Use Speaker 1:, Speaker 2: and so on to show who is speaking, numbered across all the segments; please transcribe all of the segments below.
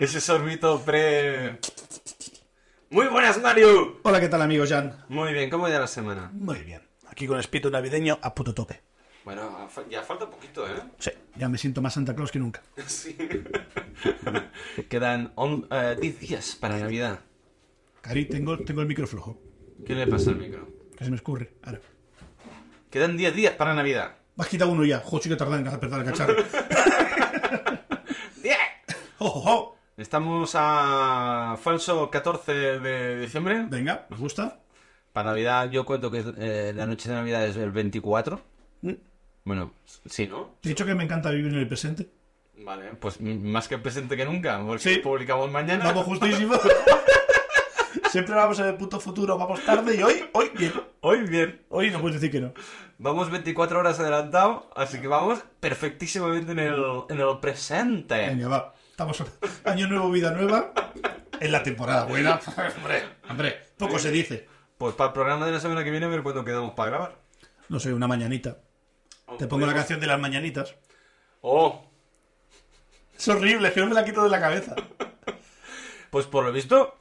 Speaker 1: Ese sorbito pre... Muy buenas, Mario.
Speaker 2: Hola, ¿qué tal, amigos Jan?
Speaker 1: Muy bien, ¿cómo ya la semana?
Speaker 2: Muy bien. Aquí con espíritu navideño a puto tope.
Speaker 1: Bueno, ya falta poquito, ¿eh?
Speaker 2: Sí, ya me siento más Santa Claus que nunca.
Speaker 1: Sí. Quedan on- eh, 10 días para Navidad.
Speaker 2: Cari, tengo, tengo el micro flojo.
Speaker 1: ¿Qué le pasa al micro?
Speaker 2: Que se me escurre. Ahora.
Speaker 1: Quedan 10 días para Navidad.
Speaker 2: Me has quitado uno ya. Joder, sí que tardan en despertar el cacharro.
Speaker 1: ¡10!
Speaker 2: ¡Jo, jo, jo!
Speaker 1: Estamos a falso 14 de diciembre.
Speaker 2: Venga, ¿nos gusta?
Speaker 1: Para Navidad yo cuento que eh, la noche de Navidad es el 24.
Speaker 2: Mm.
Speaker 1: Bueno, sí, ¿no?
Speaker 2: Te he dicho que me encanta vivir en el presente.
Speaker 1: Vale, pues m- más que presente que nunca, porque
Speaker 2: Sí.
Speaker 1: publicamos mañana.
Speaker 2: Vamos justísimo. Siempre vamos en el puto futuro, vamos tarde y hoy, hoy bien.
Speaker 1: Hoy bien.
Speaker 2: Hoy no puedes decir que no.
Speaker 1: Vamos 24 horas adelantado, así que vamos perfectísimamente en el, en el presente.
Speaker 2: Venga, va. Estamos año nuevo, vida nueva. En la temporada buena. hombre, hombre, poco se dice.
Speaker 1: Pues para el programa de la semana que viene a ver cuándo quedamos para grabar.
Speaker 2: No sé, una mañanita. Te pongo la canción de las mañanitas.
Speaker 1: Oh,
Speaker 2: Es horrible, es que no me la quito de la cabeza.
Speaker 1: pues por lo visto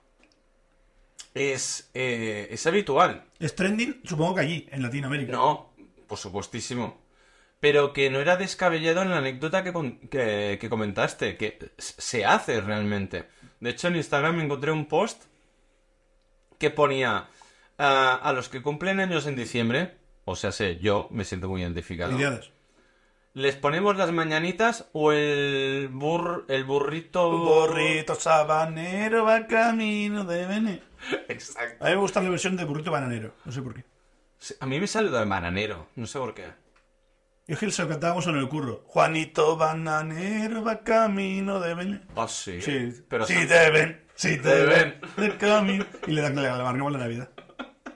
Speaker 1: es, eh, es habitual.
Speaker 2: Es trending, supongo que allí, en Latinoamérica.
Speaker 1: No, por supuestísimo. Pero que no era descabellado en la anécdota que, con- que- que comentaste, que s- se hace realmente. De hecho, en Instagram me encontré un post que ponía "Ah, a los que cumplen años en diciembre, o sea, sé, yo me siento muy identificado.
Speaker 2: Felicidades.
Speaker 1: ¿Les ponemos las mañanitas o el, burr, el burrito?
Speaker 2: sabanero va camino de Bene.
Speaker 1: Exacto.
Speaker 2: A mí me gusta la versión de burrito bananero, no sé por qué.
Speaker 1: Sí, A mí me sale de bananero, no sé por qué.
Speaker 2: Yo es que se lo cantábamos en el curro. Juanito bananero va camino de Bene.
Speaker 1: Ah, sí.
Speaker 2: Sí,
Speaker 1: Pero
Speaker 2: sí te ven, sí te
Speaker 1: Te
Speaker 2: ven, de camino. Y le dan le alargamos la Navidad.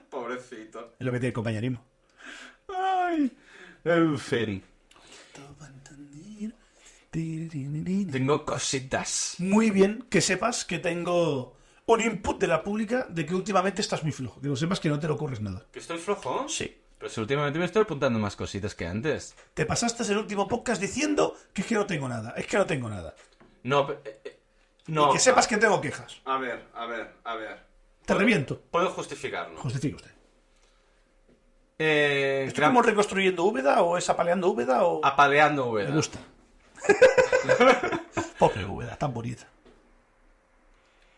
Speaker 1: Pobrecito.
Speaker 2: Es lo que tiene el compañerismo.
Speaker 1: Ay, en fin. Tengo cositas.
Speaker 2: Muy bien que sepas que tengo un input de la pública de que últimamente estás muy flojo. Que lo sepas que no te lo ocurres nada.
Speaker 1: ¿Que estoy flojo?
Speaker 2: Sí.
Speaker 1: Pero si últimamente me estoy apuntando más cositas que antes.
Speaker 2: Te pasaste el último podcast diciendo que es que no tengo nada. Es que no tengo nada.
Speaker 1: No, pe- eh, eh, no.
Speaker 2: Y que sepas que tengo quejas.
Speaker 1: A ver, a ver, a ver.
Speaker 2: Te reviento.
Speaker 1: Puedo justificarlo.
Speaker 2: Justifica usted.
Speaker 1: Eh, gra-
Speaker 2: ¿Estamos reconstruyendo Úbeda o es apaleando Úbeda o...?
Speaker 1: Ah, apaleando, güey.
Speaker 2: Me gusta. Pobre Úbeda, tan bonita.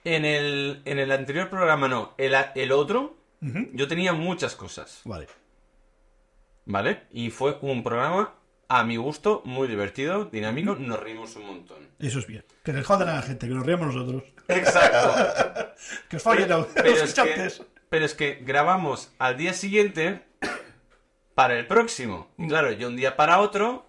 Speaker 1: En el, en el anterior programa, no. El, a- el otro, yo tenía muchas cosas.
Speaker 2: Vale.
Speaker 1: ¿Vale? Y fue un programa, a mi gusto, muy divertido, dinámico. Nos reímos un montón.
Speaker 2: Eso es bien. Que les jodan a la gente, que nos riamos nosotros.
Speaker 1: Exacto.
Speaker 2: Que os fallen a los
Speaker 1: pero, es
Speaker 2: chantes.
Speaker 1: que, pero es que grabamos al día siguiente para el próximo. Y Claro, yo un día para otro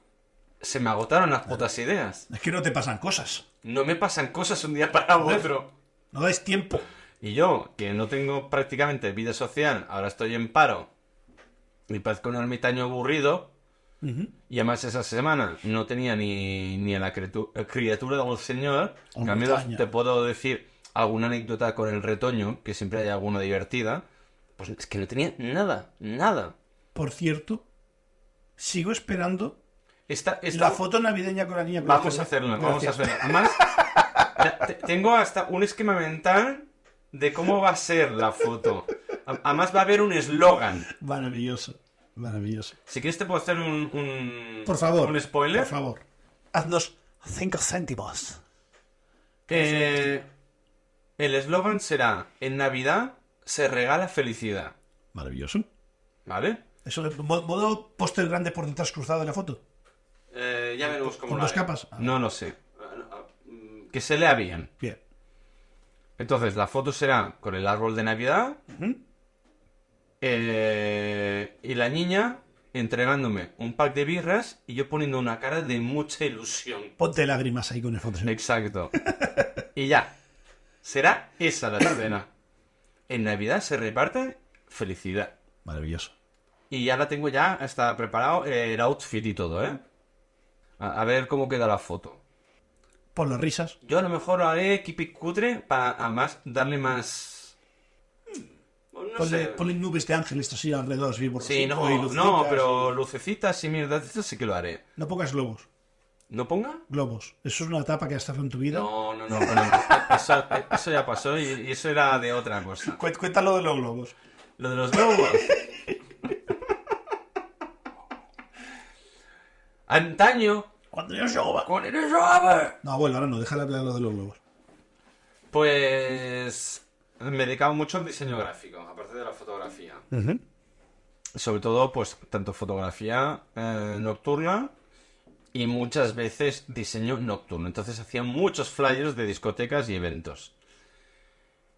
Speaker 1: se me agotaron las putas ideas.
Speaker 2: Es que no te pasan cosas.
Speaker 1: No me pasan cosas un día para otro.
Speaker 2: No dais tiempo.
Speaker 1: Y yo, que no tengo prácticamente vida social, ahora estoy en paro y parezco un ermitaño aburrido. Y además esa semana no tenía ni, ni a la cretu- eh, criatura del señor.
Speaker 2: Un
Speaker 1: Que al menos
Speaker 2: ermitaño.
Speaker 1: te puedo decir alguna anécdota con el retoño, que siempre hay alguna divertida. Pues es que no tenía nada, nada.
Speaker 2: Por cierto, sigo esperando
Speaker 1: Esta, esta-
Speaker 2: la foto navideña con la niña. con la
Speaker 1: Vamos a
Speaker 2: cara.
Speaker 1: hacerlo, vamos a
Speaker 2: Gracias.
Speaker 1: hacerlo. Además, mira, te- tengo hasta un esquema mental de cómo va a ser la foto. A- Además va a haber un eslogan.
Speaker 2: Maravilloso, maravilloso.
Speaker 1: Si quieres te puedo hacer un, un-
Speaker 2: Por favor.
Speaker 1: un spoiler.
Speaker 2: Por favor. Haznos 5 céntimos.
Speaker 1: Eh, el eslogan será En Navidad se regala felicidad.
Speaker 2: Maravilloso.
Speaker 1: ¿Vale?
Speaker 2: Eso de mo- modo póster grande por detrás cruzado de la foto.
Speaker 1: Eh, ya veremos cómo
Speaker 2: ¿Con dos capas? Ah,
Speaker 1: No ah, mm. lo sé. Que se lea bien.
Speaker 2: Bien.
Speaker 1: Entonces, la foto será con el árbol de Navidad eh, y la niña entregándome un pack de birras y yo poniendo una cara de mucha ilusión.
Speaker 2: Ponte lágrimas ahí con el fondo.
Speaker 1: Exacto. y ya. Será esa la escena. En Navidad se reparte felicidad.
Speaker 2: Maravilloso.
Speaker 1: Y ya la tengo ya, está preparado eh, el outfit y todo, ¿eh? A- a ver cómo queda la foto.
Speaker 2: Por las risas.
Speaker 1: Yo a lo mejor haré kipi cutre para más darle más. mm, No
Speaker 2: Ponle, ponle nubes de ángeles así alrededor, así
Speaker 1: Sí,
Speaker 2: borrosito,
Speaker 1: no,
Speaker 2: y lucecitas
Speaker 1: no,
Speaker 2: y-
Speaker 1: pero lucecitas y mierdas de esas sí que lo haré.
Speaker 2: No pocas globos.
Speaker 1: ¿No ponga?
Speaker 2: Globos. Eso es una etapa que has estado en tu vida.
Speaker 1: No, no, no. bueno, eso, eso ya pasó y, y eso era de otra cosa.
Speaker 2: Cué- Cuéntalo de los globos.
Speaker 1: Lo de los globos. Antaño,
Speaker 2: Andrés Yoba.
Speaker 1: con el rabo.
Speaker 2: No, abuelo, ahora no, déjale hablar lo de los globos.
Speaker 1: Pues me he dedicado mucho al diseño gráfico, aparte de la fotografía. Sobre todo, pues, tanto fotografía eh, nocturna y muchas veces diseño nocturno. Entonces hacía muchos flyers de discotecas y eventos.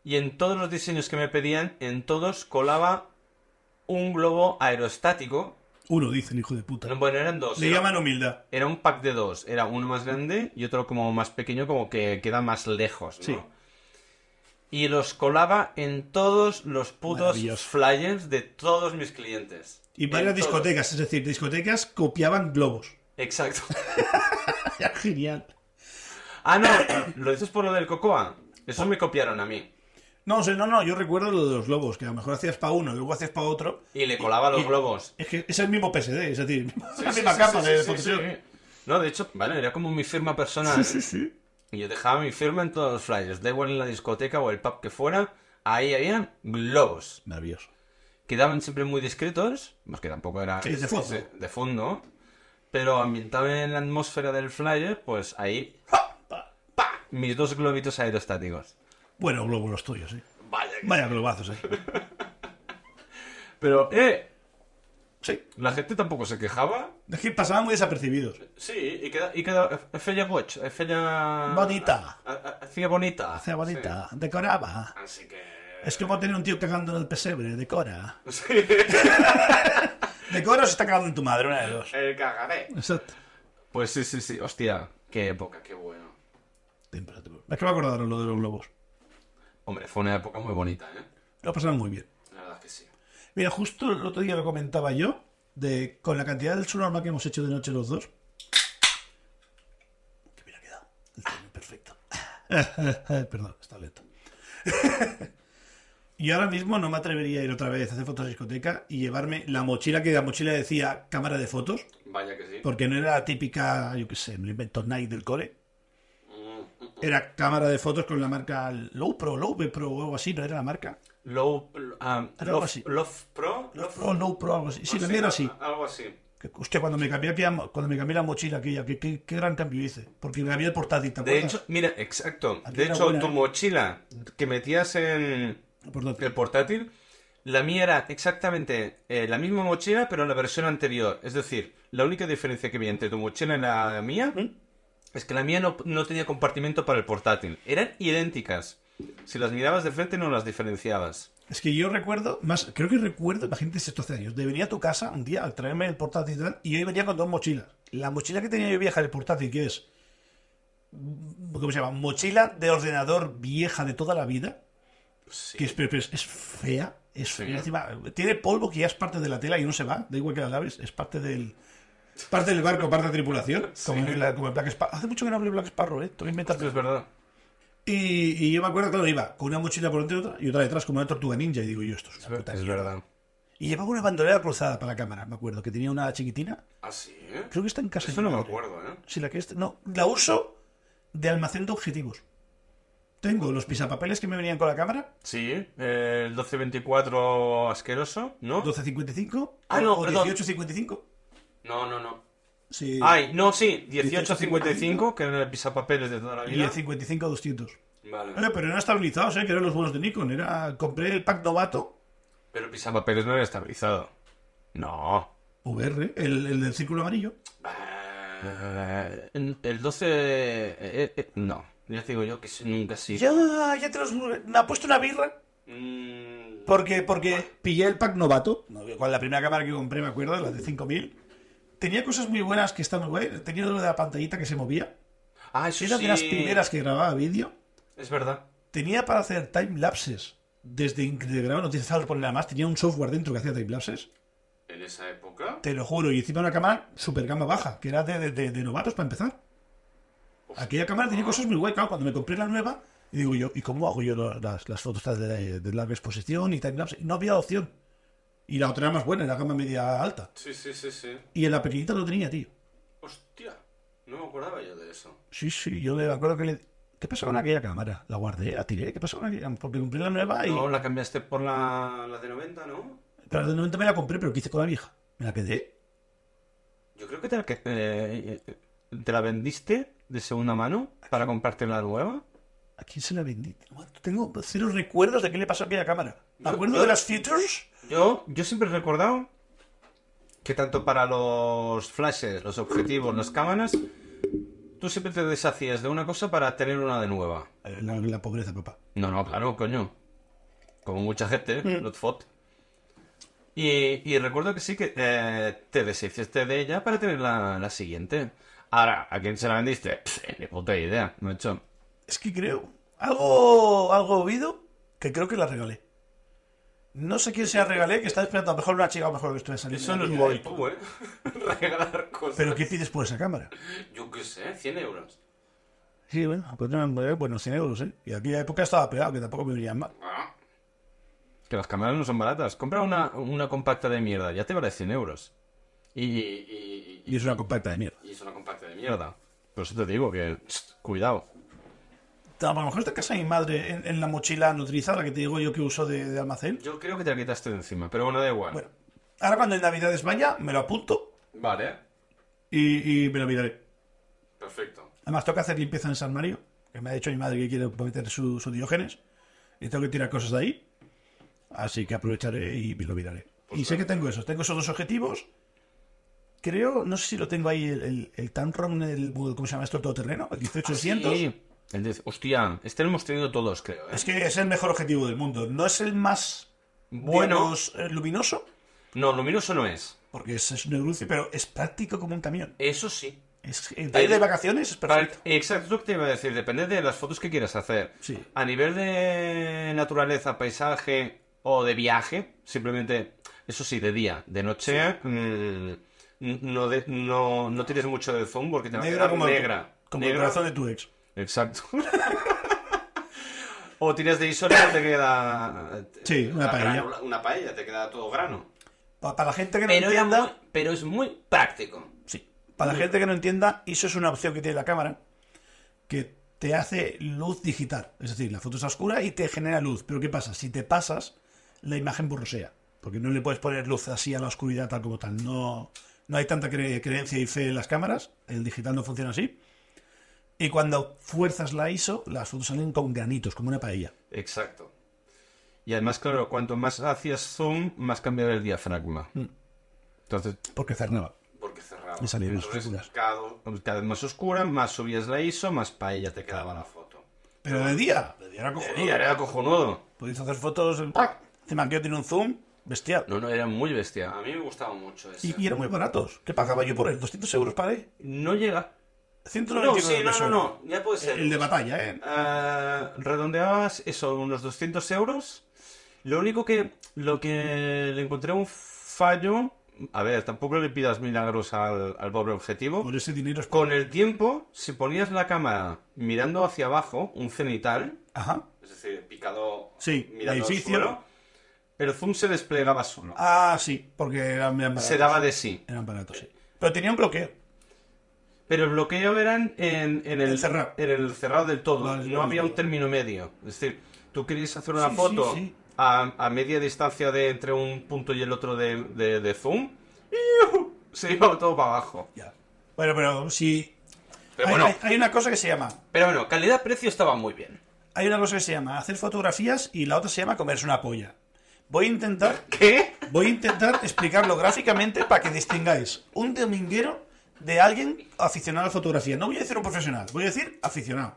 Speaker 1: Y en todos los diseños que me pedían, en todos colaba un globo aerostático.
Speaker 2: Uno, dicen, hijo de puta.
Speaker 1: Bueno, eran dos.
Speaker 2: Le
Speaker 1: era-
Speaker 2: llaman humildad.
Speaker 1: era un pack de dos. Era uno más grande y otro como más pequeño, como que queda más lejos, ¿no?
Speaker 2: Sí.
Speaker 1: Y los colaba en todos los putos
Speaker 2: Maravilloso.
Speaker 1: flyers de todos mis clientes.
Speaker 2: Y
Speaker 1: En
Speaker 2: varias
Speaker 1: todos.
Speaker 2: discotecas, es decir, discotecas copiaban globos.
Speaker 1: Exacto.
Speaker 2: Genial.
Speaker 1: Ah, no, lo dices por lo del Cocoa. Eso me copiaron a mí.
Speaker 2: No, o sea, no, no, yo recuerdo lo de los globos, que a lo mejor hacías para uno y luego hacías para otro.
Speaker 1: Y le colaba los
Speaker 2: y-
Speaker 1: globos.
Speaker 2: Es que es el mismo PSD, es decir, la
Speaker 1: Sí,
Speaker 2: misma
Speaker 1: sí,
Speaker 2: capa
Speaker 1: sí,
Speaker 2: de
Speaker 1: sí, sí,
Speaker 2: protección.
Speaker 1: sí. No, de hecho, vale, era como mi firma personal.
Speaker 2: Sí, sí.
Speaker 1: Y yo dejaba mi firma en todos los flyers. Da igual en la discoteca o el pub que fuera. Ahí habían globos.
Speaker 2: Maravilloso.
Speaker 1: quedaban siempre muy discretos, más que tampoco era
Speaker 2: Sí, de fondo.
Speaker 1: de- de fondo, pero ambientado en la atmósfera del flyer, pues ahí ¡pa! mis dos globitos aerostáticos.
Speaker 2: Bueno, globos los tuyos, ¿eh?
Speaker 1: Vaya.
Speaker 2: Vaya globazos, ¿eh?
Speaker 1: Pero eh,
Speaker 2: Sí.
Speaker 1: la gente tampoco se quejaba.
Speaker 2: Es que pasaban muy desapercibidos.
Speaker 1: Sí, y queda y queda eh, fella watch, fella
Speaker 2: Bonita.
Speaker 1: hacía Eh, bonita.
Speaker 2: Hacía bonita, decoraba.
Speaker 1: Así que
Speaker 2: Es como tener un tío cagando en el pesebre, decora. decora o se está cagando en tu madre, una de dos.
Speaker 1: el cagaré.
Speaker 2: Exacto.
Speaker 1: Pues sí, sí, sí, hostia, qué época, qué bueno.
Speaker 2: Es que me acordaron lo de los globos.
Speaker 1: Hombre, fue una época muy bonita, ¿eh?
Speaker 2: Lo pasaron muy bien.
Speaker 1: La verdad es que sí.
Speaker 2: Mira, justo el otro día lo comentaba yo, de con la cantidad del surorma que hemos hecho de noche los dos. Que bien ha quedado. El timing perfecto. Perdón, está lento. y ahora mismo no me atrevería a ir otra vez a hacer fotos a discoteca y llevarme la mochila que la mochila decía cámara de fotos,
Speaker 1: Vaya que sí.
Speaker 2: porque no era la típica, yo qué sé, me lo invento Nike del cole.
Speaker 1: Mm, mm.
Speaker 2: Era cámara de fotos con la marca Low Pro, Low Pro o algo así, no era la marca.
Speaker 1: Low, um,
Speaker 2: Algo así.
Speaker 1: Love, Love Pro? Love
Speaker 2: Low Low Pro, algo así.
Speaker 1: Pues
Speaker 2: Sí, la mía era así.
Speaker 1: a- Algo así.
Speaker 2: Que, Hostia, cuando me cambié, aquella- cuando me cambié la mochila aquella, qué, qué, qué gran cambio hice. Porque me cambié el portátil, ¿te
Speaker 1: De
Speaker 2: acuerdas?
Speaker 1: hecho, mira, exacto.
Speaker 2: Aquí
Speaker 1: De
Speaker 2: era
Speaker 1: hecho,
Speaker 2: buena,
Speaker 1: tu
Speaker 2: ¿eh?
Speaker 1: mochila que metías en
Speaker 2: El portátil.
Speaker 1: el portátil, la mía era exactamente eh, la misma mochila, pero la versión anterior. Es decir, la única diferencia que había entre tu mochila y la mía
Speaker 2: ¿Mm?
Speaker 1: es que la mía no, no tenía compartimento para el portátil. Eran idénticas. Si las mirabas de frente no las diferenciabas.
Speaker 2: Es que yo recuerdo, más, creo que recuerdo, imagínate si esto hace años, de venir a tu casa un día al traerme el portátil y tal, y yo venía con dos mochilas. La mochila que tenía yo vieja del portátil, que es, mm, ¿cómo se llama? Mochila de ordenador vieja de toda la vida, que es, pero- pero es- es fea, es
Speaker 1: Sí.
Speaker 2: fea, encima, tiene polvo que ya es parte de la tela y no se va, da igual que la laves, es parte del... Parte del barco, parte de tripulación. Como, en la- como en Black Sparrow. Hace mucho que no hablé de Black Sparrow, ¿eh? Te voy a inventar.
Speaker 1: Esto es verdad.
Speaker 2: Y, y yo me acuerdo, claro, iba con una mochila por dentro y otra, y otra detrás, como una tortuga ninja. Y digo, yo, esto es una puta
Speaker 1: Es
Speaker 2: mierda.
Speaker 1: verdad.
Speaker 2: Y llevaba una bandolera cruzada para la cámara, me acuerdo, que tenía una chiquitina.
Speaker 1: Así, ¿eh?
Speaker 2: Creo que está en casa.
Speaker 1: Eso
Speaker 2: de mi
Speaker 1: no me
Speaker 2: madre.
Speaker 1: acuerdo, ¿eh?
Speaker 2: Sí, la que es- No, la uso de almacén de objetivos. Tengo los pisapapeles que me venían con la cámara,
Speaker 1: Sí, eh, el 1224 asqueroso, ¿no?
Speaker 2: 12.55
Speaker 1: Ah, no,
Speaker 2: o
Speaker 1: perdón.
Speaker 2: 18.55.
Speaker 1: No, no, no.
Speaker 2: Sí.
Speaker 1: Ay, no, sí, 1855, que era el pisapapeles de toda la
Speaker 2: Y
Speaker 1: vida.
Speaker 2: el 55 200.
Speaker 1: Vale.
Speaker 2: Eh, pero eran estabilizados, ¿eh? Que eran los buenos de Nikon. Era... Compré el pack novato
Speaker 1: Pero el pisapapeles no era estabilizado. No.
Speaker 2: VR, el, el del círculo amarillo.
Speaker 1: Eh, El 12... eh, eh, no, ya te digo yo que eso nunca he sido.
Speaker 2: Ya, ya te los... Me ha puesto una birra.
Speaker 1: Mm,
Speaker 2: Porque, porque pillé el pack novato, con la primera cámara que compré, me acuerdo, la de 5000. Tenía cosas muy buenas que están muy guay. Tenía lo de la pantallita que se movía.
Speaker 1: Ah, eso
Speaker 2: Era
Speaker 1: sí.
Speaker 2: de las primeras que grababa vídeo.
Speaker 1: Es verdad.
Speaker 2: Tenía para hacer time lapses. Desde que grababa no tienes que poner nada más. Tenía un software dentro que hacía time lapses.
Speaker 1: En esa época...
Speaker 2: Te lo juro. Y encima una cámara super gama baja, que era de, de- de- de novatos para empezar. Aquella cámara tenía cosas muy guay. Claro, cuando me compré la nueva, y digo yo, ¿y cómo hago yo lo- las, las fotos estas de, de larga exposición y time lapse? No había opción. Y la otra era más buena, era gama media alta.
Speaker 1: Sí, sí, sí, sí.
Speaker 2: Y en la pequeñita lo tenía, tío.
Speaker 1: Hostia. No me acordaba yo de eso.
Speaker 2: Sí, sí, yo me acuerdo que le... ¿Qué pasó con aquella cámara? La guardé, la tiré. ¿Qué pasó con aquella? Porque compré la nueva y...
Speaker 1: No, la cambiaste por la, la de 90, ¿no?
Speaker 2: Pero la de 90 me la compré, pero ¿qué hice con la vieja? Me la quedé.
Speaker 1: Yo creo que te la, que- eh, eh, te la vendiste de segunda mano para comprarte la nueva.
Speaker 2: ¿A quién se la vendí? Bueno, Tengo cero recuerdos de qué le pasó a aquella cámara. Me acuerdo
Speaker 1: yo-
Speaker 2: de las features.
Speaker 1: Yo, yo siempre he recordado que tanto para los flashes, los objetivos, las cámaras, tú siempre te deshacías de una cosa para tener una de nueva.
Speaker 2: Eh, La, la pobreza, papá.
Speaker 1: No, no, claro, coño. Como mucha gente, ¿eh? los FOT. Y, y recuerdo que sí que eh, te deshiciste de ella para tener la, la siguiente. Ahora, ¿a quién se la vendiste? Pff, ni puta idea, no he hecho.
Speaker 2: Es que creo. Algo, algo oído que creo que la regalé. No sé quién se la regalé, que está esperando a lo mejor una chica, a lo mejor que estoy saliendo.
Speaker 1: Eso no es
Speaker 2: Y-
Speaker 1: muy tú, ¿eh? Regalar cosas.
Speaker 2: Pero ¿qué pides por esa cámara?
Speaker 1: Yo qué sé, 100 euros.
Speaker 2: Sí, bueno, pues no, eh, bueno, 100 euros, ¿eh? Y aquella época estaba pegado, que tampoco me venían mal.
Speaker 1: Ah. Que las cámaras no son baratas. Compra una, una compacta de mierda, ya te vale 100 euros. Y, y, y-
Speaker 2: Y es una compacta de mierda.
Speaker 1: y es una compacta de mierda. Por eso te digo que, tss, cuidado.
Speaker 2: A lo mejor está en casa de mi madre en, en la mochila nutrizada que te digo yo que uso de, de almacén.
Speaker 1: Yo creo que te la quitaste de encima, pero bueno, da igual.
Speaker 2: Bueno, ahora cuando en Navidad España me lo apunto
Speaker 1: Vale,
Speaker 2: y, y me lo miraré.
Speaker 1: perfecto.
Speaker 2: Además, toca hacer limpieza en ese armario, que me ha dicho mi madre que quiere meter su, su diógenes. Y tengo que tirar cosas de ahí. Así que aprovecharé y me lo miraré.
Speaker 1: Pues
Speaker 2: y sé que tengo esos, tengo esos dos objetivos. Creo, no sé si lo tengo ahí, el, el, el Tamron, el, ¿cómo se llama esto? El todoterreno, el 18800.
Speaker 1: Ah, Sí, el de- hostia, este lo hemos tenido todos, creo. ¿eh?
Speaker 2: Es que es el mejor objetivo del mundo. No es el más
Speaker 1: Bueno.
Speaker 2: digamos, eh, luminoso,
Speaker 1: No, luminoso no es.
Speaker 2: porque es, es negrucio, pero es práctico como un camión.
Speaker 1: Eso sí.
Speaker 2: Es, en taller de vacaciones es
Speaker 1: Para-
Speaker 2: perfecto.
Speaker 1: Exacto, es lo que te iba a decir. Depende de las fotos que quieras hacer.
Speaker 2: Sí.
Speaker 1: A nivel de naturaleza, paisaje o de viaje, simplemente, eso sí, de día. De noche, mm, no, de- no, no tienes mucho de zoom porque te va a
Speaker 2: Negra
Speaker 1: quedar
Speaker 2: como, el-
Speaker 1: negra.
Speaker 2: como el
Speaker 1: Negra.
Speaker 2: corazón de tu ex.
Speaker 1: Exacto. o tiras de ISO y te queda.
Speaker 2: Sí, una
Speaker 1: a
Speaker 2: paella.
Speaker 1: granula- una paella, te queda todo grano.
Speaker 2: Pa- Para la gente que no
Speaker 1: Pero, era
Speaker 2: entienda,
Speaker 1: muy- pero es muy práctico.
Speaker 2: sí. Para la gente que no entienda, eso es una opción que tiene la cámara que te hace luz digital, es decir, la foto está oscura y te genera luz. Pero qué pasa, si te pasas, la imagen borrosea, porque no le puedes poner luz así a la oscuridad tal como tal. No, no hay tanta cre- creencia y fe en las cámaras, el digital no funciona así. Y cuando fuerzas la ISO, las fotos salen con granitos, como una paella.
Speaker 1: Exacto. Y además, claro, cuanto más hacías zoom, más cambiaba el diafragma. Entonces,
Speaker 2: Porque cerraba.
Speaker 1: porque cerraba.
Speaker 2: Y salía más
Speaker 1: Entonces,
Speaker 2: oscuras.
Speaker 1: cada, pues, cada vez más oscura, más subías la ISO, más paella te quedaba la foto.
Speaker 2: Pero de día, de día era cojonudo.
Speaker 1: Y era cojonudo.
Speaker 2: Podéis hacer fotos. en- Encima que yo tiene un zoom bestial.
Speaker 1: No, no, era muy bestia. A mí me gustaba mucho eso.
Speaker 2: Y, y eran muy baratos. ¿Qué pagaba yo por él? ¿200 euros para él?
Speaker 1: No llega.
Speaker 2: 199
Speaker 1: No, sí, no,
Speaker 2: euros.
Speaker 1: no, no. Ya puede ser.
Speaker 2: El de batalla, ¿eh?
Speaker 1: Ah, redondeabas eso, unos 200 euros. Lo único que lo que le encontré un fallo, a ver, tampoco le pidas milagros al, al pobre objetivo.
Speaker 2: Por ese dinero es...
Speaker 1: Con el tiempo, si ponías la cámara mirando hacia abajo, un cenital,
Speaker 2: Ajá.
Speaker 1: es decir, picado
Speaker 2: Sí,
Speaker 1: mirando al
Speaker 2: edificio.
Speaker 1: suelo, el zoom se desplegaba solo.
Speaker 2: Ah, sí, porque eran, eran baratos.
Speaker 1: Se daba de sí.
Speaker 2: Eran baratos, sí. Pero tenía un bloqueo.
Speaker 1: Pero el bloqueo eran en, en el,
Speaker 2: El cerrado.
Speaker 1: en el cerrado del todo.
Speaker 2: Vale,
Speaker 1: no
Speaker 2: vale,
Speaker 1: había
Speaker 2: vale.
Speaker 1: un término medio. Es decir, tú querías hacer una
Speaker 2: Sí,
Speaker 1: foto
Speaker 2: sí, sí.
Speaker 1: A, a media distancia de entre un punto y el otro de, de- de zoom. ¡iu! Se iba todo para abajo.
Speaker 2: Ya. Bueno, pero si...
Speaker 1: Pero
Speaker 2: hay,
Speaker 1: bueno,
Speaker 2: hay- hay una cosa que se llama...
Speaker 1: pero bueno, calidad-precio estaba muy bien.
Speaker 2: Hay una cosa que se llama hacer fotografías y la otra se llama comerse una polla. Voy a intentar...
Speaker 1: ¿Qué?
Speaker 2: Voy a intentar explicarlo gráficamente para que distingáis un dominguero de alguien aficionado a la fotografía. No voy a decir un profesional, voy a decir aficionado.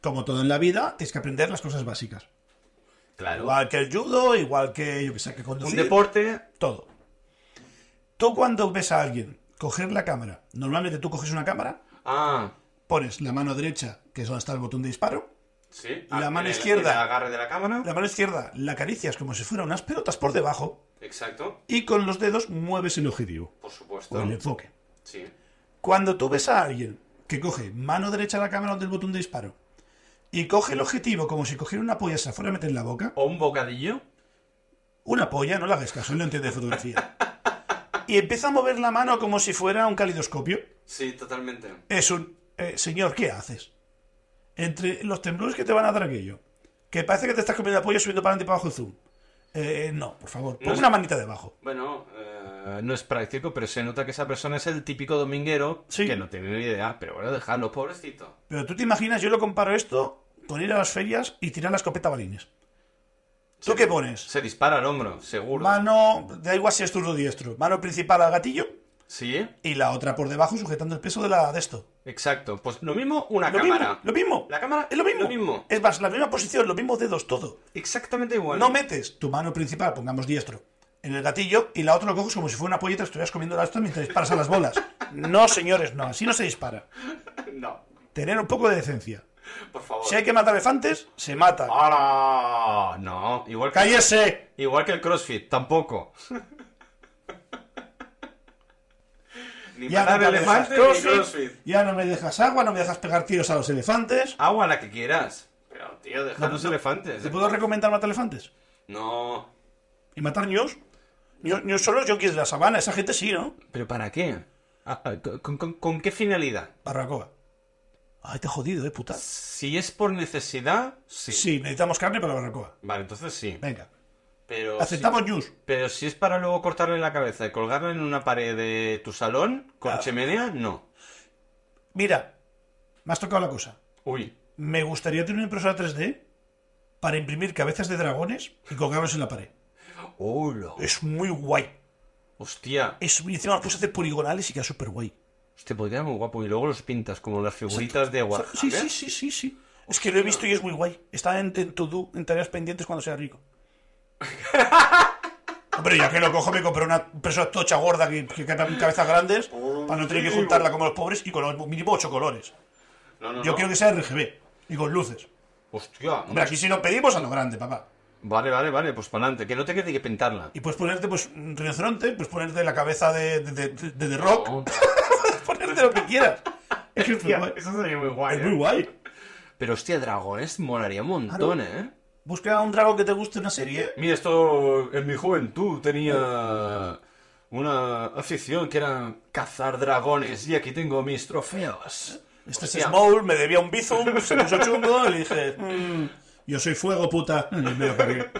Speaker 2: Como todo en la vida, tienes que aprender las cosas básicas.
Speaker 1: Claro.
Speaker 2: Igual que el judo, igual que yo que sé, que
Speaker 1: Un
Speaker 2: conducir,
Speaker 1: deporte.
Speaker 2: todo. Tú cuando ves a alguien coger la cámara, normalmente tú coges una cámara,
Speaker 1: Ah,
Speaker 2: pones la mano derecha, que es donde está el botón de disparo,
Speaker 1: sí.
Speaker 2: La
Speaker 1: Ah,
Speaker 2: mano
Speaker 1: en el-
Speaker 2: izquierda.
Speaker 1: en El agarre de la cámara.
Speaker 2: la mano izquierda la acaricias como si fuera unas pelotas por debajo
Speaker 1: Exacto.
Speaker 2: y con los dedos mueves el objetivo
Speaker 1: Por supuesto.
Speaker 2: o el enfoque.
Speaker 1: Sí.
Speaker 2: Cuando tú ves a alguien que coge mano derecha de la cámara donde el botón de disparo y coge el objetivo como si cogiera una polla y se la fuera a meter en la boca,
Speaker 1: O un bocadillo.
Speaker 2: una polla, no le hagas caso, él no entiende de fotografía. y empieza a mover la mano como si fuera un calidoscopio.
Speaker 1: Sí, totalmente.
Speaker 2: Es un... eh, señor, ¿qué haces? Entre los temblores que te van a dar aquello, que parece que te estás comiendo apoyo subiendo para adelante y para abajo el zoom. Eh, no, por favor, pon
Speaker 1: No es-
Speaker 2: una manita debajo.
Speaker 1: Bueno, eh, no es práctico, pero se nota que esa persona es el típico dominguero
Speaker 2: Sí.
Speaker 1: que no tiene ni idea. Pero bueno, dejarlo, pobrecito.
Speaker 2: Pero tú te imaginas, yo lo comparo esto con ir a las ferias y tirar la escopeta a balines. ¿Tú
Speaker 1: Sí.
Speaker 2: qué pones?
Speaker 1: Se dispara al hombro, seguro.
Speaker 2: Mano, da igual si es turno diestro, mano principal al gatillo
Speaker 1: Sí,
Speaker 2: y la otra por debajo sujetando el peso de, la, de esto.
Speaker 1: exacto. Pues lo mismo una
Speaker 2: Lo
Speaker 1: cámara.
Speaker 2: mismo, lo mismo.
Speaker 1: La cámara
Speaker 2: es lo mismo.
Speaker 1: lo mismo.
Speaker 2: Es más, la misma posición, los mismos dedos, todo.
Speaker 1: Exactamente igual.
Speaker 2: No metes tu mano principal, pongamos diestro, en el gatillo y la otra lo coges como si fuera una polleta, estuvieras comiendo las mientras disparas a las bolas. No, señores, no, así no se dispara.
Speaker 1: No,
Speaker 2: Tener un poco de decencia.
Speaker 1: por favor.
Speaker 2: Si hay que matar elefantes, se mata.
Speaker 1: Ah. ¡Hala! No, igual que,
Speaker 2: ¡Cállese!
Speaker 1: igual que el CrossFit, tampoco. ni
Speaker 2: Ya no,
Speaker 1: matar
Speaker 2: me dejas
Speaker 1: elefantes ni
Speaker 2: crossfit,
Speaker 1: CrossFit. Ah.
Speaker 2: ya no me dejas agua, no me dejas pegar tiros a los elefantes.
Speaker 1: Agua la que quieras. Pero, tío, deja los elefantes.
Speaker 2: ¿Te puedo recomendar matar elefantes?
Speaker 1: No.
Speaker 2: ¿Y matar ños? Ños, ños son los yonkis de la sabana, esa gente sí, ¿no?
Speaker 1: ¿Pero para qué? Ah, ah, ¿Con, con- con qué finalidad?
Speaker 2: Barracoa. Ay, te he jodido, eh, puta.
Speaker 1: Si es por necesidad, sí.
Speaker 2: Sí, necesitamos carne para barracoa.
Speaker 1: Vale, entonces sí.
Speaker 2: Venga.
Speaker 1: Pero si,
Speaker 2: Aceptamos ñus.
Speaker 1: pero si es para luego cortarle la cabeza y colgarla en una pared de tu salón, con
Speaker 2: Ah.
Speaker 1: chimenea, no.
Speaker 2: Mira, me has tocado la cosa.
Speaker 1: Uy.
Speaker 2: Me gustaría tener una impresora 3D para imprimir cabezas de dragones y colgarlos en la pared.
Speaker 1: ¡Hola!
Speaker 2: Es muy guay.
Speaker 1: Hostia.
Speaker 2: Es, y encima las puedes hacer poligonales y queda súper guay.
Speaker 1: Te podría muy guapo. Y luego los pintas como las figuritas de agua.
Speaker 2: Sí, sí, sí, sí, sí. Es que lo he visto y es muy guay. Está en, en to do, en tareas pendientes cuando sea rico. Hombre, ya que lo cojo, me compré una impresora tocha gorda que, que cae en cabezas grandes para no tener que juntarla como los pobres y con los mínimo ocho colores.
Speaker 1: No, no,
Speaker 2: Yo
Speaker 1: no.
Speaker 2: quiero que sea RGB y con luces.
Speaker 1: Hostia.
Speaker 2: Hombre, aquí si lo pedimos a lo grande, papá.
Speaker 1: Vale, vale, vale. Pues para adelante. Que no te quede que pintarla.
Speaker 2: Y puedes ponerte, pues, un rinoceronte, puedes ponerte la cabeza de, de, de, de The Rock,
Speaker 1: No.
Speaker 2: puedes ponerte lo que quieras. Es que es muy guay.
Speaker 1: sería muy guay.
Speaker 2: Es muy guay. ¿eh?
Speaker 1: Pero hostia, dragones molaría un montón, ¿eh?
Speaker 2: Busca un dragón que te guste una serie.
Speaker 1: Mira, esto en mi juventud tenía una afición que era cazar dragones y aquí tengo mis trofeos.
Speaker 2: Este es
Speaker 1: Hostia.
Speaker 2: Small, me debía un bizum, se puso chungo y le dije, "Mm, yo soy fuego, puta. Y me lo cargué.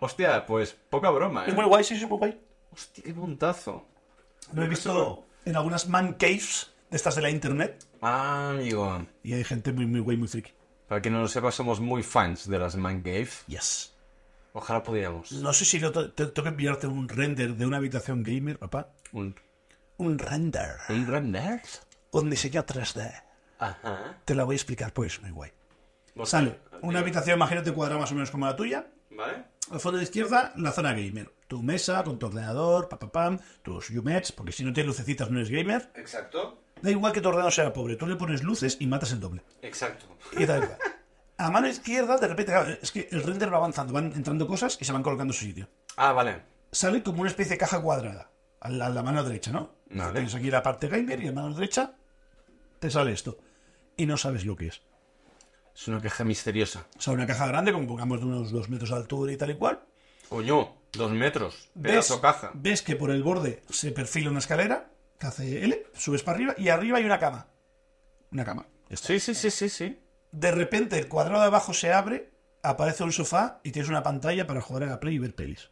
Speaker 1: Hostia, pues poca broma,
Speaker 2: Es
Speaker 1: ¿eh?
Speaker 2: muy guay, sí, sí, muy guay.
Speaker 1: Hostia, qué puntazo.
Speaker 2: Lo he visto en algunas man caves de estas de la internet
Speaker 1: Ah, amigo.
Speaker 2: y hay gente muy, muy guay, muy friki.
Speaker 1: Para quien no lo sepa, somos muy fans de las Man Cave.
Speaker 2: Yes.
Speaker 1: Ojalá pudiéramos.
Speaker 2: No sé si lo to- te- tengo que enviarte un render de una habitación gamer, papá.
Speaker 1: ¿Un,
Speaker 2: Un render.
Speaker 1: un gran nerd?
Speaker 2: Un diseño 3D.
Speaker 1: Ajá.
Speaker 2: Te la voy a explicar, pues, muy guay. Sale una habitación, imagínate, cuadrada más o menos como la tuya.
Speaker 1: ¿Vale?
Speaker 2: Al fondo de la izquierda, la zona gamer. Tu mesa con tu ordenador, pa, pa, pam, tus UMETs, porque si no tienes lucecitas no eres gamer.
Speaker 1: Exacto.
Speaker 2: Da igual que tu ordenador sea pobre, tú le pones luces y matas el doble.
Speaker 1: Exacto.
Speaker 2: Y da igual. A mano izquierda, de repente, claro, es que el render va avanzando, van entrando cosas y se van colocando en su sitio.
Speaker 1: Ah, vale.
Speaker 2: Sale como una especie de caja cuadrada, a la, a la mano derecha, ¿no?
Speaker 1: Vale.
Speaker 2: Tienes aquí la parte gamer y a la mano derecha te sale esto. Y no sabes lo que es.
Speaker 1: Es una caja misteriosa.
Speaker 2: O sea, una caja grande, como pongamos de unos dos metros de altura y tal y cual.
Speaker 1: Coño, dos metros. Pedazo caja.
Speaker 2: ves que por el borde se perfila una escalera que hace L, subes para arriba y arriba hay una cama. Una cama.
Speaker 1: Sí, sí, sí, sí, sí.
Speaker 2: De repente el cuadrado de abajo se abre, aparece un sofá y tienes una pantalla para jugar a la Play y ver pelis.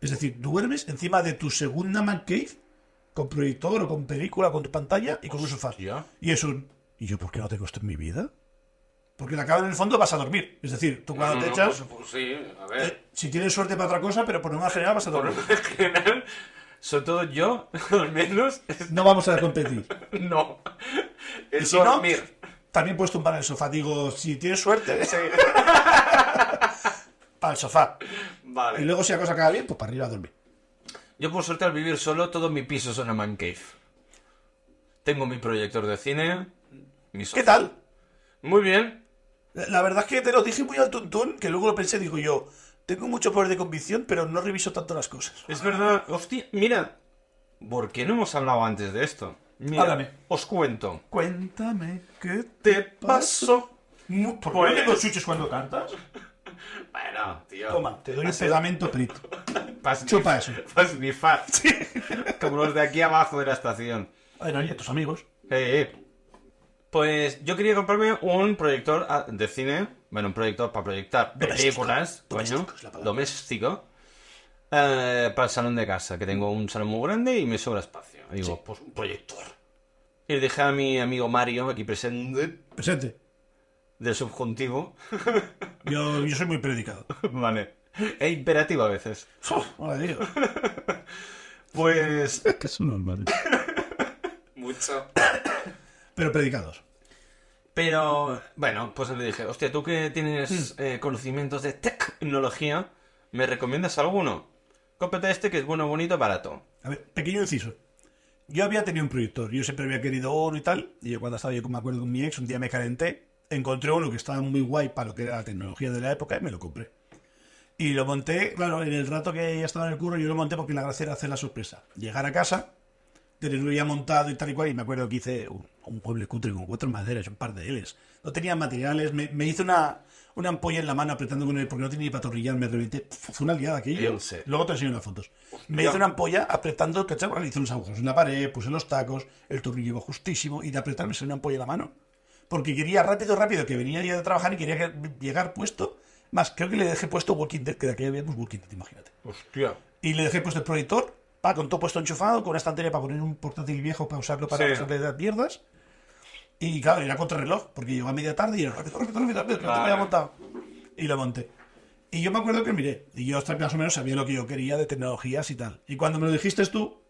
Speaker 2: Es decir, duermes encima de tu segunda man cave con proyector o con película, con tu pantalla y con un sofá.
Speaker 1: Hostia.
Speaker 2: Y es un... ¿Y yo por qué no tengo esto en mi vida? Porque la cama en el fondo vas a dormir. Es decir, tú cuando
Speaker 1: No,
Speaker 2: te
Speaker 1: no,
Speaker 2: echas...
Speaker 1: pues, pues sí, a
Speaker 2: eh,
Speaker 1: ver.
Speaker 2: si tienes suerte para otra cosa, pero por lo más general vas a dormir.
Speaker 1: En general, sobre todo yo, al menos, es-
Speaker 2: No vamos a competir.
Speaker 1: no.
Speaker 2: Y
Speaker 1: Es
Speaker 2: si no,
Speaker 1: dormir.
Speaker 2: también puedes tumbar en el sofá. Digo, si tienes suerte, para el sofá. Y
Speaker 1: Vale.
Speaker 2: luego, si la cosa acaba bien, pues para arriba a dormir.
Speaker 1: Yo, por suerte, al vivir solo, todo mi piso es una man cave. Tengo mi proyector de cine. Mi sofá.
Speaker 2: ¿Qué tal?
Speaker 1: Muy bien.
Speaker 2: La verdad es que te lo dije muy al tuntún, que luego lo pensé, digo yo, tengo mucho poder de convicción, pero no reviso tanto las cosas.
Speaker 1: Es verdad. Hostia, mira. ¿Por qué no hemos hablado antes de esto? Mira,
Speaker 2: Háblame.
Speaker 1: os cuento.
Speaker 2: Cuéntame, ¿qué
Speaker 1: Te paso.
Speaker 2: No, ¿Por
Speaker 1: Pues-
Speaker 2: qué no tengo chuches cuando cantas?
Speaker 1: Bueno, tío.
Speaker 2: Toma, te doy un pegamento prito.
Speaker 1: Pas-
Speaker 2: Chupa eso.
Speaker 1: pas- ni faz. Como los de aquí abajo de la estación.
Speaker 2: Bueno, oye, tus amigos.
Speaker 1: Eh, eh. Pues yo quería comprarme un proyector ah, de cine. Bueno, un proyector para proyectar
Speaker 2: Doméstico.
Speaker 1: películas. Doméstico.
Speaker 2: Doméstico es la palabra.
Speaker 1: doméstico eh, para el salón de casa, que tengo un salón muy grande y me sobra espacio. Y digo, pues un proyector. Y le dejé a mi amigo Mario, aquí presente,
Speaker 2: Presente.
Speaker 1: del subjuntivo.
Speaker 2: Yo, yo soy muy predicado.
Speaker 1: vale. Es imperativo a veces.
Speaker 2: Uf, madre de Dios.
Speaker 1: Pues.
Speaker 2: Que son normales.
Speaker 3: Mucho.
Speaker 2: Pero predicados.
Speaker 1: Pero, bueno, pues le dije, hostia, tú que tienes
Speaker 2: Hmm.
Speaker 1: eh, conocimientos de tecnología, ¿me recomiendas alguno? Cómprate este que es bueno, bonito, barato.
Speaker 2: A ver, pequeño inciso. Yo había tenido un proyector, yo siempre había querido uno y tal, y yo cuando estaba yo, me acuerdo con mi ex, un día me calenté, encontré uno que estaba muy guay para lo que era la tecnología de la época y me lo compré. Y lo monté, claro, en el rato que ya estaba en el curro, yo lo monté porque la gracia era hacer la sorpresa. Llegar a casa, tenerlo ya montado y tal y cual, y me acuerdo que hice un, un mueble cutre con cuatro maderas y un par de L's. No tenía materiales, me, me hice una, una ampolla en la mano apretando con él porque no tenía ni para atornillar, me reventé. Fue una liada aquello.
Speaker 1: Yo sé.
Speaker 2: Luego te enseño las fotos. Me hice una ampolla apretando, ¿cachai? Bueno, le hice unos agujeros en la pared, puse los tacos, el tornillo iba justísimo y de apretarme salió una ampolla en la mano. Porque quería rápido, rápido, que venía yo de trabajar y quería que- llegar puesto. Más, creo que le dejé puesto Walking Dead, que de aquella habíamos Walking Dead, imagínate.
Speaker 1: Hostia.
Speaker 2: Y le dejé puesto el proyector, pa, con todo puesto enchufado, con una estantería para poner un portátil viejo para usarlo para
Speaker 1: Sí.
Speaker 2: hacerle las mierdas. Y claro, era contrarreloj, porque llegó a media tarde y era rápido, rápido, rápido, rápido, que no te lo había
Speaker 1: Claro.
Speaker 2: montado. Y lo monté. Y yo me acuerdo que miré, y yo hasta más o menos sabía lo que yo quería de tecnologías y tal. Y cuando me lo dijiste tú,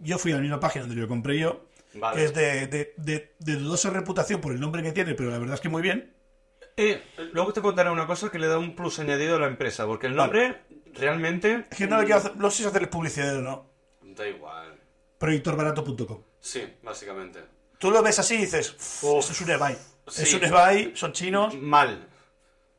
Speaker 2: yo fui a la misma página donde lo compré yo,
Speaker 1: Vale.
Speaker 2: que es de, de, de- de dudosa reputación por el nombre que tiene, pero la verdad es que muy bien.
Speaker 1: Eh, luego te contaré una cosa que le da un plus añadido a la empresa, porque el nombre realmente...
Speaker 2: Es que no, le quiero hacer- no sé si hacerles publicidad o no.
Speaker 1: Da igual.
Speaker 2: Proyectorbarato.com.
Speaker 1: Sí, básicamente.
Speaker 2: Tú lo ves así y dices, "Uf,
Speaker 1: Uf.
Speaker 2: esto es un eBay.
Speaker 1: Sí.
Speaker 2: Es un eBay, son chinos,
Speaker 1: Mal.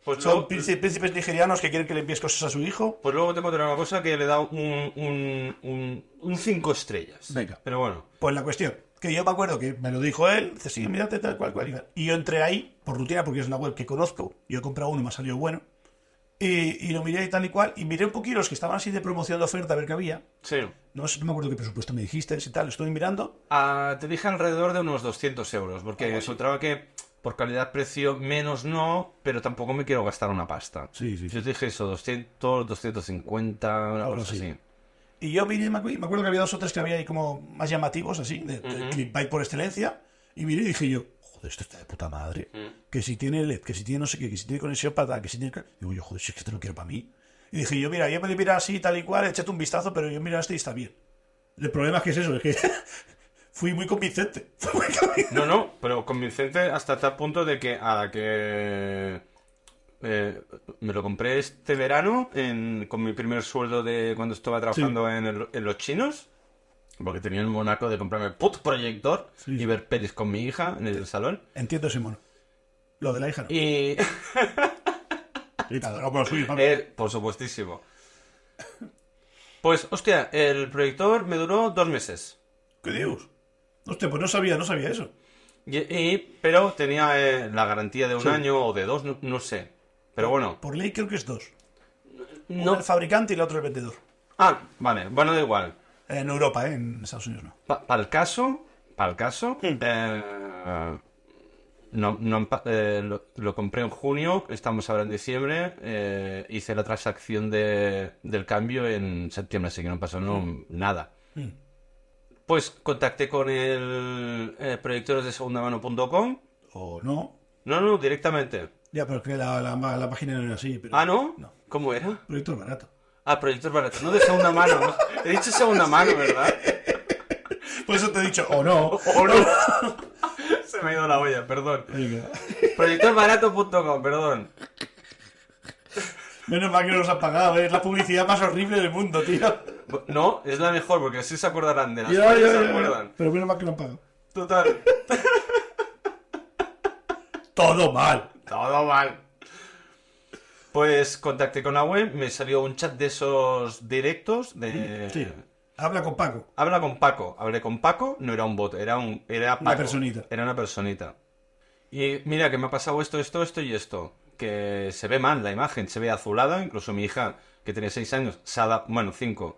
Speaker 1: Pues
Speaker 2: son
Speaker 1: luego,
Speaker 2: príncipe- príncipes nigerianos que quieren que le envíes cosas a su hijo.
Speaker 1: pues luego te contaré una cosa que le da un 5 un, un, un cinco estrellas.
Speaker 2: Venga.
Speaker 1: Pero bueno.
Speaker 2: Pues la cuestión, que yo me acuerdo que me lo dijo él, dice, sí, mírate tal cual, cual. y tal". Y yo entré ahí, por rutina, porque es una web que conozco, yo he comprado uno, me ha salido bueno. Y, y lo miré y tal y cual, y miré un poquito los que estaban así de promoción de oferta, a ver qué había.
Speaker 1: Sí.
Speaker 2: No, sé, no me acuerdo qué presupuesto me dijiste y tal, estuve mirando.
Speaker 1: Ah, te dije alrededor de unos 200 euros, porque resultaba que por calidad-precio menos no, pero tampoco me quiero gastar una pasta.
Speaker 2: Sí, sí, sí.
Speaker 1: Yo te dije eso, 200, 250, una
Speaker 2: Algo
Speaker 1: cosa
Speaker 2: así.
Speaker 1: así.
Speaker 2: Y yo miré, me acu- me acuerdo que había dos o tres que había ahí como más llamativos, así, de, de
Speaker 1: Ujú.
Speaker 2: clickbait por excelencia. Y miré y dije yo, joder, esto está de puta madre. Que si tiene LED, que si tiene no sé qué, que si tiene conexión para tal, que si tiene... ca- Digo yo, joder, si es que esto no quiero para mí. Y dije yo, mira, yo me mirar así, tal y cual, échate un vistazo, pero yo mira este y está bien. El problema es que es eso, es que fui muy convincente. Fui muy convincente.
Speaker 1: No, no, pero convincente hasta tal punto de que a la que eh, me lo compré este verano en- con mi primer sueldo de cuando estaba trabajando en, el- en los chinos, porque tenía un monaco de comprarme put proyector
Speaker 2: Sí,
Speaker 1: y
Speaker 2: sí.
Speaker 1: ver pelis con mi hija en el salón.
Speaker 2: Entiendo ese mono. Lo de la hija no.
Speaker 1: Y...
Speaker 2: Y tal, no, con los suyos, vamos.
Speaker 1: Eh, por supuestísimo. Pues, hostia, el proyector me duró dos meses.
Speaker 2: ¿Qué dios? Hostia, pues no sabía, no sabía eso.
Speaker 1: Y, y- pero tenía eh, la garantía de un
Speaker 2: Sí.
Speaker 1: año o de dos, no, no sé. Pero bueno,
Speaker 2: Por ley creo que es dos. Uno
Speaker 1: no.
Speaker 2: el fabricante y el otro el vendedor.
Speaker 1: Ah, vale, bueno, da igual.
Speaker 2: En Europa, ¿eh? en Estados Unidos no.
Speaker 1: Para el caso, para el caso, eh, no, no han pa- eh, lo, lo compré en junio, estamos ahora en diciembre, eh, hice la transacción de- del cambio en septiembre, así que no pasó no, nada.
Speaker 2: Mm.
Speaker 1: Pues contacté con el eh, proyectores de segunda mano.com.
Speaker 2: O no.
Speaker 1: No, no, directamente.
Speaker 2: Ya, pero es que la, la, la página no era así. Pero...
Speaker 1: Ah, ¿no?
Speaker 2: No.
Speaker 1: ¿Cómo era?
Speaker 2: Proyecto barato.
Speaker 1: Ah, proyector barato. No de segunda mano. ¿no? He dicho segunda mano, ¿verdad?
Speaker 2: Por eso te he dicho, o no.
Speaker 1: O no. Se me ha ido la olla, perdón.
Speaker 2: Venga.
Speaker 1: Proyectorbarato.com, perdón.
Speaker 2: Menos mal que no nos han pagado, ¿eh? es la publicidad más horrible del mundo, tío.
Speaker 1: No, es la mejor porque así se acordarán de las
Speaker 2: Ya,
Speaker 1: cosas
Speaker 2: ya,
Speaker 1: se
Speaker 2: ya,
Speaker 1: acuerdan.
Speaker 2: ya. Pero menos mal que lo han pagado.
Speaker 1: Total.
Speaker 2: Todo mal.
Speaker 1: Todo mal. Pues contacté con la web, me salió un chat de esos directos de...
Speaker 2: Sí. Habla con Paco.
Speaker 1: Habla con Paco. Hablé con Paco, no era un bot, era un era
Speaker 2: Una
Speaker 1: Paco.
Speaker 2: personita.
Speaker 1: Era una personita. Y mira que me ha pasado esto, esto, esto y esto. que se ve mal la imagen, se ve azulada. Incluso mi hija, que tiene 6 años, se ha dado, bueno, 5,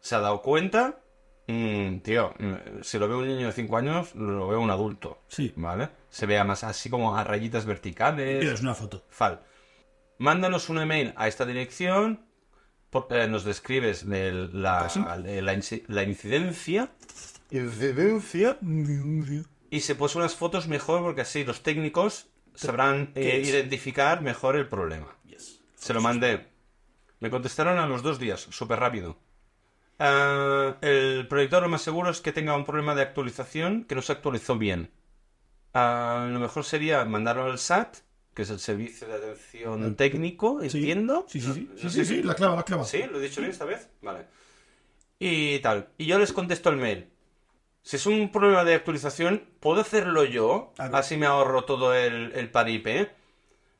Speaker 1: se ha dado cuenta. Mm, tío, mm, si lo ve un niño de 5 años, lo ve un adulto.
Speaker 2: Sí.
Speaker 1: ¿Vale? Se ve además así como a rayitas verticales.
Speaker 2: Mira, es una foto.
Speaker 1: Fal. Mándanos un email a esta dirección. por- eh, nos describes el- la, la- la inci- la incidencia. Incidencia. Y se puso unas fotos mejor porque así los técnicos sabrán
Speaker 2: ¿Qué
Speaker 1: eh,
Speaker 2: es?
Speaker 1: identificar mejor el problema.
Speaker 2: Yes.
Speaker 1: Se lo mandé. Me contestaron a los dos días, súper rápido. el proyector lo más seguro es que tenga un problema de actualización que no se actualizó bien. Ah, lo mejor sería mandarlo al SAT, que es el servicio de atención técnico,
Speaker 2: Sí.
Speaker 1: entiendo.
Speaker 2: Sí, sí, sí.
Speaker 1: No-
Speaker 2: Sí,
Speaker 1: no
Speaker 2: sí,
Speaker 1: sé
Speaker 2: sí,
Speaker 1: si-
Speaker 2: la clava, la clava.
Speaker 1: ¿Sí? ¿Lo he dicho bien esta vez? Vale. Y tal. Y yo les contesto el mail. Si es un problema de actualización, ¿puedo hacerlo yo?
Speaker 2: A ver.
Speaker 1: Así me ahorro todo el, el paripe.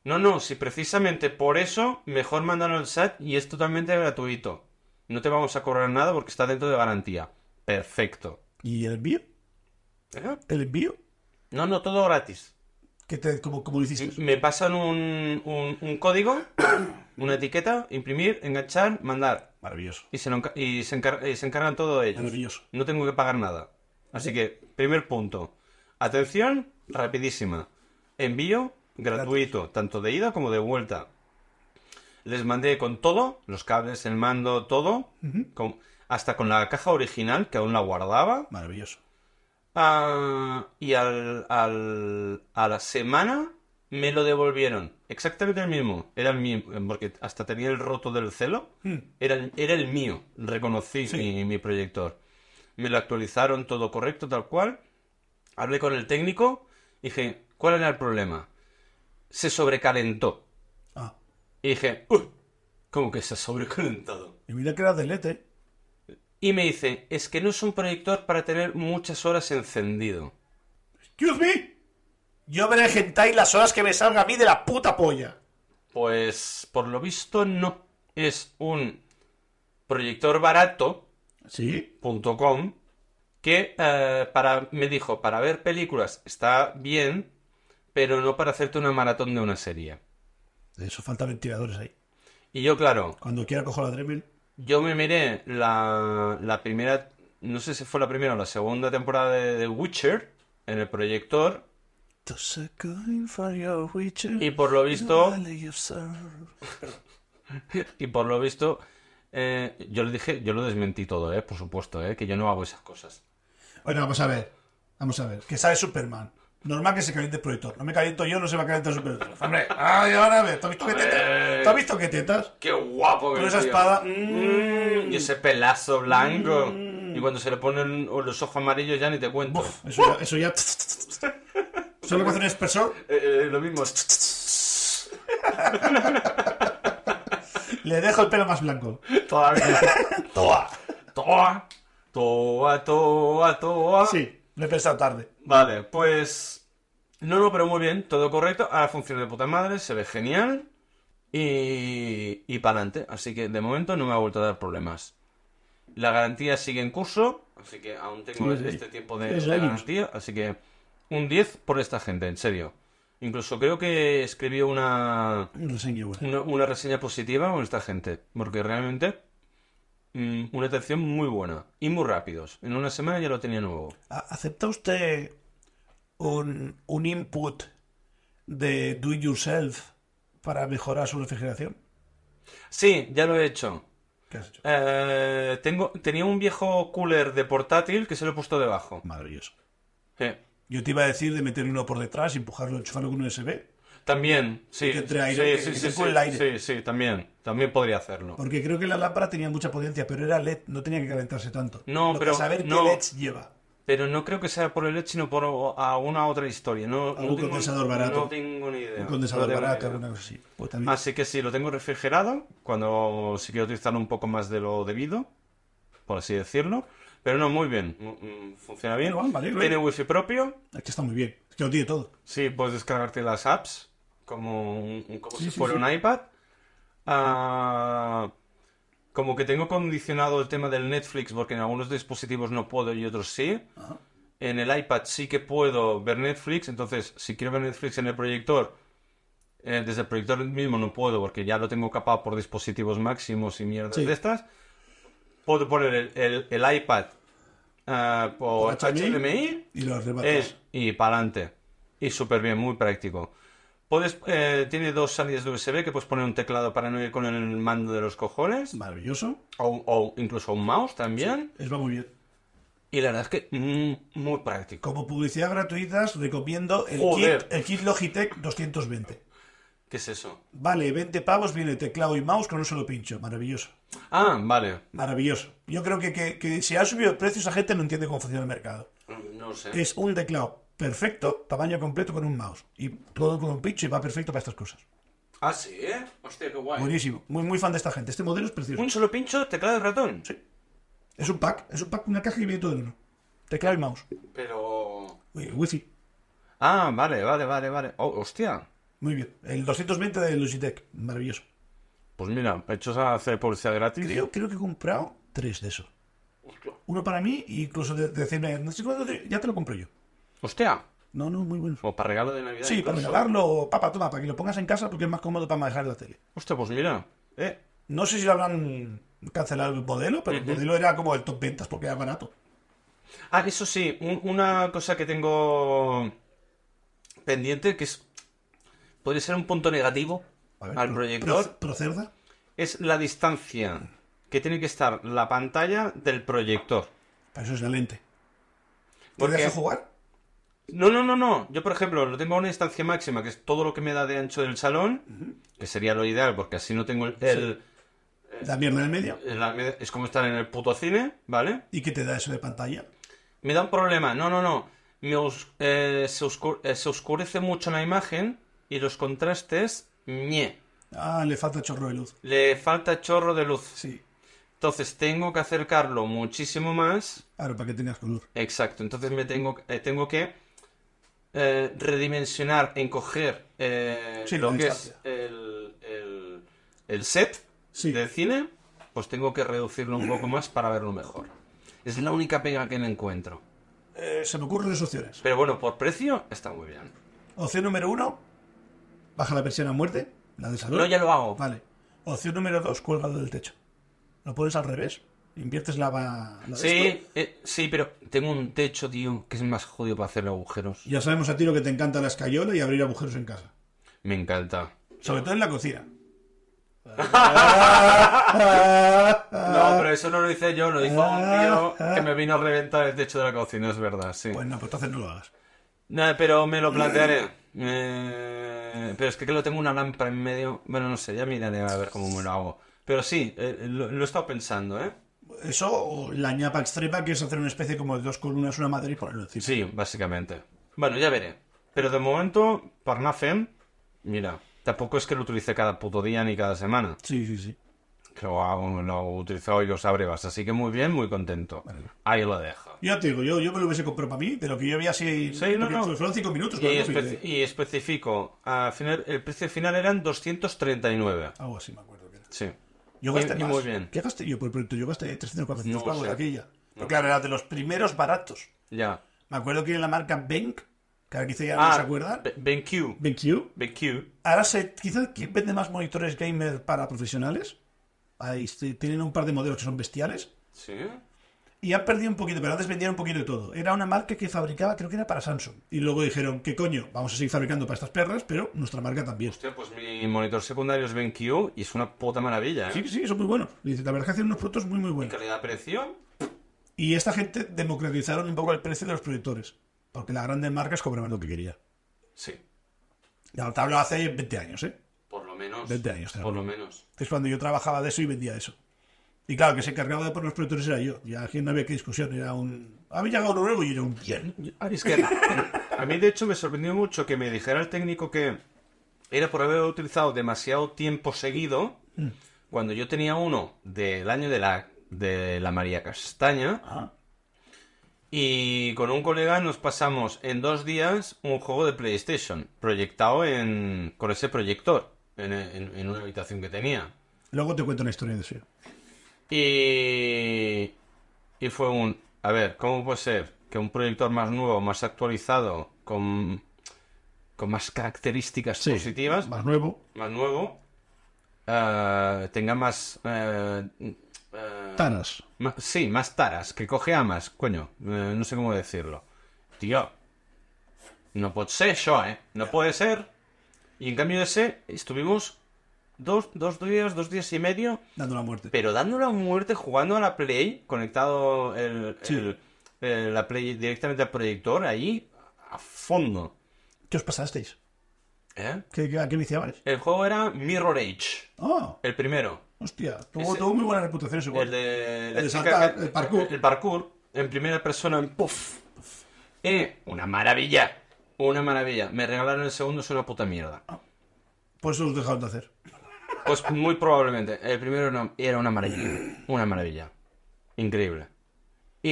Speaker 1: No, no, si precisamente por eso, mejor mandarlo al SAT y es totalmente gratuito. No te vamos a cobrar nada porque está dentro de garantía. Perfecto.
Speaker 2: ¿Y el envío?
Speaker 1: ¿Eh?
Speaker 2: ¿El envío?
Speaker 1: No, no, todo gratis.
Speaker 2: ¿Qué te, como, como lo hiciste?
Speaker 1: Me pasan un, un- un código, una etiqueta, imprimir, enganchar, mandar.
Speaker 2: Maravilloso.
Speaker 1: Y se, lo enca- y se, encar- y se encargan todo ellos.
Speaker 2: Maravilloso.
Speaker 1: No tengo que pagar nada. Así que, primer punto. Atención, rapidísima. Envío gratuito, tanto de ida como de vuelta. Les mandé con todo, los cables, el mando, todo, con- hasta con la caja original, que aún la guardaba.
Speaker 2: Maravilloso.
Speaker 1: Ah, y al, al- a la semana me lo devolvieron. Exactamente el mismo. Era el mío, porque hasta tenía el roto del celo. Era, el- era el mío. Reconocí mi, mi proyector. Me lo actualizaron todo correcto, tal cual. Hablé con el técnico. Dije, ¿cuál era el problema? Se sobrecalentó.
Speaker 2: Ah,
Speaker 1: Y dije, "Uy, ¿cómo que se ha sobrecalentado?
Speaker 2: y mira que era de LED, ¿eh?
Speaker 1: Y me dice, es que no es un proyector para tener muchas horas encendido.
Speaker 2: ¡Excuse me! Yo veré hentai las horas que me salga a mí de la puta polla.
Speaker 1: Pues por lo visto no. Es un proyector barato,
Speaker 2: ¿Sí?
Speaker 1: .com, que eh, para, me dijo, para ver películas está bien, pero no para hacerte una maratón de una serie.
Speaker 2: De eso falta ventiladores ahí.
Speaker 1: Y yo, claro,
Speaker 2: Cuando quiera cojo la Dremel.
Speaker 1: yo me miré la, la primera, no sé si fue la primera o la segunda temporada de The Witcher en el proyector,
Speaker 2: Toss a coin for your Witcher.
Speaker 1: y por lo visto...
Speaker 2: Valley of Sorrow.
Speaker 1: Y por lo visto, eh, yo le dije, yo lo desmentí todo, eh, por supuesto, eh, que yo no hago esas cosas.
Speaker 2: Bueno, vamos a ver. Vamos a ver. Que sale Superman. Normal que se caliente el proyector. No me caliento yo, no se va a calentar el proyector. Hombre, ay, ahora a ver. ¿Tú has visto qué tetas? ¿Tú has visto qué tetas?
Speaker 3: Qué guapo que
Speaker 2: Con esa
Speaker 3: tío.
Speaker 2: espada. mm,
Speaker 1: Y ese pelazo blanco. Y cuando se le ponen los ojos amarillos ya ni te cuento.
Speaker 2: Eso ya. Eso ya. Solo que hace un espesor.
Speaker 1: Eh, eh, lo mismo.
Speaker 2: Le dejo el pelo más blanco.
Speaker 1: Todavía.
Speaker 2: Toa.
Speaker 1: Toa. Toa, toa, toa.
Speaker 2: Sí, lo he pensado tarde.
Speaker 1: Vale, pues. No, no, pero muy bien, todo correcto. Ahora funciona de puta madre, se ve genial. Y. Y para adelante. Así que de momento no me ha vuelto a dar problemas. La garantía sigue en curso, así que aún tengo
Speaker 2: Sí, sí.
Speaker 1: este tiempo de,
Speaker 2: Sí,
Speaker 1: de
Speaker 2: años.
Speaker 1: garantía. Así que un 10 por esta gente, en serio. Incluso creo que escribió una,
Speaker 2: No sé qué bueno.
Speaker 1: una, una reseña positiva con esta gente, porque realmente mm, una atención muy buena y muy rápidos. En una semana ya lo tenía nuevo.
Speaker 2: ¿A- ¿Acepta usted un, un input de do it yourself para mejorar su refrigeración?
Speaker 1: Sí, ya lo he hecho.
Speaker 2: ¿Qué has hecho?
Speaker 1: Eh, tengo, tenía un viejo cooler de portátil que se lo he puesto debajo.
Speaker 2: Maravilloso.
Speaker 1: Eh,
Speaker 2: Yo te iba a decir de meter uno por detrás, empujarlo, enchufarlo con un USB.
Speaker 1: también, sí.
Speaker 2: Que entre
Speaker 1: sí,
Speaker 2: aire, que-
Speaker 1: sí,
Speaker 2: que
Speaker 1: sí,
Speaker 2: circule
Speaker 1: sí,
Speaker 2: el aire.
Speaker 1: sí, sí, también. También podría hacerlo.
Speaker 2: Porque creo que la lámpara tenía mucha potencia, pero era LED, no tenía que calentarse tanto.
Speaker 1: No,
Speaker 2: Lo
Speaker 1: pero-
Speaker 2: Que saber
Speaker 1: no.
Speaker 2: qué LEDs lleva.
Speaker 1: Pero no creo que sea por el LED, sino por o- alguna otra historia. No, no
Speaker 2: Algún
Speaker 1: tengo-
Speaker 2: condensador barato.
Speaker 1: No tengo ni idea.
Speaker 2: Un
Speaker 1: No
Speaker 2: condensador
Speaker 1: tengo ni
Speaker 2: barato,
Speaker 1: idea.
Speaker 2: alguna cosa así. Pues también.
Speaker 1: Así que sí, lo tengo refrigerado cuando si quiero utilizarlo un poco más de lo debido, por así decirlo. Pero no, muy bien. Mm, mm, Funciona bien.
Speaker 2: Bueno, vale,
Speaker 1: Tiene
Speaker 2: vale.
Speaker 1: wifi propio.
Speaker 2: Es que está muy bien. Es que lo tiene todo.
Speaker 1: Sí, puedes descargarte las apps como, un- un- como
Speaker 2: Sí,
Speaker 1: si
Speaker 2: sí,
Speaker 1: fuera
Speaker 2: sí.
Speaker 1: un iPad. Ah, como que tengo condicionado el tema del Netflix porque en algunos dispositivos no puedo y otros sí.
Speaker 2: Ajá.
Speaker 1: En el iPad sí que puedo ver Netflix, entonces si quiero ver Netflix en el proyector, eh, desde el proyector mismo no puedo porque ya lo tengo capado por dispositivos máximos y mierdas
Speaker 2: Sí.
Speaker 1: de estas. Puedo poner el, el- el iPad ah, por HDMI
Speaker 2: y lo arrebatas.
Speaker 1: es, y para adelante. Y súper bien, muy práctico. Puedes, eh, tiene dos salidas de USB que puedes poner un teclado para no ir con el mando de los cojones.
Speaker 2: Maravilloso.
Speaker 1: O, o incluso un mouse también.
Speaker 2: Es va muy bien.
Speaker 1: Y la verdad es que mm, muy práctico.
Speaker 2: Como publicidad gratuitas, recomiendo el
Speaker 1: Joder.
Speaker 2: kit, el kit Logitech 220.
Speaker 1: ¿Qué es eso?
Speaker 2: Vale, 20 pavos, viene teclado y mouse con un solo pincho. Maravilloso.
Speaker 1: Ah, vale.
Speaker 2: Maravilloso. Yo creo que, que- que si ha subido el precio, esa gente no entiende cómo funciona el mercado.
Speaker 1: No sé.
Speaker 2: Es un teclado perfecto, tamaño completo con un mouse. Y todo con un pincho y va perfecto para estas cosas.
Speaker 1: Ah, sí, ¿eh?
Speaker 3: Hostia, qué guay.
Speaker 2: Buenísimo. Muy, muy fan de esta gente. Este modelo es precioso.
Speaker 1: Un solo pincho, teclado y ratón.
Speaker 2: Sí. Es un pack. Es un pack, una caja que viene todo en uno. Teclado y mouse.
Speaker 3: Pero.
Speaker 2: Uy, Wifi.
Speaker 1: Ah, vale, vale, vale, vale. Oh, hostia.
Speaker 2: Muy bien. El 220 de Logitech. Maravilloso.
Speaker 1: Pues mira, hechos a hacer publicidad gratis.
Speaker 2: Creo, creo que he comprado tres de esos. Uno para mí, e incluso de, de decirme, no sé cuándo te- ya te lo compro yo.
Speaker 1: Hostia.
Speaker 2: No, no, muy bueno.
Speaker 1: O para regalo de Navidad.
Speaker 2: Sí, para
Speaker 1: incluso.
Speaker 2: regalarlo, o, papá, toma, para que lo pongas en casa porque es más cómodo para manejar la tele.
Speaker 1: Hostia, pues mira. Eh.
Speaker 2: No sé si lo habrán cancelado el modelo, pero el modelo era como el top ventas porque era barato.
Speaker 1: Ah, eso sí, un- una cosa que tengo pendiente que es. Puede ser un punto negativo
Speaker 2: A ver,
Speaker 1: al
Speaker 2: pro-
Speaker 1: proyector.
Speaker 2: pro- Procerda.
Speaker 1: Es la distancia que tiene que estar la pantalla del proyector.
Speaker 2: Para eso es la lente. ¿Te
Speaker 1: Porque-
Speaker 2: deja jugar?
Speaker 1: No, no, no, no. Yo, por ejemplo, lo tengo a una distancia máxima, que es todo lo que me da de ancho del salón, que sería lo ideal, porque así no tengo el... el- Eh.
Speaker 2: La mierda en el medio.
Speaker 1: el- la- es como estar en el puto cine, ¿vale?
Speaker 2: ¿Y qué te da eso de pantalla?
Speaker 1: Me da un problema. No, no, no. Me os- eh, se, oscu- eh, se oscurece mucho la imagen y los contrastes, ñe.
Speaker 2: Ah, le falta chorro de luz.
Speaker 1: Le falta chorro de luz.
Speaker 2: Sí.
Speaker 1: Entonces tengo que acercarlo muchísimo más.
Speaker 2: Claro, para que tengas color.
Speaker 1: Exacto, entonces me tengo, eh, tengo que eh, redimensionar, encoger eh,
Speaker 2: Sí,
Speaker 1: lo
Speaker 2: la
Speaker 1: que es
Speaker 2: distancia.
Speaker 1: el, el- el set
Speaker 2: Sí.
Speaker 1: del cine, pues tengo que reducirlo un poco más para verlo mejor. Es la única pega que le encuentro.
Speaker 2: Eh, se me ocurren dos opciones.
Speaker 1: Pero bueno, por precio está muy bien.
Speaker 2: Opción número uno, baja la persiana a muerte, la de salud.
Speaker 1: No, ya lo hago.
Speaker 2: Vale. Opción número dos, cuélgalo del techo. Lo pones al revés. Inviertes la, va- la de esto.
Speaker 1: Sí, eh, sí, pero tengo un techo, tío, que es más jodido para hacer agujeros.
Speaker 2: Ya sabemos a ti lo que te encanta la escayola y abrir agujeros en casa.
Speaker 1: Me encanta.
Speaker 2: Sobre todo en la cocina. Ah.
Speaker 1: No, pero eso no lo hice yo, lo hizo un tío que me vino a reventar el techo de la cocina, es verdad, sí.
Speaker 2: Bueno, pues entonces no lo hagas.
Speaker 1: Nada, pero me lo plantearé. Eh, pero es que lo tengo una lámpara en medio. Bueno, no sé, ya miraré a ver cómo me lo hago. Pero sí, eh, lo, lo he estado pensando, ¿eh?
Speaker 2: Eso o la ñapa extrema que es hacer una especie como de dos columnas, una madre y ponerlo encima.
Speaker 1: Sí, básicamente. Bueno, ya veré. Pero de momento, Parnafem, mira, tampoco es que lo utilice cada puto día ni cada semana.
Speaker 2: Sí, sí, sí.
Speaker 1: Que lo, hago- lo utilizo hoy los abrevas, así que muy bien, muy contento. Ahí lo dejo.
Speaker 2: Ya te digo, yo, yo me lo hubiese comprado para mí, pero que yo había así.
Speaker 1: Sí, no,
Speaker 2: porque
Speaker 1: no.
Speaker 2: Fueron cinco minutos
Speaker 1: Y,
Speaker 2: con el móvil,
Speaker 1: espe-
Speaker 2: eh.
Speaker 1: y especifico, al final, el precio final eran 239.
Speaker 2: Algo así, me acuerdo que era.
Speaker 1: Sí.
Speaker 2: Yo
Speaker 1: Y-
Speaker 2: gasté
Speaker 1: y
Speaker 2: más.
Speaker 1: muy bien.
Speaker 2: ¿Qué gasté yo por el proyecto? Yo gasté 300 o 400
Speaker 1: No
Speaker 2: pavos
Speaker 1: sé.
Speaker 2: de aquella. Pero claro, era de los primeros baratos.
Speaker 1: Ya.
Speaker 2: Me acuerdo que era la marca Bank, que ahora quizá ya no
Speaker 1: Ah,
Speaker 2: se acuerdan.
Speaker 1: Be- BenQ.
Speaker 2: BenQ.
Speaker 1: BenQ.
Speaker 2: Ahora se, quizá que vende más monitores gamer para profesionales. Ahí sí, tienen un par de modelos que son bestiales.
Speaker 1: Sí.
Speaker 2: Y han perdido un poquito, pero antes vendían un poquito de todo. Era una marca que fabricaba, creo que era para Samsung. Y luego dijeron, ¿qué coño? Vamos a seguir fabricando para estas perras, pero nuestra marca también.
Speaker 1: Hostia, pues mi monitor secundario es BenQ y es una puta maravilla, ¿eh?
Speaker 2: Sí, sí, son muy buenos. Dice, la verdad es que hacen unos productos muy, muy buenos.
Speaker 1: Calidad-precio.
Speaker 2: Y esta gente democratizaron un poco el precio de los proyectores. Porque las grandes marcas cobraban lo que quería.
Speaker 1: Sí.
Speaker 2: Ya te hablo hace 20 años, ¿eh?
Speaker 1: Por lo menos.
Speaker 2: 20 años, claro.
Speaker 1: Por lo menos.
Speaker 2: Es cuando yo trabajaba de eso y vendía eso. Y claro, que se encargaba de poner los proyectores era yo. Ya aquí no había que discusión, era un... Había llegado uno nuevo y era un... Bien.
Speaker 1: Es que a mí, de hecho, me sorprendió mucho que me dijera el técnico que era por haber utilizado demasiado tiempo seguido cuando yo tenía uno del año de la, de la María Castaña
Speaker 2: Ajá.
Speaker 1: y con un colega nos pasamos en dos días un juego de PlayStation proyectado en, con ese proyector en, en- en una habitación que tenía.
Speaker 2: Luego te cuento una historia de eso.
Speaker 1: Y, y fue un... A ver, ¿cómo puede ser que un proyector más nuevo, más actualizado, con, con más características
Speaker 2: Sí.
Speaker 1: positivas,
Speaker 2: Más nuevo.
Speaker 1: más nuevo, eh, tenga más... eh, eh,
Speaker 2: Taras.
Speaker 1: Ma- sí, más taras, que cogea más, coño. eh, no sé cómo decirlo. Tío. No puede ser eso, ¿eh? No puede ser. Y en cambio ese, estuvimos dos, dos días, dos días y medio,
Speaker 2: Dando la muerte.
Speaker 1: pero dándole a muerte jugando a la Play, conectado el,
Speaker 2: Sí.
Speaker 1: el- el- la Play directamente al proyector, ahí, a fondo.
Speaker 2: ¿Qué os pasasteis?
Speaker 1: ¿Eh?
Speaker 2: ¿Qué, qué, ¿A qué iniciabais?
Speaker 1: El juego era Mirror Age,
Speaker 2: Ah,
Speaker 1: el primero.
Speaker 2: hostia. Tuvo,
Speaker 1: Ese-
Speaker 2: tuvo muy buena reputación ese
Speaker 1: El
Speaker 2: juego.
Speaker 1: de.
Speaker 2: El de saltar, el parkour.
Speaker 1: El parkour, en primera persona, en puff. Eh, una maravilla. Una maravilla. Me regalaron el segundo, es una puta mierda.
Speaker 2: Por eso os dejaron de hacer.
Speaker 1: Pues muy probablemente. El primero no, era una maravilla. Una maravilla. Increíble.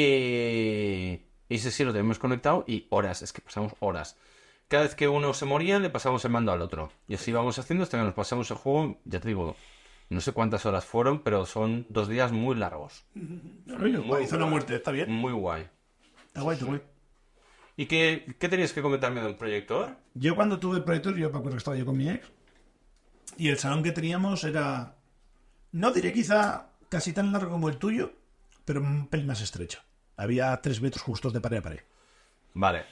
Speaker 1: Y. Y ese sí lo tenemos conectado y horas, es que pasamos horas. Cada vez que uno se moría, le pasamos el mando al otro. Y así vamos haciendo hasta que nos pasamos el juego, ya te digo, no sé cuántas horas fueron, pero son dos días muy largos.
Speaker 2: Hizo una muerte, está bien.
Speaker 1: Muy guay.
Speaker 2: Está guay, está guay.
Speaker 1: ¿Y qué, qué tenías que comentarme de un proyector?
Speaker 2: Yo cuando tuve el proyector, yo me acuerdo que estaba yo con mi ex. Y el salón que teníamos era. No diré quizá casi tan largo como el tuyo, pero un pelín más estrecho. Había tres metros justos de pared a pared.
Speaker 1: Vale.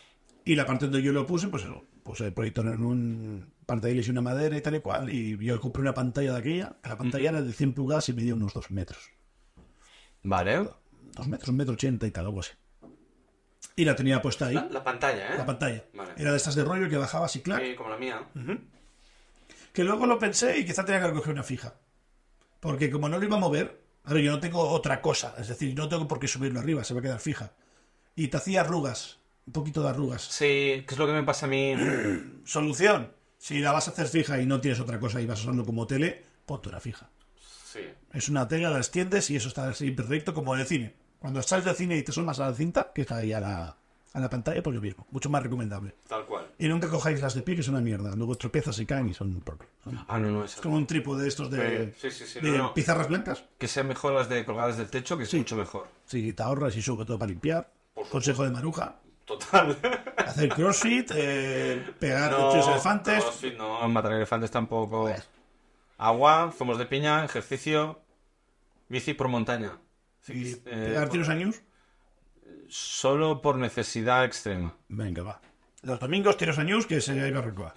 Speaker 2: Y la parte donde yo lo puse, pues eso, puse el proyector en un pantalilis y una madera y tal y cual. Y yo compré una pantalla de aquella, que la pantalla era de 100 pulgadas y medía unos 2 metros.
Speaker 1: Vale.
Speaker 2: 2 metros, 1,80 metro ochenta y tal, algo así. Y la tenía puesta ahí,
Speaker 1: La, la pantalla, ¿eh?
Speaker 2: la pantalla.
Speaker 1: Vale.
Speaker 2: Era de estas de rollo que bajaba así, claro.
Speaker 1: Sí, como la mía.
Speaker 2: Que luego lo pensé y quizá tenía que coger una fija. Porque como no lo iba a mover, a ver, yo no tengo otra cosa. Es decir, no tengo por qué subirlo arriba, se va a quedar fija. Y te hacía arrugas, un poquito de arrugas.
Speaker 1: Sí, que es lo que me pasa a mí.
Speaker 2: Solución. Si la vas a hacer fija y no tienes otra cosa y vas usando como tele, ponte una fija.
Speaker 1: Sí.
Speaker 2: Es una tela, la extiendes y eso está así perfecto como en el cine. Cuando sales del cine y te sumas a la cinta, que está ahí a la, a la pantalla, pues lo mismo. Mucho más recomendable.
Speaker 1: Tal cual.
Speaker 2: Y nunca cojáis las de pie, que es una mierda. Luego tropiezas y caen y son... son-
Speaker 1: Ah, no, no, es
Speaker 2: Es como un trípode de estos de,
Speaker 1: Sí, sí, sí,
Speaker 2: de
Speaker 1: no, no.
Speaker 2: pizarras blancas.
Speaker 1: Que sean mejor las de colgadas del techo, que es mucho mejor.
Speaker 2: Si te ahorras y sobre todo para limpiar. Consejo de Maruja.
Speaker 1: Total.
Speaker 2: Hacer crossfit, eh, pegar
Speaker 1: No,
Speaker 2: hechos elefantes.
Speaker 1: crossfit no, matar elefantes tampoco. Agua, zumos de piña, ejercicio, bici por montaña.
Speaker 2: y
Speaker 1: eh,
Speaker 2: pegar tiros a news.
Speaker 1: Solo por necesidad extrema.
Speaker 2: Venga, va. Los domingos tiros a news que eh, se iba barbacoa.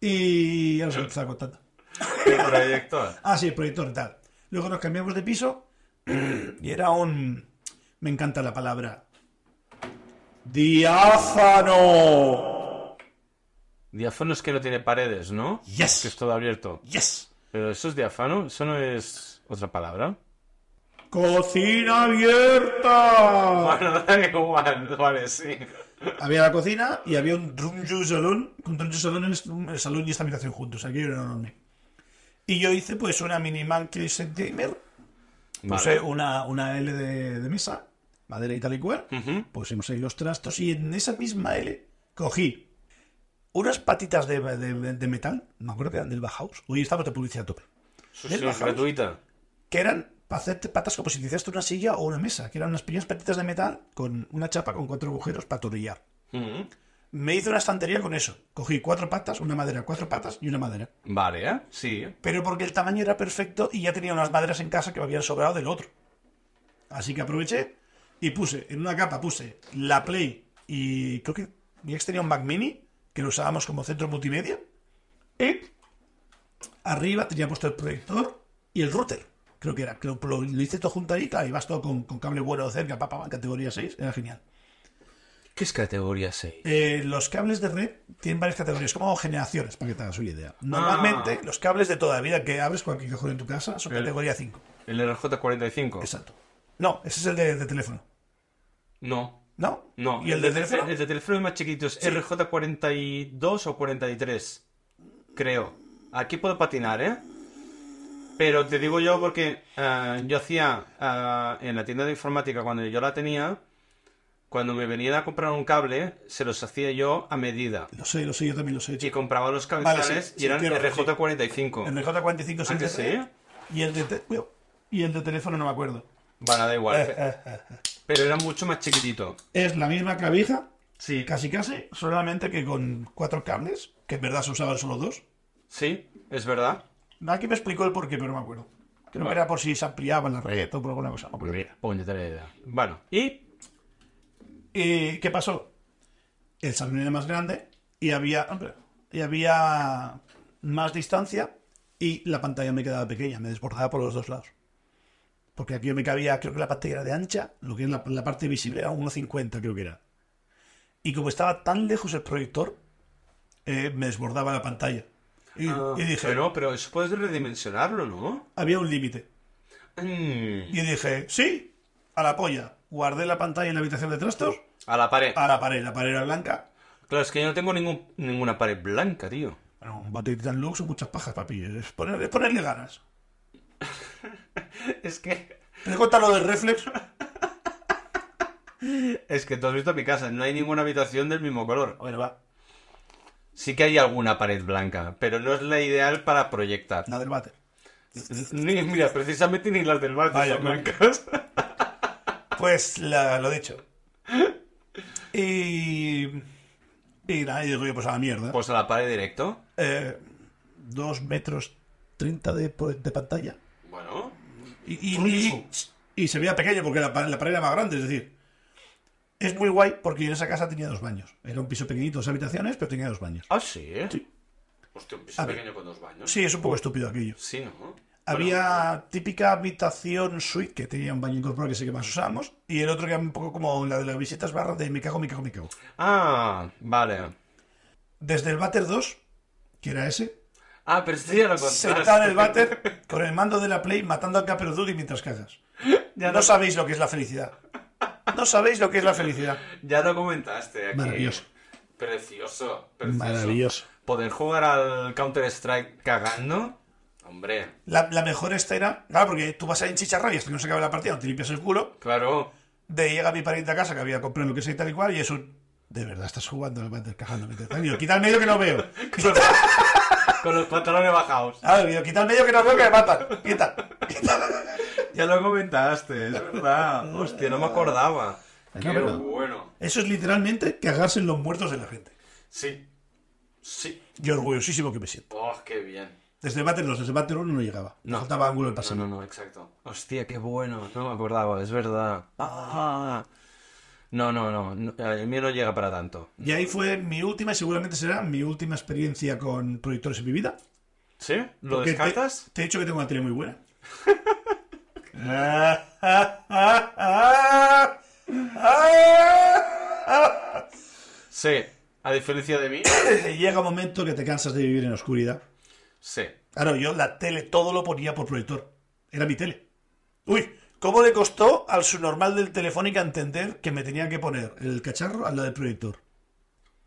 Speaker 2: Y ya os he estado contando.
Speaker 1: El proyector.
Speaker 2: Ah, sí, el proyector y tal. Luego nos cambiamos de piso y era un... Me encanta la palabra. ¡Diáfano!
Speaker 1: Diáfano es que no tiene paredes, ¿no?
Speaker 2: Yes.
Speaker 1: Que es todo abierto.
Speaker 2: ¡Yes!
Speaker 1: Pero eso es diáfano, eso no es otra palabra.
Speaker 2: ¡Cocina abierta!
Speaker 1: Bueno, da igual, vale, sí.
Speaker 2: Había la cocina y había un Drumju Salón. Un Drumju Salón es un salón y esta habitación juntos. Aquí era enorme. Y yo hice pues una mini case gamer. Puse
Speaker 1: Vale.
Speaker 2: una, una L de, de mesa, madera y tal y cual.
Speaker 1: Ujú.
Speaker 2: Pusimos ahí los trastos y en esa misma L cogí unas patitas de, de- de metal. Me acuerdo que eran del Bauhaus. Hoy estamos de publicidad a tope.
Speaker 1: Eso
Speaker 2: ¿Ves,
Speaker 1: sí, es
Speaker 2: bajamos?
Speaker 1: gratuita.
Speaker 2: que eran para hacerte patas como si te hicieras una silla o una mesa, que eran unas pequeñas patitas de metal con una chapa con cuatro agujeros para atornillar.
Speaker 1: Ujú.
Speaker 2: Me hice una estantería con eso. Cogí cuatro patas, una madera, cuatro patas y una madera.
Speaker 1: Vale, ¿eh? Sí.
Speaker 2: Pero porque el tamaño era perfecto y ya tenía unas maderas en casa que me habían sobrado del otro. Así que aproveché y puse, en una capa puse la Play y creo que mi ex tenía un Mac Mini, que lo usábamos como centro multimedia. Y arriba tenía puesto el proyector y el router. Creo que era, creo que lo, lo hice todo junto ahí, claro, y vas todo con, con cable bueno de cerca, papá, categoría 6, era genial.
Speaker 1: ¿Qué es categoría 6?
Speaker 2: Eh, los cables de red tienen varias categorías, como generaciones, para que te hagas una idea. Normalmente, los cables de toda la vida que abres cualquier cajón en tu casa son
Speaker 1: El-
Speaker 2: categoría 5.
Speaker 1: ¿El RJ45?
Speaker 2: Exacto. No, ese es el de, de teléfono.
Speaker 1: No.
Speaker 2: ¿No?
Speaker 1: No.
Speaker 2: ¿Y el de teléfono?
Speaker 1: El de teléfono es más chiquito, es RJ42 o 43. Creo. Aquí puedo patinar, ¿eh? Pero te digo yo porque ah, yo hacía ah, en la tienda de informática cuando yo la tenía, cuando me venían a comprar un cable, se los hacía yo a medida.
Speaker 2: Lo sé, lo sé, yo también lo sé.
Speaker 1: Y
Speaker 2: chico.
Speaker 1: compraba los
Speaker 2: sí,
Speaker 1: cabezales y
Speaker 2: sí,
Speaker 1: eran
Speaker 2: tienes razón,
Speaker 1: RJ45.
Speaker 2: El de J45 sí.
Speaker 1: ¿Ah, que
Speaker 2: el de-
Speaker 1: sí?
Speaker 2: Y el de, te- cuidado. y el de teléfono no me acuerdo.
Speaker 1: Vale, da igual.
Speaker 2: Eh, eh, eh.
Speaker 1: Pero era mucho más chiquitito.
Speaker 2: Es la misma clavija,
Speaker 1: Sí.
Speaker 2: Casi casi, solamente que con cuatro cables, que en verdad se usaban solo dos.
Speaker 1: Sí, es verdad.
Speaker 2: Nadie me explicó el porqué, pero no me acuerdo. Creo que era por si se ampliaba la red o por alguna cosa. no me acuerdo.
Speaker 1: Puñetera idea. Bueno, y
Speaker 2: ¿Y qué pasó? El salón era más grande y había, hombre, y había más distancia y la pantalla me quedaba pequeña, me desbordaba por los dos lados. Porque aquí me cabía, creo que la pantalla era de ancha, lo que es la, la parte visible era 1,50 creo que era. Y como estaba tan lejos el proyector, eh, me desbordaba la pantalla. Y,
Speaker 1: Ah,
Speaker 2: y dije,
Speaker 1: Pero, pero eso puedes redimensionarlo, ¿no?
Speaker 2: había un límite.
Speaker 1: Mm,
Speaker 2: Y dije, sí, a la polla. Guardé la pantalla en la habitación de trastos,
Speaker 1: a la pared.
Speaker 2: a la pared, la pared era blanca,
Speaker 1: Claro, es que yo no tengo ningún, ninguna pared blanca, tío.
Speaker 2: Bueno, un bate de Titan Lux son muchas pajas, papi. Es, poner- es ponerle ganas.
Speaker 1: Es que.
Speaker 2: Pregunta lo del reflex.
Speaker 1: Es que tú has visto mi casa, no hay ninguna habitación del mismo color.
Speaker 2: A ver, va.
Speaker 1: Sí que hay alguna pared blanca, pero no es la ideal para proyectar.
Speaker 2: Nada del bate.
Speaker 1: Ni, mira, precisamente ni las del balde
Speaker 2: Vaya,
Speaker 1: son
Speaker 2: no.
Speaker 1: blancas.
Speaker 2: Pues la- lo dicho. Y. Y nada, y digo yo, pues a la mierda.
Speaker 1: Pues a la pared directo.
Speaker 2: Eh, dos metros treinta de, pues, de pantalla.
Speaker 1: Bueno.
Speaker 2: Y, y- y- y se veía pequeño porque la, pa- la pared era más grande, es decir. Es muy guay porque en esa casa tenía dos baños. Era un piso pequeñito, dos habitaciones, pero tenía dos baños.
Speaker 1: Ah, sí.
Speaker 2: Sí.
Speaker 1: Hostia, un piso
Speaker 2: A ver.
Speaker 1: con dos baños.
Speaker 2: Sí, es un poco estúpido aquello.
Speaker 1: Sí, ¿no?
Speaker 2: Había típica habitación suite que tenía un baño incorporado que sé que más usábamos y el otro que era un poco como la de las visitas barra de me cago, me cago, me cago.
Speaker 1: Ah, vale.
Speaker 2: Desde el váter 2, que era ese,
Speaker 1: Ah, pero sí, ya lo contaste.
Speaker 2: sentado en el váter con el mando de la Play matando al Caperdudy mientras cagas.
Speaker 1: Ya
Speaker 2: no
Speaker 1: no-
Speaker 2: sabéis lo que es la felicidad. No sabéis lo que es la felicidad.
Speaker 1: Ya lo comentaste aquí.
Speaker 2: Maravilloso.
Speaker 1: Precioso, precioso.
Speaker 2: Maravilloso.
Speaker 1: Poder jugar al Counter-Strike cagando. Hombre,
Speaker 2: La, la mejor escena, claro, porque tú vas a enchicharrar y hasta que no se acabe la partida, no te limpias el culo,
Speaker 1: claro.
Speaker 2: de llega mi pariente a casa que había comprado lo que sea y tal y cual, y es un. De verdad, estás jugando al váter cagándome. tal". Y yo, Quita el medio que no veo.
Speaker 1: Con los pantalones bajados.
Speaker 2: Ah, digo, quita el medio que no veo que me matan. Quita. quita.
Speaker 1: Ya lo comentaste, es verdad. Hostia, no me acordaba.
Speaker 2: Qué verdad.
Speaker 1: bueno.
Speaker 2: Eso es literalmente cagarse en los muertos de la gente.
Speaker 1: Sí. Sí.
Speaker 2: Yo orgullosísimo que me siento.
Speaker 1: Oh, qué bien.
Speaker 2: Desde Bater 2, desde Bater 1 no llegaba.
Speaker 1: No.
Speaker 2: No. Faltaba ángulo de pase.
Speaker 1: No, no, no, exacto. Hostia, qué bueno. No me acordaba, es verdad. Ah. No, no, no, no, El mío no llega para tanto.
Speaker 2: Y ahí fue mi última y seguramente será mi última experiencia con proyectores en mi vida.
Speaker 1: ¿Sí? ¿Lo
Speaker 2: Porque te-
Speaker 1: descartas?
Speaker 2: Te, he dicho que tengo una teoría muy buena. Ah, ah, ah, ah, ah,
Speaker 1: Sí. A diferencia de mí.
Speaker 2: ah. Llega un momento que te cansas de vivir en la oscuridad.
Speaker 1: Sí.
Speaker 2: Claro, yo la tele todo lo ponía por proyector. Era mi tele. Uy, ¿cómo le costó al subnormal del Telefónica entender que me tenía que poner el cacharro al lado del proyector?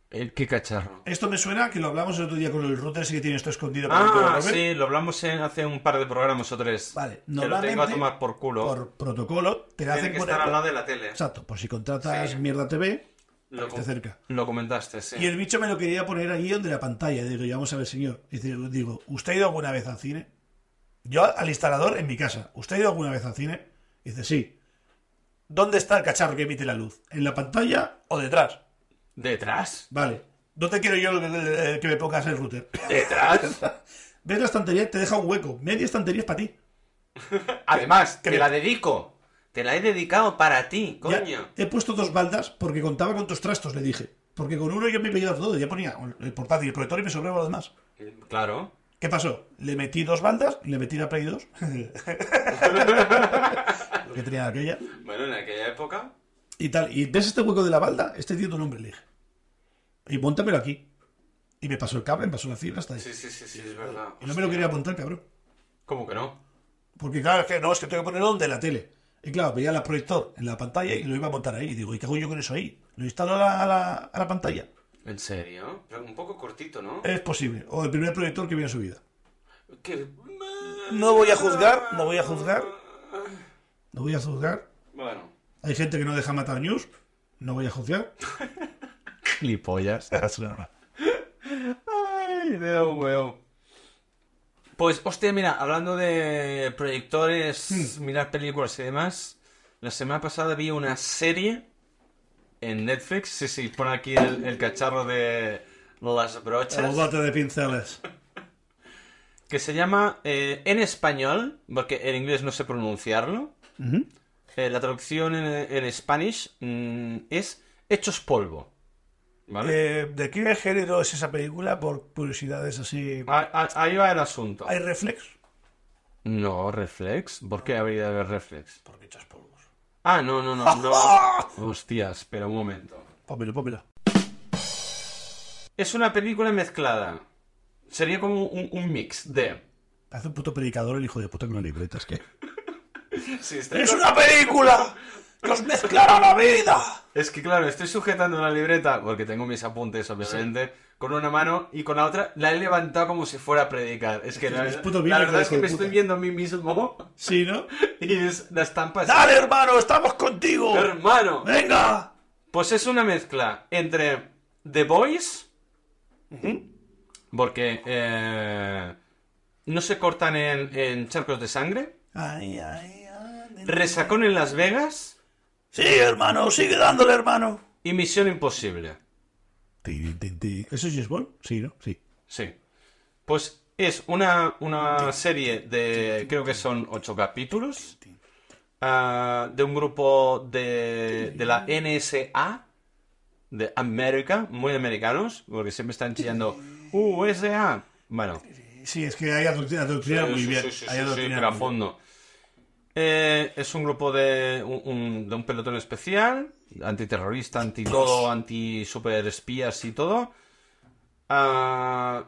Speaker 1: El qué cacharro.
Speaker 2: Esto me suena que lo hablamos el otro día con el router ese que tiene esto escondido. por dentro de
Speaker 1: Ah,
Speaker 2: Robert.
Speaker 1: sí, lo hablamos en hace un par de programas o tres.
Speaker 2: Vale,
Speaker 1: Que lo tengo a
Speaker 2: normalmente,
Speaker 1: tomar por culo.
Speaker 2: Por protocolo te
Speaker 1: Tiene
Speaker 2: hacen
Speaker 1: que
Speaker 2: poner-
Speaker 1: estar al lado de la tele.
Speaker 2: Exacto, por si contratas
Speaker 1: Sí.
Speaker 2: Mierda TV,
Speaker 1: Lo,
Speaker 2: te acerca.
Speaker 1: lo comentaste, sí.
Speaker 2: Y el bicho me lo quería poner ahí donde la pantalla. Y Digo, ya vamos a ver, señor. Y digo- digo, ¿usted ha ido alguna vez al cine? Yo al instalador en mi casa. ¿Usted ha ido alguna vez al cine? Y dice, sí. ¿Dónde está el cacharro que emite la luz? ¿En la pantalla o detrás?
Speaker 1: ¿Detrás?
Speaker 2: Vale. No te quiero yo eh, que me pongas el router.
Speaker 1: ¿Detrás?
Speaker 2: ¿Ves la estantería? Te deja un hueco. Media estantería es para ti.
Speaker 1: Además, te
Speaker 2: que me-
Speaker 1: la dedico. Te la he dedicado para ti,
Speaker 2: Ya
Speaker 1: coño.
Speaker 2: he puesto dos baldas porque contaba con tus trastos, le dije. Porque con uno yo me pedía todo. Ya ponía el portátil y el proyector y me sobraba lo demás.
Speaker 1: Claro.
Speaker 2: ¿Qué pasó? Le metí dos bandas, le metí la Play 2. lo que tenía aquella.
Speaker 1: Bueno, en aquella época.
Speaker 2: Y tal. Y ves este hueco de la balda, este tiene tu nombre, le dije. Y montamelo aquí. Y me pasó el cable, me pasó la fibra hasta ahí.
Speaker 1: Sí, sí, sí, sí, es verdad.
Speaker 2: y no me lo quería montar, cabrón.
Speaker 1: ¿Cómo que no?
Speaker 2: Porque claro, es que no, es que tengo que poner donde la tele. Y claro, veía el proyector en la pantalla y lo iba a montar ahí. Y digo, ¿y qué hago yo con eso ahí? ¿Lo instalo a la, a la- a la pantalla?
Speaker 1: ¿En serio? Pero un poco cortito, ¿no?
Speaker 2: Es posible. O el primer proyector que viene en su vida.
Speaker 1: Que-
Speaker 2: No voy a juzgar, no voy a juzgar. No voy a juzgar.
Speaker 1: Bueno.
Speaker 2: Hay gente que no deja matar news. No voy a juzgar.
Speaker 1: Clipollas. Ay, me da un huevo. Pues, hostia, mira, hablando de proyectores, mirar películas y demás, la semana pasada vi una serie en Netflix, sí, sí, pone aquí el, el cacharro de las brochas,
Speaker 2: El bote de pinceles.
Speaker 1: que se llama eh, en español, porque en inglés no sé pronunciarlo, eh, la traducción en, en Spanish mm, es hechos polvo. ¿Vale?
Speaker 2: Eh, ¿De qué género es esa película? Por curiosidades así.
Speaker 1: Ah, ah, Ahí va el asunto.
Speaker 2: ¿Hay reflex?
Speaker 1: No, reflex. ¿Por qué habría de haber reflex?
Speaker 2: Porque echas polvos.
Speaker 1: Ah, no, no, no, no. Hostia, espera un momento.
Speaker 2: Pómelo, pómelo.
Speaker 1: Es una película mezclada. Sería como un, un mix de.
Speaker 2: Hace un puto predicador el hijo de puta con una libreta, es que.
Speaker 1: Sí, está-
Speaker 2: ¡Es una película! ¡Que os mezclará la vida!
Speaker 1: Es que claro, estoy sujetando la libreta, porque tengo mis apuntes obviamente, con una mano y con la otra la he levantado como si fuera a predicar. Es que
Speaker 2: que
Speaker 1: la,
Speaker 2: es puto
Speaker 1: la
Speaker 2: bíblico,
Speaker 1: verdad es
Speaker 2: hijo
Speaker 1: que
Speaker 2: de
Speaker 1: me
Speaker 2: puta.
Speaker 1: estoy viendo a mí mismo
Speaker 2: Sí, ¿no?
Speaker 1: y es la estampa. es-
Speaker 2: ¡Dale, hermano! ¡Estamos contigo!
Speaker 1: ¡Hermano!
Speaker 2: ¡Venga!
Speaker 1: Pues es una mezcla entre The Voice, porque eh, no se cortan en, en charcos de sangre,
Speaker 2: Ay, ay, ay.
Speaker 1: Resacón en Las Vegas
Speaker 2: Sí, hermano, sigue dándole, hermano.
Speaker 1: y Misión Imposible.
Speaker 2: ¿Eso es Bond? Sí, ¿no? Sí.
Speaker 1: Sí. Pues es una, una serie de, creo que son ocho capítulos, ah, de un grupo de, de la NSA, de América, muy americanos, porque siempre están chillando, USA. Bueno,
Speaker 2: Sí, es que hay adoctrina, adoctrina
Speaker 3: Sí,
Speaker 2: muy
Speaker 3: sí,
Speaker 2: bien.
Speaker 3: sí, sí, sí,
Speaker 2: hay
Speaker 1: sí,
Speaker 2: adoctrina
Speaker 1: pero a
Speaker 2: muy
Speaker 1: fondo. Eh, es un grupo de un, un- de un pelotón especial, antiterrorista, anti todo, anti superespías y todo. Ah,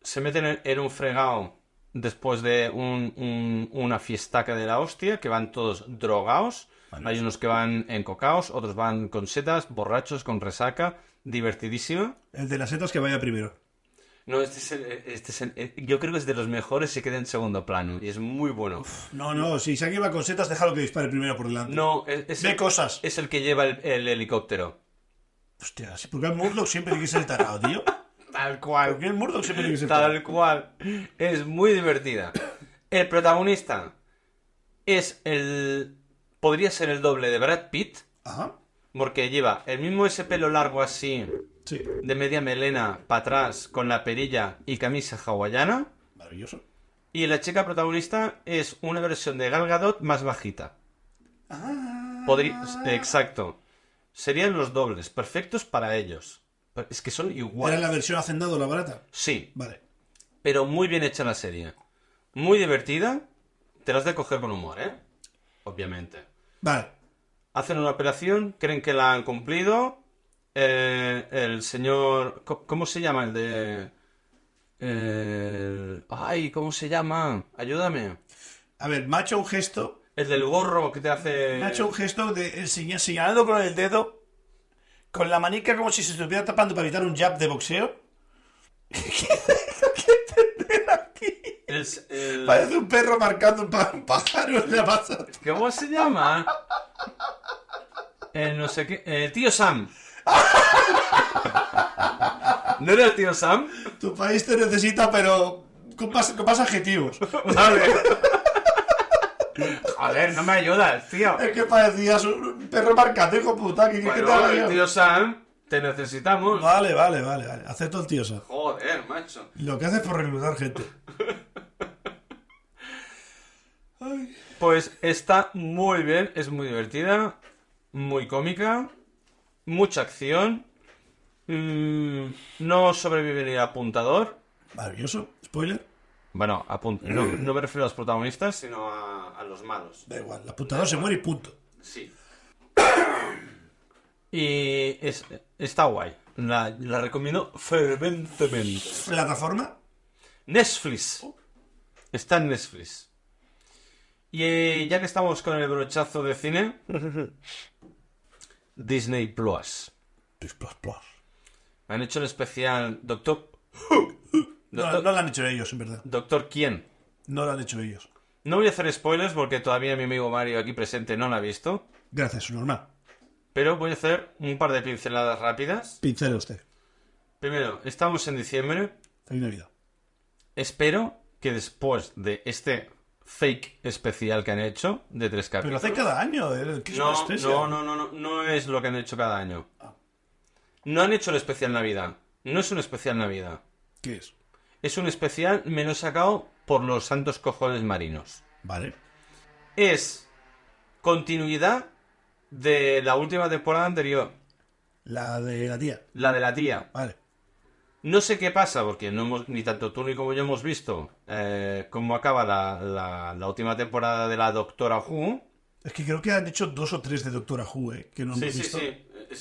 Speaker 1: se meten en, en un fregado después de un- un- una fiestaca de la hostia, que van todos drogaos. Hay unos que van encocaos, otros van con setas, borrachos, con resaca, divertidísima.
Speaker 2: bien. El de las setas que vaya primero.
Speaker 1: No, este es el- este es el- eh, yo creo que es de los mejores, se queda en segundo plano y es muy bueno.
Speaker 2: No, no, si alguien va con setas, déjalo que dispare primero por delante.
Speaker 1: No, Eh. es, es
Speaker 2: Ve
Speaker 1: el,
Speaker 2: cosas.
Speaker 1: es el que lleva el, el helicóptero.
Speaker 2: Hostia, sí, porque el Murdoch siempre tiene que ser el tarado, tío.
Speaker 1: Tal
Speaker 2: Porque el Murdoch siempre tiene que ser el tarado.
Speaker 1: Tal cual. Es muy divertida. El protagonista es el... Podría ser el doble de Brad Pitt,
Speaker 2: Ajá.
Speaker 1: porque lleva el mismo ese pelo largo así,
Speaker 2: Sí.
Speaker 1: de media melena para atrás, con la perilla y camisa hawaiana.
Speaker 2: Maravilloso.
Speaker 1: Y la chica protagonista es una versión de Gal Gadot más bajita.
Speaker 2: Ah.
Speaker 1: Podría, exacto. Serían los dobles, perfectos para ellos. Pero Es que son
Speaker 2: Era
Speaker 1: iguales.
Speaker 2: la versión hacendado, la barata.
Speaker 1: Sí,
Speaker 2: Vale.
Speaker 1: pero muy bien hecha la serie. Muy divertida. Te las de coger con humor, ¿eh? Obviamente.
Speaker 2: Vale.
Speaker 1: Hacen una operación, creen que la han cumplido. eh, el señor... co- ¿Cómo se llama el de...? eh, el- Ay, ¿cómo se llama? Ayúdame.
Speaker 2: A ver, me ha hecho un gesto.
Speaker 1: El del gorro que te hace...
Speaker 2: Me ha hecho un gesto de enseñar- señalando con el dedo, con la manica como si se estuviera tapando para evitar un jab de boxeo.
Speaker 1: El- el-
Speaker 2: Parece un perro marcando un, pa- un pájaro en la masa.
Speaker 1: ¿Cómo se llama? El no sé qué. El tío Sam. ¿No era el tío Sam?
Speaker 2: Tu país te necesita, pero con más, con más adjetivos.
Speaker 1: Vale. Joder, no me ayudas, tío.
Speaker 2: Es que parecías un un perro marcando, hijo puta. ¿qué- qué te
Speaker 1: Bueno,
Speaker 2: hago yo?
Speaker 1: el tío Sam, te necesitamos.
Speaker 2: Vale, vale, vale, vale. Acepto el tío Sam.
Speaker 1: Joder, macho.
Speaker 2: Lo que haces por reclutar gente. Ay.
Speaker 1: Pues está muy bien, es muy divertida, muy cómica, mucha acción. mm, no sobrevive ni el apuntador.
Speaker 2: Maravilloso. Spoiler.
Speaker 1: Bueno, apun- no, no me refiero a los protagonistas, sino a, a los malos.
Speaker 2: Da igual. El apuntador se muere y punto.
Speaker 1: Sí. Y es- está guay. La, la recomiendo ferventemente.
Speaker 2: Plataforma.
Speaker 1: Netflix. Está en Netflix. Y eh, ya que estamos con el brochazo de cine, Disney Plus.
Speaker 2: Plis, plas, plas.
Speaker 1: Han hecho el especial Doctor.
Speaker 2: No,
Speaker 1: Doctor,
Speaker 2: no lo han hecho ellos, en verdad.
Speaker 1: Doctor quién.
Speaker 2: No lo han hecho ellos.
Speaker 1: No voy a hacer spoilers porque todavía mi amigo Mario aquí presente no la ha visto.
Speaker 2: Gracias, normal.
Speaker 1: Pero voy a hacer un par de pinceladas rápidas.
Speaker 2: Pincel usted.
Speaker 1: Primero, estamos en diciembre.
Speaker 2: Feliz Navidad.
Speaker 1: Espero que después de este fake especial que han hecho de tres
Speaker 2: Pero lo
Speaker 1: capítulos.
Speaker 2: hace cada año. eh, que es una
Speaker 1: No,
Speaker 2: especie.
Speaker 1: no, no, no, no, no es lo que han hecho cada año. No han hecho el especial Navidad. No es un especial Navidad.
Speaker 2: ¿Qué es?
Speaker 1: Es un especial, me lo he sacado por los santos cojones marinos.
Speaker 2: Vale.
Speaker 1: Es continuidad de la última temporada anterior,
Speaker 2: La de la tía.
Speaker 1: la de la tía.
Speaker 2: Vale.
Speaker 1: No sé qué pasa, porque no hemos, ni tanto tú ni como yo hemos visto eh, cómo acaba la, la- la última temporada de la Doctora Who.
Speaker 2: Es que creo que han hecho dos o tres de Doctora Who, eh, que no hemos visto.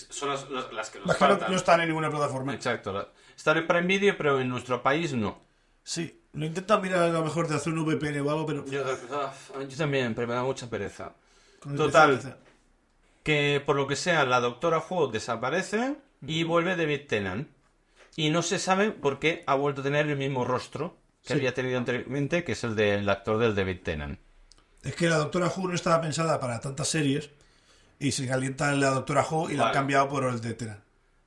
Speaker 1: son las, que
Speaker 2: Las que no- no están en ninguna plataforma.
Speaker 1: Exacto. la- Están en Prime Video, pero en nuestro país no.
Speaker 2: Sí. Lo intentan mirar a lo mejor de hacer un VPN o algo, pero.
Speaker 1: Yo, ah, también, pero me da mucha pereza.
Speaker 2: con el
Speaker 1: Total.
Speaker 2: PC.
Speaker 1: Que por lo que sea, la doctora Who desaparece y vuelve David Tennant. Y no se sabe por qué ha vuelto a tener el mismo rostro que
Speaker 2: Sí.
Speaker 1: había tenido anteriormente, que es el del actor del David Tennant.
Speaker 2: Es que la Doctora Who no estaba pensada para tantas series y se calienta la Doctora Who y la han
Speaker 1: Vale.
Speaker 2: cambiado por el de Tena.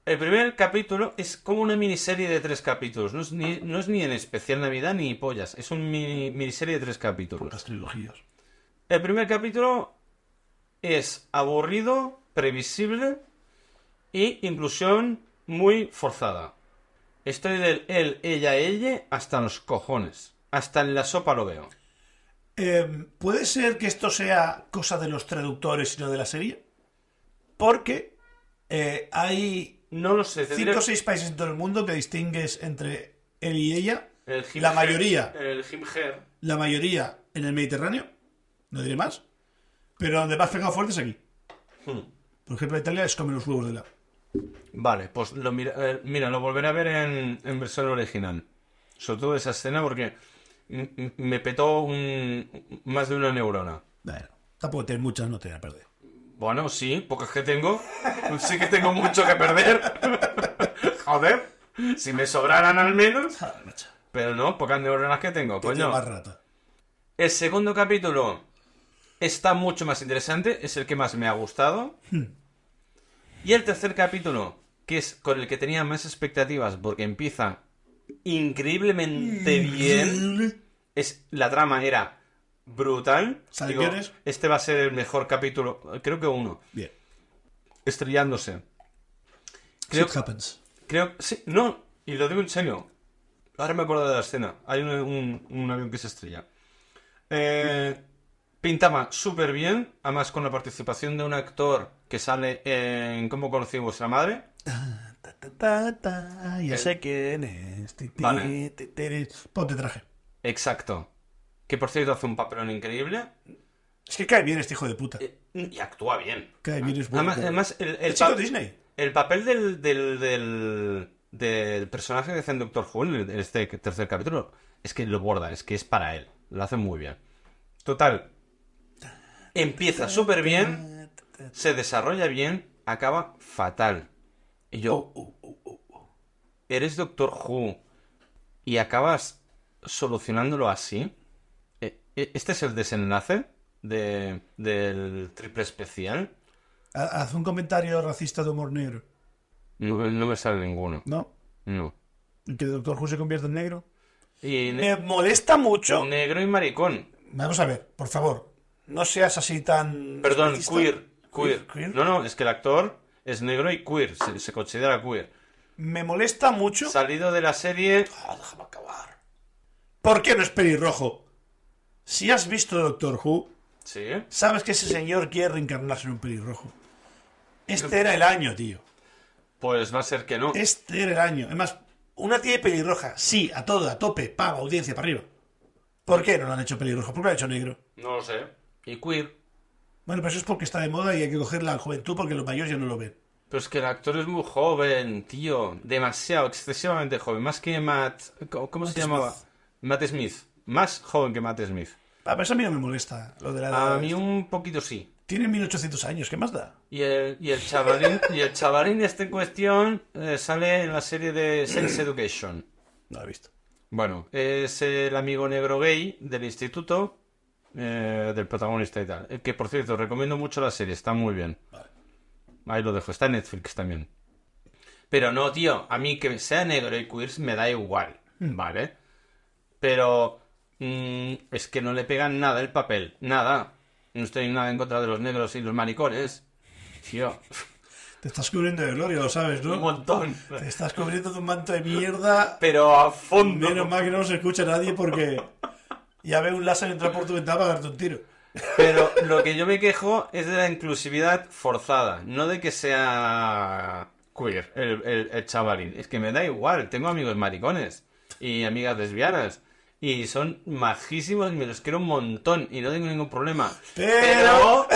Speaker 1: El primer capítulo es como una miniserie de tres capítulos. No es ni, no es ni en especial Navidad ni pollas. Es una miniserie de tres capítulos.
Speaker 2: Las trilogías.
Speaker 1: El primer capítulo es aburrido, previsible y inclusión muy forzada. Estoy del él, ella, ella hasta los cojones. Hasta en la sopa lo veo.
Speaker 2: Eh, ¿Puede ser que esto sea cosa de los traductores y no de la serie? Porque eh, hay
Speaker 1: No lo sé. tendré-
Speaker 2: cinco o seis países en todo el mundo que distingues entre él y ella.
Speaker 1: el Jim
Speaker 2: la
Speaker 1: Her-
Speaker 2: mayoría.
Speaker 1: El Jim Her.
Speaker 2: La mayoría en el Mediterráneo, no diré más. Pero donde más pegado fuerte es aquí.
Speaker 1: Hmm.
Speaker 2: Por ejemplo, Italia es comer los huevos de la.
Speaker 1: Vale, pues lo mira, eh, mira, lo volveré a ver en, en versión original. Sobre todo esa escena porque m- m- me petó un- más de una neurona.
Speaker 2: Bueno, tampoco tiene muchas, no te voy a perder.
Speaker 1: Bueno, sí, pocas que tengo. Sí que tengo mucho que perder. Joder, si me sobraran al menos.
Speaker 2: Joder, Ah, macho.
Speaker 1: Pero no, pocas neuronas que tengo,
Speaker 2: Tiene
Speaker 1: coño.
Speaker 2: más rata.
Speaker 1: El segundo capítulo está mucho más interesante, es el que más me ha gustado. Y el tercer capítulo, que es con el que tenía más expectativas porque empieza increíblemente
Speaker 2: Hmm.
Speaker 1: bien. Es, la trama era brutal. Digo,
Speaker 2: ¿Salviones?
Speaker 1: este va a ser el mejor capítulo, creo que uno.
Speaker 2: Bien.
Speaker 1: estrellándose. Creo,
Speaker 2: Shit happens.
Speaker 1: creo, sí, no, y lo digo en serio. Ahora me acuerdo de la escena. Hay un, un- un avión que se estrella. Eh, pintaba súper bien, además con la participación de un actor que sale en ¿Cómo conocí a vuestra madre?
Speaker 2: Ta, ta, ta, ta, ya
Speaker 1: Eh.
Speaker 2: sé quién es. Ti, ti,
Speaker 1: Vale.
Speaker 2: ti, ti, ti. Ponte traje.
Speaker 1: Exacto. Que por cierto hace un papelón increíble
Speaker 2: Es que cae bien este hijo de puta.
Speaker 1: eh, y actúa bien.
Speaker 2: Cae bien, es bueno.
Speaker 1: Además,
Speaker 2: cae bien.
Speaker 1: además, el, el
Speaker 2: el chico
Speaker 1: pa-
Speaker 2: Disney.
Speaker 1: el papel del, del, del, del personaje que hace en Doctor Who en el- este tercer capítulo es que lo borda, es que es para él. Lo hace muy bien. Total. Empieza súper bien,
Speaker 2: Mm.
Speaker 1: se desarrolla bien, acaba fatal. Y yo, eres Doctor Who y acabas solucionándolo así. Eh, eh, Este es el desenlace de- del triple especial.
Speaker 2: Ha- Haz un comentario racista de humor negro.
Speaker 1: No, no me sale ninguno.
Speaker 2: ¿No?
Speaker 1: No.
Speaker 2: Que el Doctor Who se convierta en negro. Mm.
Speaker 1: Y
Speaker 2: Me molesta mucho.
Speaker 1: Negro y maricón.
Speaker 2: Vamos a ver, por favor. No seas así tan.
Speaker 1: Perdón,
Speaker 2: racista.
Speaker 1: queer, queer.
Speaker 2: Queer.
Speaker 1: No, no, es que el actor es negro y queer. Se, se considera queer.
Speaker 2: Me molesta mucho.
Speaker 1: Salido de la serie.
Speaker 2: Ah, déjame acabar. ¿Por qué no es pelirrojo? Si has visto Doctor Who,
Speaker 1: Sí.
Speaker 2: sabes que ese señor quiere reencarnarse en un pelirrojo. Este era el año, tío.
Speaker 1: Pues va a ser que no.
Speaker 2: Este era el año. Además, una tía de pelirroja, sí, a todo, a tope, paga, audiencia, para arriba. ¿Por qué no lo han hecho pelirrojo? ¿Por qué lo han hecho negro?
Speaker 1: No lo sé. Y queer.
Speaker 2: Bueno, pero eso es porque está de moda y hay que coger la juventud porque los mayores ya no lo ven.
Speaker 1: Pero es que el actor es muy joven, tío. Demasiado, excesivamente joven. Más que Matt. ¿Cómo, cómo se
Speaker 2: Matt
Speaker 1: llamaba?
Speaker 2: Smith.
Speaker 1: Matt Smith. Más joven que Matt Smith.
Speaker 2: Ah, pero eso a mí no me molesta, lo de la edad.
Speaker 1: A mí un poquito sí.
Speaker 2: Tiene 1800 años, ¿qué más da?
Speaker 1: Y el, y el chavalín, y el chavalín este en cuestión eh, sale en la serie de Sex Education.
Speaker 2: No lo he visto.
Speaker 1: Bueno, es el amigo negro gay del instituto, eh, del protagonista y tal. Eh, Que por cierto, recomiendo mucho la serie, está muy bien.
Speaker 2: Vale.
Speaker 1: Ahí lo dejo, está en Netflix también. Pero no, tío, a mí que sea negro y queer me da igual, ¿vale? Pero Mm, es que no le pegan nada el papel, nada. No estoy nada en contra de los negros y los maricones. Tío,
Speaker 2: Te estás cubriendo de gloria, lo sabes,
Speaker 1: un
Speaker 2: ¿no?
Speaker 1: montón.
Speaker 2: Te estás cubriendo de un manto de mierda.
Speaker 1: Pero a fondo.
Speaker 2: Menos mal que no nos escucha nadie porque ya ve un láser entrar por tu ventana para darte un tiro.
Speaker 1: Pero lo que yo me quejo es de la inclusividad forzada, no de que sea queer el, el- el chavalín. Es que me da igual, tengo amigos maricones y amigas lesbianas. Y son majísimos y me los quiero un montón y no tengo ningún problema.
Speaker 2: Pero-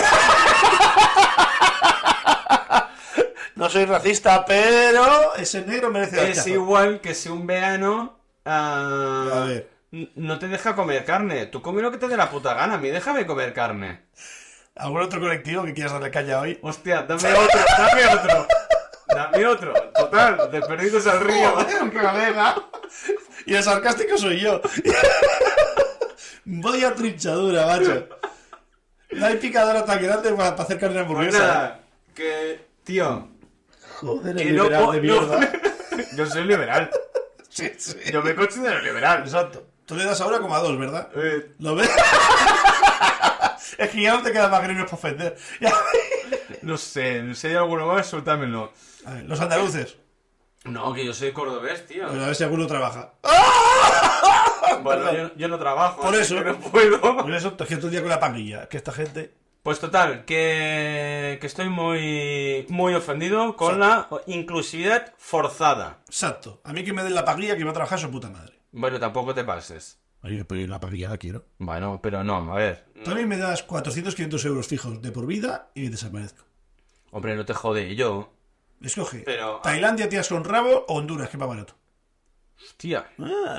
Speaker 2: No soy racista, pero ese negro merece
Speaker 1: Pero
Speaker 2: dar
Speaker 1: es
Speaker 2: chazo.
Speaker 1: igual que si un vegano ah,
Speaker 2: A ver.
Speaker 1: n- no te deja comer carne. Tú come lo que te dé la puta gana, a mí déjame comer carne.
Speaker 2: ¿Algún otro colectivo que quieras darle caña hoy?
Speaker 1: Hostia, dame otro, dame otro. Dame otro. Total, desperdices al río.
Speaker 2: Y el sarcástico soy yo. Vaya trinchadura, macho. No hay picadora tan grande para para hacer carne
Speaker 1: Pues
Speaker 2: hamburguesa. ¿eh?
Speaker 1: nada, que. Tío,
Speaker 2: Joder,
Speaker 1: que
Speaker 2: el liberal
Speaker 1: po-
Speaker 2: de mierda.
Speaker 1: Yo soy liberal.
Speaker 2: Sí, sí.
Speaker 1: Yo me considero liberal.
Speaker 2: Exacto. Tú le das ahora como a dos, ¿verdad?
Speaker 1: Eh,
Speaker 2: ¿Lo ves? es que ya no te queda más gremios para ofender. Ya.
Speaker 1: no sé, si hay alguno más, suéltamelo.
Speaker 2: A ver, los andaluces.
Speaker 1: No, que yo soy cordobés, tío.
Speaker 2: A ver, a ver si alguno trabaja.
Speaker 1: Bueno, yo, yo no trabajo.
Speaker 2: Por
Speaker 1: así
Speaker 2: eso.
Speaker 1: que No puedo.
Speaker 2: Por eso te todo el día con la parrilla. Que esta gente.
Speaker 1: Pues total, que, que estoy muy, muy ofendido con la inclusividad forzada.
Speaker 2: Exacto. A mí que me den la parrilla que va a trabajar su puta madre.
Speaker 1: Bueno, tampoco te pases.
Speaker 2: Oye, pero la parrilla la quiero.
Speaker 1: Bueno, pero no, a ver.
Speaker 2: Tú a mí me das 400, 500 euros fijos de por vida y desaparezco.
Speaker 1: Hombre, no te jode. Yo,
Speaker 2: Escoge
Speaker 1: Pero-
Speaker 2: Tailandia, tías con rabo o Honduras, que es más barato.
Speaker 1: Hostia,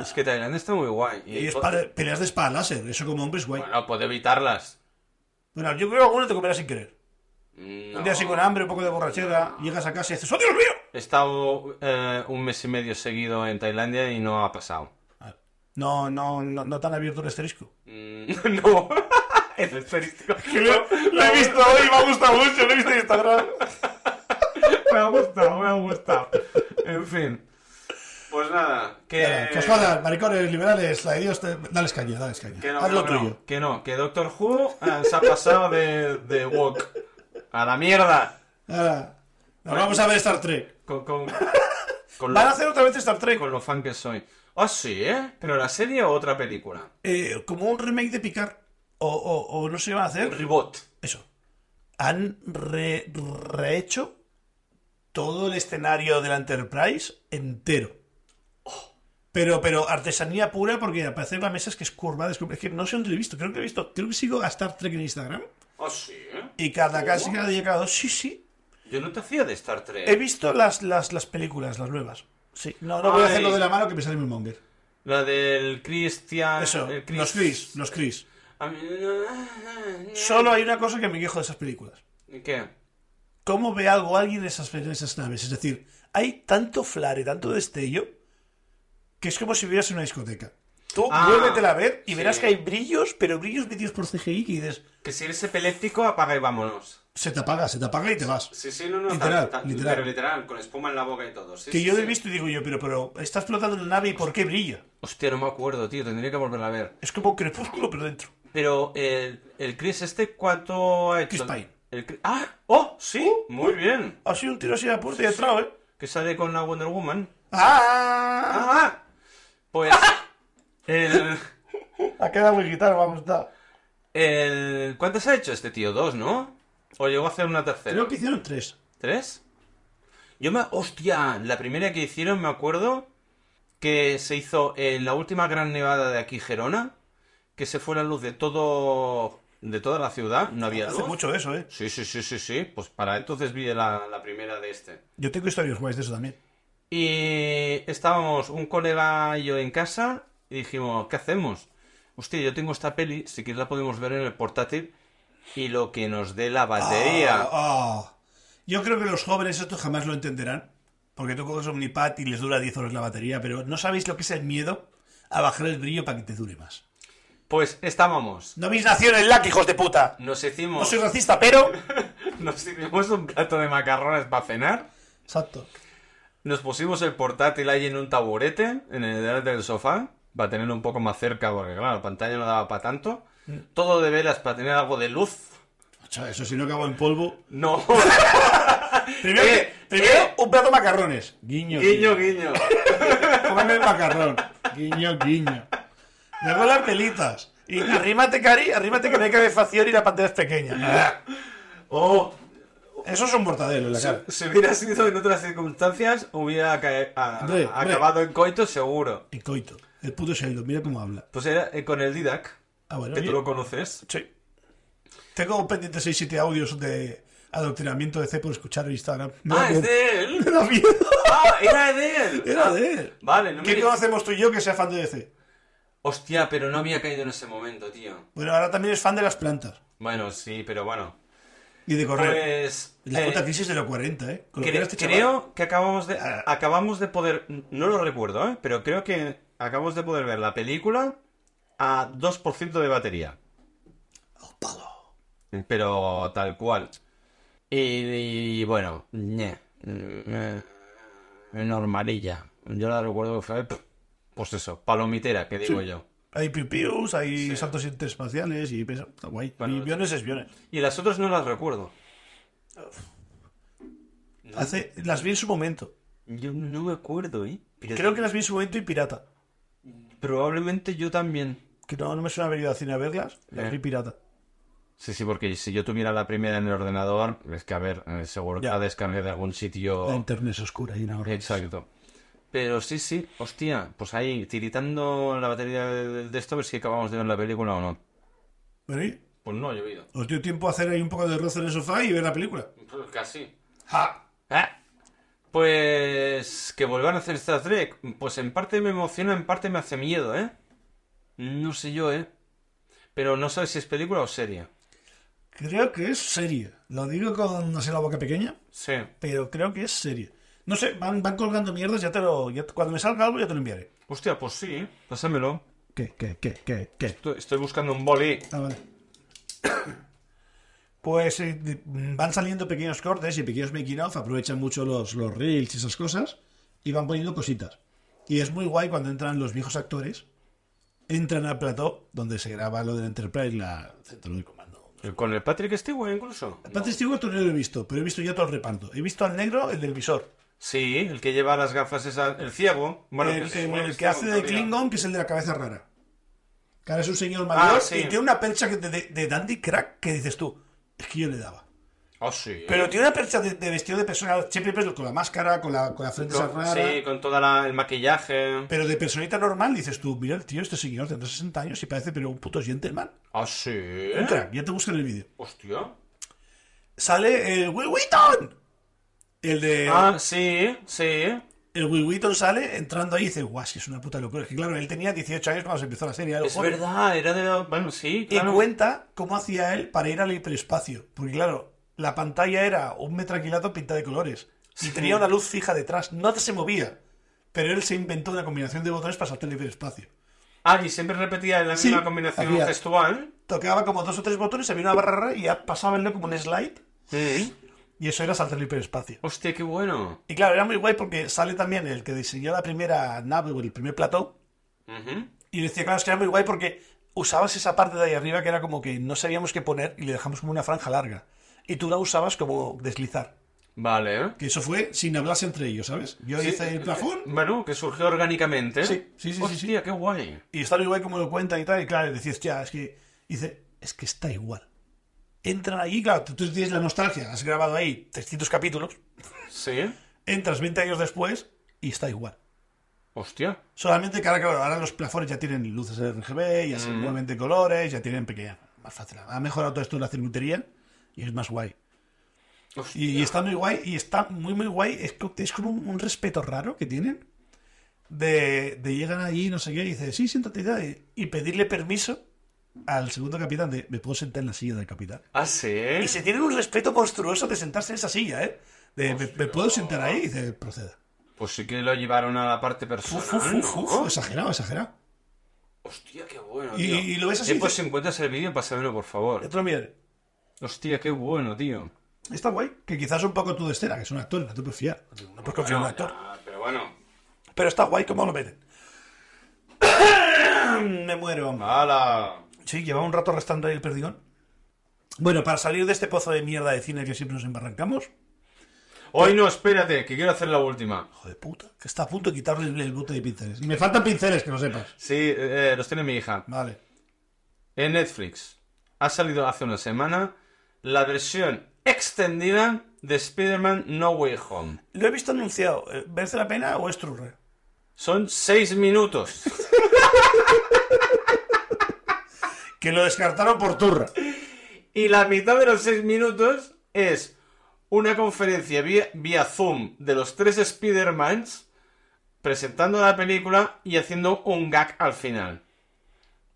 Speaker 1: es que Tailandia está muy guay. Y
Speaker 2: Ah. Y es
Speaker 1: po-
Speaker 2: para- peleas de espada láser, eso como hombre es guay.
Speaker 1: Bueno, puedo evitarlas.
Speaker 2: Bueno, yo creo que alguno te comerá sin querer.
Speaker 1: No.
Speaker 2: Un día así con hambre, un poco de borrachera, llegas a casa y dices, ¡Oh, Dios mío!
Speaker 1: He estado eh, un mes y medio seguido en Tailandia y no ha pasado.
Speaker 2: Ah, No, no, no, no tan abierto el asterisco.
Speaker 1: Mm, no. Es estadístico.
Speaker 2: Lo he visto hoy, me ha gustado mucho, lo he visto en Instagram.
Speaker 1: Me ha gustado, me ha gustado. En fin. Pues nada, que...
Speaker 2: Que os jodan, maricones, liberales, la de Dios, te... dales caña, dales caña.
Speaker 1: Que no,
Speaker 2: Haz lo
Speaker 1: que no,
Speaker 2: tuyo.
Speaker 1: que no, que Doctor Who eh, se ha pasado de, de woke. A la mierda.
Speaker 2: Ahora, nos vamos a ver Star Trek.
Speaker 1: Con, con, con lo,
Speaker 2: Van a hacer otra vez Star Trek.
Speaker 1: con lo fan que soy. Ah, sí, ¿eh? Pero la serie o otra película.
Speaker 2: Eh, como un remake de Picard. O, o, o no se van a hacer.
Speaker 1: Ribot.
Speaker 2: Eso. Han re- rehecho todo el escenario de la Enterprise entero. Oh. Pero, pero artesanía pura, porque al parecer la mesa es que es curvada. Es, curva- es que no sé dónde lo he visto. Creo que lo he visto. Creo que sigo a Star Trek en Instagram.
Speaker 1: Ah, sí, ¿eh?
Speaker 2: Y cada casi cada día, cada dos. Sí, sí.
Speaker 1: Yo no te hacía de Star Trek.
Speaker 2: He visto las, las, las películas, las nuevas. Ah, eh, Sí. No, no voy a
Speaker 1: Ay.
Speaker 2: hacerlo de la mano que me sale mi monger.
Speaker 1: La del Christian.
Speaker 2: Eso.
Speaker 1: el Chris-
Speaker 2: Los Chris. Los Chris.
Speaker 1: A mí-
Speaker 2: Solo hay una cosa que me quejo de esas películas.
Speaker 1: ¿Qué?
Speaker 2: cómo ve algo alguien en esas, en esas naves. Es decir, hay tanto flare, tanto destello, que es como si vivieras en una discoteca. Tú
Speaker 1: Ah,
Speaker 2: vuélvetela a ver y
Speaker 1: sí.
Speaker 2: verás que hay brillos, pero brillos metidos por CGI que dices,
Speaker 1: Que si eres epiléptico, apaga y vámonos.
Speaker 2: se te apaga, se te apaga y te vas.
Speaker 1: Sí, sí, no, no.
Speaker 2: Literal,
Speaker 1: tan- tan-
Speaker 2: literal.
Speaker 1: Pero literal, con espuma en la boca y todo. Sí,
Speaker 2: que
Speaker 1: sí,
Speaker 2: yo lo
Speaker 1: sí.
Speaker 2: he visto y digo yo, pero, pero está explotando una nave y ¿por qué brilla?
Speaker 1: Hostia, no me acuerdo, tío. Tendría que volverla a ver.
Speaker 2: Es como un crepúsculo, pero dentro.
Speaker 1: Pero el, el Chris este, ¿cuánto ha hecho?
Speaker 2: Chris Pine. Uh.
Speaker 1: El Chris- ¡Ah! ¡Oh! ¡Sí! Muy bien.
Speaker 2: Ha sido un tiro así a la puerta y ha entrado, ¿eh?
Speaker 1: Que sale con la Wonder Woman.
Speaker 2: ¡Ah!
Speaker 1: ¡Ah! Pues. El,
Speaker 2: Ha quedado muy guitarra, me ha gustado.
Speaker 1: el- ¿Cuántas ha hecho este tío? Dos, ¿no? ¿O llegó a hacer una tercera?
Speaker 2: Creo que hicieron tres.
Speaker 1: ¿Tres? Yo me... Hostia, la primera que hicieron, me acuerdo, que se hizo en la última gran nevada de aquí, Gerona, que se fue la luz de todo... de toda la ciudad, no había
Speaker 2: Hace
Speaker 1: luz.
Speaker 2: mucho eso, ¿eh?
Speaker 1: Sí, sí, sí, sí, sí, pues para entonces vi la, la primera de este.
Speaker 2: Yo tengo historias guays de eso también.
Speaker 1: Y estábamos un colega y yo en casa y dijimos, ¿qué hacemos? Hostia, yo tengo esta peli, si quieres la podemos ver en el portátil y lo que nos dé la batería.
Speaker 2: Ah, ah. Oh, Yo creo que los jóvenes esto jamás lo entenderán. Porque tú coges Omnipad y les dura 10 horas la batería, pero no sabéis lo que es el miedo a bajar el brillo para que te dure más.
Speaker 1: Pues estábamos,
Speaker 2: No habéis nacido en el LAC, hijos de puta.
Speaker 1: nos
Speaker 2: No
Speaker 1: hicimos...
Speaker 2: soy racista, pero.
Speaker 1: Nos sirvimos un plato de macarrones para cenar.
Speaker 2: Exacto.
Speaker 1: Nos pusimos el portátil ahí en un taburete, en el delante del sofá. para tenerlo un poco más cerca, porque claro, la pantalla no daba para tanto. Todo de velas para tener algo de luz.
Speaker 2: Macho, eso si no cago en polvo.
Speaker 1: No,
Speaker 2: Primero,
Speaker 1: Eh,
Speaker 2: primero
Speaker 1: eh.
Speaker 2: un plato de macarrones.
Speaker 4: Guiño, guiño.
Speaker 1: guiño, guiño.
Speaker 2: Cómeme el macarrón.
Speaker 4: Guiño, guiño.
Speaker 2: Luego las pelitas. Y arrímate, Cari, arrímate que no hay calefacción y la pantalla es pequeña.
Speaker 1: Oh,
Speaker 2: Eso es un mortadelo en la cara.
Speaker 1: si, si hubiera sido en otras circunstancias, hubiera ca- a-
Speaker 2: Hombre, hombre.
Speaker 1: acabado en coito seguro.
Speaker 2: El coito. El puto Sheldon, mira cómo habla.
Speaker 1: Pues era eh, con el Didac,
Speaker 2: Ah, bueno,
Speaker 1: que tú
Speaker 2: oye,
Speaker 1: lo conoces.
Speaker 2: sí. Tengo pendiente 6-7 audios de adoctrinamiento de C por escuchar en Instagram. Me da
Speaker 1: ¡Ah, es
Speaker 2: miedo.
Speaker 1: de él!
Speaker 2: Me da miedo.
Speaker 1: ¡Ah, era de él!
Speaker 2: Era de él.
Speaker 1: Vale, no me...
Speaker 2: ¿Qué conocemos tú y yo que sea fan de DC?
Speaker 1: Hostia, pero no había caído en ese momento, tío.
Speaker 2: Bueno, ahora también es fan de las plantas.
Speaker 1: Bueno, sí, pero bueno.
Speaker 2: Y de correr.
Speaker 1: Pues...
Speaker 2: la
Speaker 1: eh,
Speaker 2: puta crisis de los 40, ¿eh? Con lo
Speaker 1: cre-
Speaker 2: que era este chaval.
Speaker 1: creo que acabamos de,
Speaker 2: Ah.
Speaker 1: acabamos de poder... No lo recuerdo, ¿eh? Pero creo que acabamos de poder ver la película a 2% de batería.
Speaker 2: Al palo.
Speaker 1: Pero tal cual. Y, y, bueno, ñe. Eh, normalilla. Yo la recuerdo que fue. pff, Pues eso, palomitera, que digo yo.
Speaker 2: Hay pipius, hay saltos interespaciales y pesa- está guay.
Speaker 1: Bueno,
Speaker 2: y viones es viones.
Speaker 1: Y las otras no las recuerdo.
Speaker 2: Hace, las vi en su momento.
Speaker 1: Yo no me acuerdo, ¿eh? Pero
Speaker 2: Creo que las vi en su momento y pirata.
Speaker 1: probablemente yo también.
Speaker 2: Que no, no me suena haber ido al cine a verlas. Las
Speaker 1: Eh.
Speaker 2: vi pirata.
Speaker 1: Sí, sí, porque si yo tuviera la primera en el ordenador, es que a ver, eh, seguro que
Speaker 2: Ya.
Speaker 1: la descargué de algún sitio.
Speaker 2: La internet es oscura y una
Speaker 1: Eh.
Speaker 2: horror.
Speaker 1: Exacto. Pero sí, sí, hostia, pues ahí, tiritando la batería de, de esto, a ver si acabamos de ver la película o no.
Speaker 2: Bueno, y
Speaker 1: Pues no, ha llovido.
Speaker 2: os dio tiempo a hacer ahí un poco de roce en el sofá y ver la película.
Speaker 1: Pues Casi.
Speaker 2: ¡Ja!
Speaker 1: Ah, Pues que vuelvan a hacer Star Trek, pues en parte me emociona, en parte me hace miedo, ¿eh? No sé yo, ¿eh? Pero no sabes si es película o serie.
Speaker 2: Creo que es serie. Lo digo con así la boca pequeña,
Speaker 1: Sí.
Speaker 2: pero creo que es serie. No sé, van, van colgando mierdas, ya te lo. ya- cuando me salga algo ya te lo enviaré.
Speaker 1: Hostia, pues sí, ¿eh? pásamelo.
Speaker 2: ¿Qué, qué, qué, qué, qué?
Speaker 1: Estoy, estoy buscando un boli.
Speaker 2: Ah, vale. Pues eh, de- van saliendo pequeños cortes y pequeños making of, aprovechan mucho los, los reels y esas cosas, y van poniendo cositas. Y es muy guay cuando entran los viejos actores, entran al plató donde se graba lo del Enterprise, la centro de comando.
Speaker 1: Con el Patrick Stewart incluso.
Speaker 2: Patrick Stewart no lo he visto, pero he visto ya todo el reparto. He visto al negro, el del visor.
Speaker 1: Sí, el que lleva las gafas es el ciego. Bueno,
Speaker 2: el,
Speaker 1: que- este
Speaker 2: el-
Speaker 1: bueno,
Speaker 2: el que
Speaker 1: ciego
Speaker 2: hace de
Speaker 1: todavía.
Speaker 2: Klingon, que es el de la cabeza rara. Que ahora es un señor mayor
Speaker 1: Ah, sí.
Speaker 2: y tiene una percha que- de, de, de Dandy Crack que dices tú, es que yo le daba.
Speaker 1: Ah, sí.
Speaker 2: Pero tiene una percha de, de vestido de persona, siempre pues, con la máscara, con la, con la frente esa
Speaker 1: Con-
Speaker 2: rara.
Speaker 1: sí, con todo el maquillaje.
Speaker 2: Pero de personita normal dices tú, mira el tío, este señor tendrá 60 años y parece pero un puto gentleman.
Speaker 1: Ah, sí.
Speaker 2: Un crack, ya te buscan el vídeo.
Speaker 1: Hostia.
Speaker 2: Sale el Will Wheaton. El de...
Speaker 1: Ah, sí, sí.
Speaker 2: El Will Wheaton sale entrando ahí y dice, guau, si es una puta locura. Es que claro, él tenía 18 años cuando se empezó la serie. era
Speaker 1: Es
Speaker 2: joven.
Speaker 1: verdad, era de la... Bueno, sí,
Speaker 2: Y
Speaker 1: claro.
Speaker 2: cuenta cómo hacía él para ir al hiperespacio. Porque claro, la pantalla era un metraquilato pintada de colores. Y
Speaker 1: Sí.
Speaker 2: tenía una luz fija detrás. No se movía. Pero él se inventó una combinación de botones para saltar al hiperespacio.
Speaker 1: Ah, y siempre repetía la
Speaker 2: Sí,
Speaker 1: misma combinación
Speaker 2: hacía.
Speaker 1: gestual.
Speaker 2: Tocaba como dos o tres botones, se había una barra rara y ya pasaba él como un slide. Y eso era saltar al hiperespacio.
Speaker 1: Hostia, qué bueno.
Speaker 2: Y claro, era muy guay porque sale también el que diseñó la primera nave o el primer plató.
Speaker 1: Ujú.
Speaker 2: Y decía, claro, es que era muy guay porque usabas esa parte de ahí arriba que era como que no sabíamos qué poner y le dejamos como una franja larga. Y tú la usabas como deslizar.
Speaker 1: Vale.
Speaker 2: Que eso fue sin hablarse entre ellos, ¿sabes? Yo
Speaker 1: Sí,
Speaker 2: hice el
Speaker 1: eh,
Speaker 2: plafón
Speaker 1: Bueno, que surgió orgánicamente.
Speaker 2: Sí, sí, sí, sí,
Speaker 1: Hostia, qué guay.
Speaker 2: y está muy guay como lo cuentan y tal. Y claro, decías, ya, es que. Dice, es que está igual. Entran ahí, claro, tú tú tienes la nostalgia, has grabado ahí 300 capítulos,
Speaker 1: Sí.
Speaker 2: entras 20 años después y está igual.
Speaker 1: Hostia.
Speaker 2: Solamente que ahora, claro, ahora los plafones ya tienen luces RGB, ya se mueven de colores, ya tienen pequeña. Más fácil. Ha mejorado todo esto de la circuitería y es más guay.
Speaker 1: Hostia.
Speaker 2: Y, y está muy guay, y está muy, muy guay. Es, co- es como un, un respeto raro que tienen. De, de llegan allí, no sé qué, y dice, sí, siéntate ya", y, y pedirle permiso al segundo capitán de, ¿me puedo sentar en la silla del capitán?
Speaker 1: Ah, sí.
Speaker 2: Y se tienen un respeto monstruoso de sentarse en esa silla, ¿eh? De, "¿Me- ¿me, puedo sentar ahí? Y dice, proceda.
Speaker 1: Pues sí que lo llevaron a la parte
Speaker 2: Fu,
Speaker 1: personal.
Speaker 2: fu, fu, fu,
Speaker 1: ¿no?
Speaker 2: fu, exagerado, exagerado.
Speaker 1: Hostia, qué bueno,
Speaker 2: Y-
Speaker 1: tío.
Speaker 2: y lo ves así,
Speaker 1: Eh, pues
Speaker 2: dices-
Speaker 1: si encuentras el vídeo, pásamelo, por favor.
Speaker 2: Otro miren.
Speaker 1: Hostia, qué bueno, tío.
Speaker 2: Está guay. Que quizás un poco tú de estera, que es un actor, no te puedes fiar. Pues No puedes confiar en un actor.
Speaker 1: Ah, pero bueno.
Speaker 2: Pero está guay como lo meten. me muero.
Speaker 1: ¡Hala!
Speaker 2: Sí, llevaba un rato arrastrando ahí el perdigón. Bueno, para salir de este pozo de mierda de cine que siempre nos embarrancamos.
Speaker 1: Hoy no, espérate, que quiero hacer la última.
Speaker 2: Hijo de puta, que está a punto de quitarle el, el bote de pinceles. Y me faltan pinceles, que lo sepas.
Speaker 1: Sí, eh, eh, los tiene mi hija.
Speaker 2: Vale.
Speaker 1: En Netflix ha salido hace una semana la versión extendida de Spider-Man No Way Home.
Speaker 2: Lo he visto anunciado. Eh, ¿Merece la pena o es trurre?
Speaker 1: Son seis minutos.
Speaker 2: Que lo descartaron por turra. Eh,
Speaker 1: Y la mitad de los seis minutos es una conferencia vía, vía Zoom de los tres Spider-Mans presentando la película y haciendo un gag al final.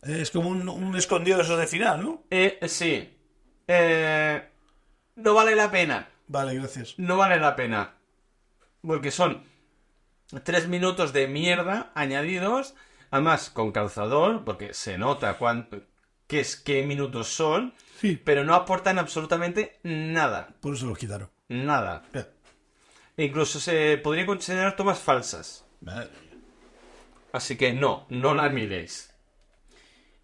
Speaker 2: Eh, Es como un, un escondido de esos de final, ¿no?
Speaker 1: Eh, sí. Eh, no vale la pena.
Speaker 2: Vale, gracias.
Speaker 1: No vale la pena. Porque son tres minutos de mierda añadidos. Además, con calzador, porque se nota cuánto, qué, es, qué minutos son.
Speaker 2: Sí.
Speaker 1: Pero no aportan absolutamente nada.
Speaker 2: Por eso los quitaron.
Speaker 1: Nada.
Speaker 2: Ya.
Speaker 1: E incluso se podría considerar tomas falsas.
Speaker 2: Vale.
Speaker 1: Así que no, no la miréis.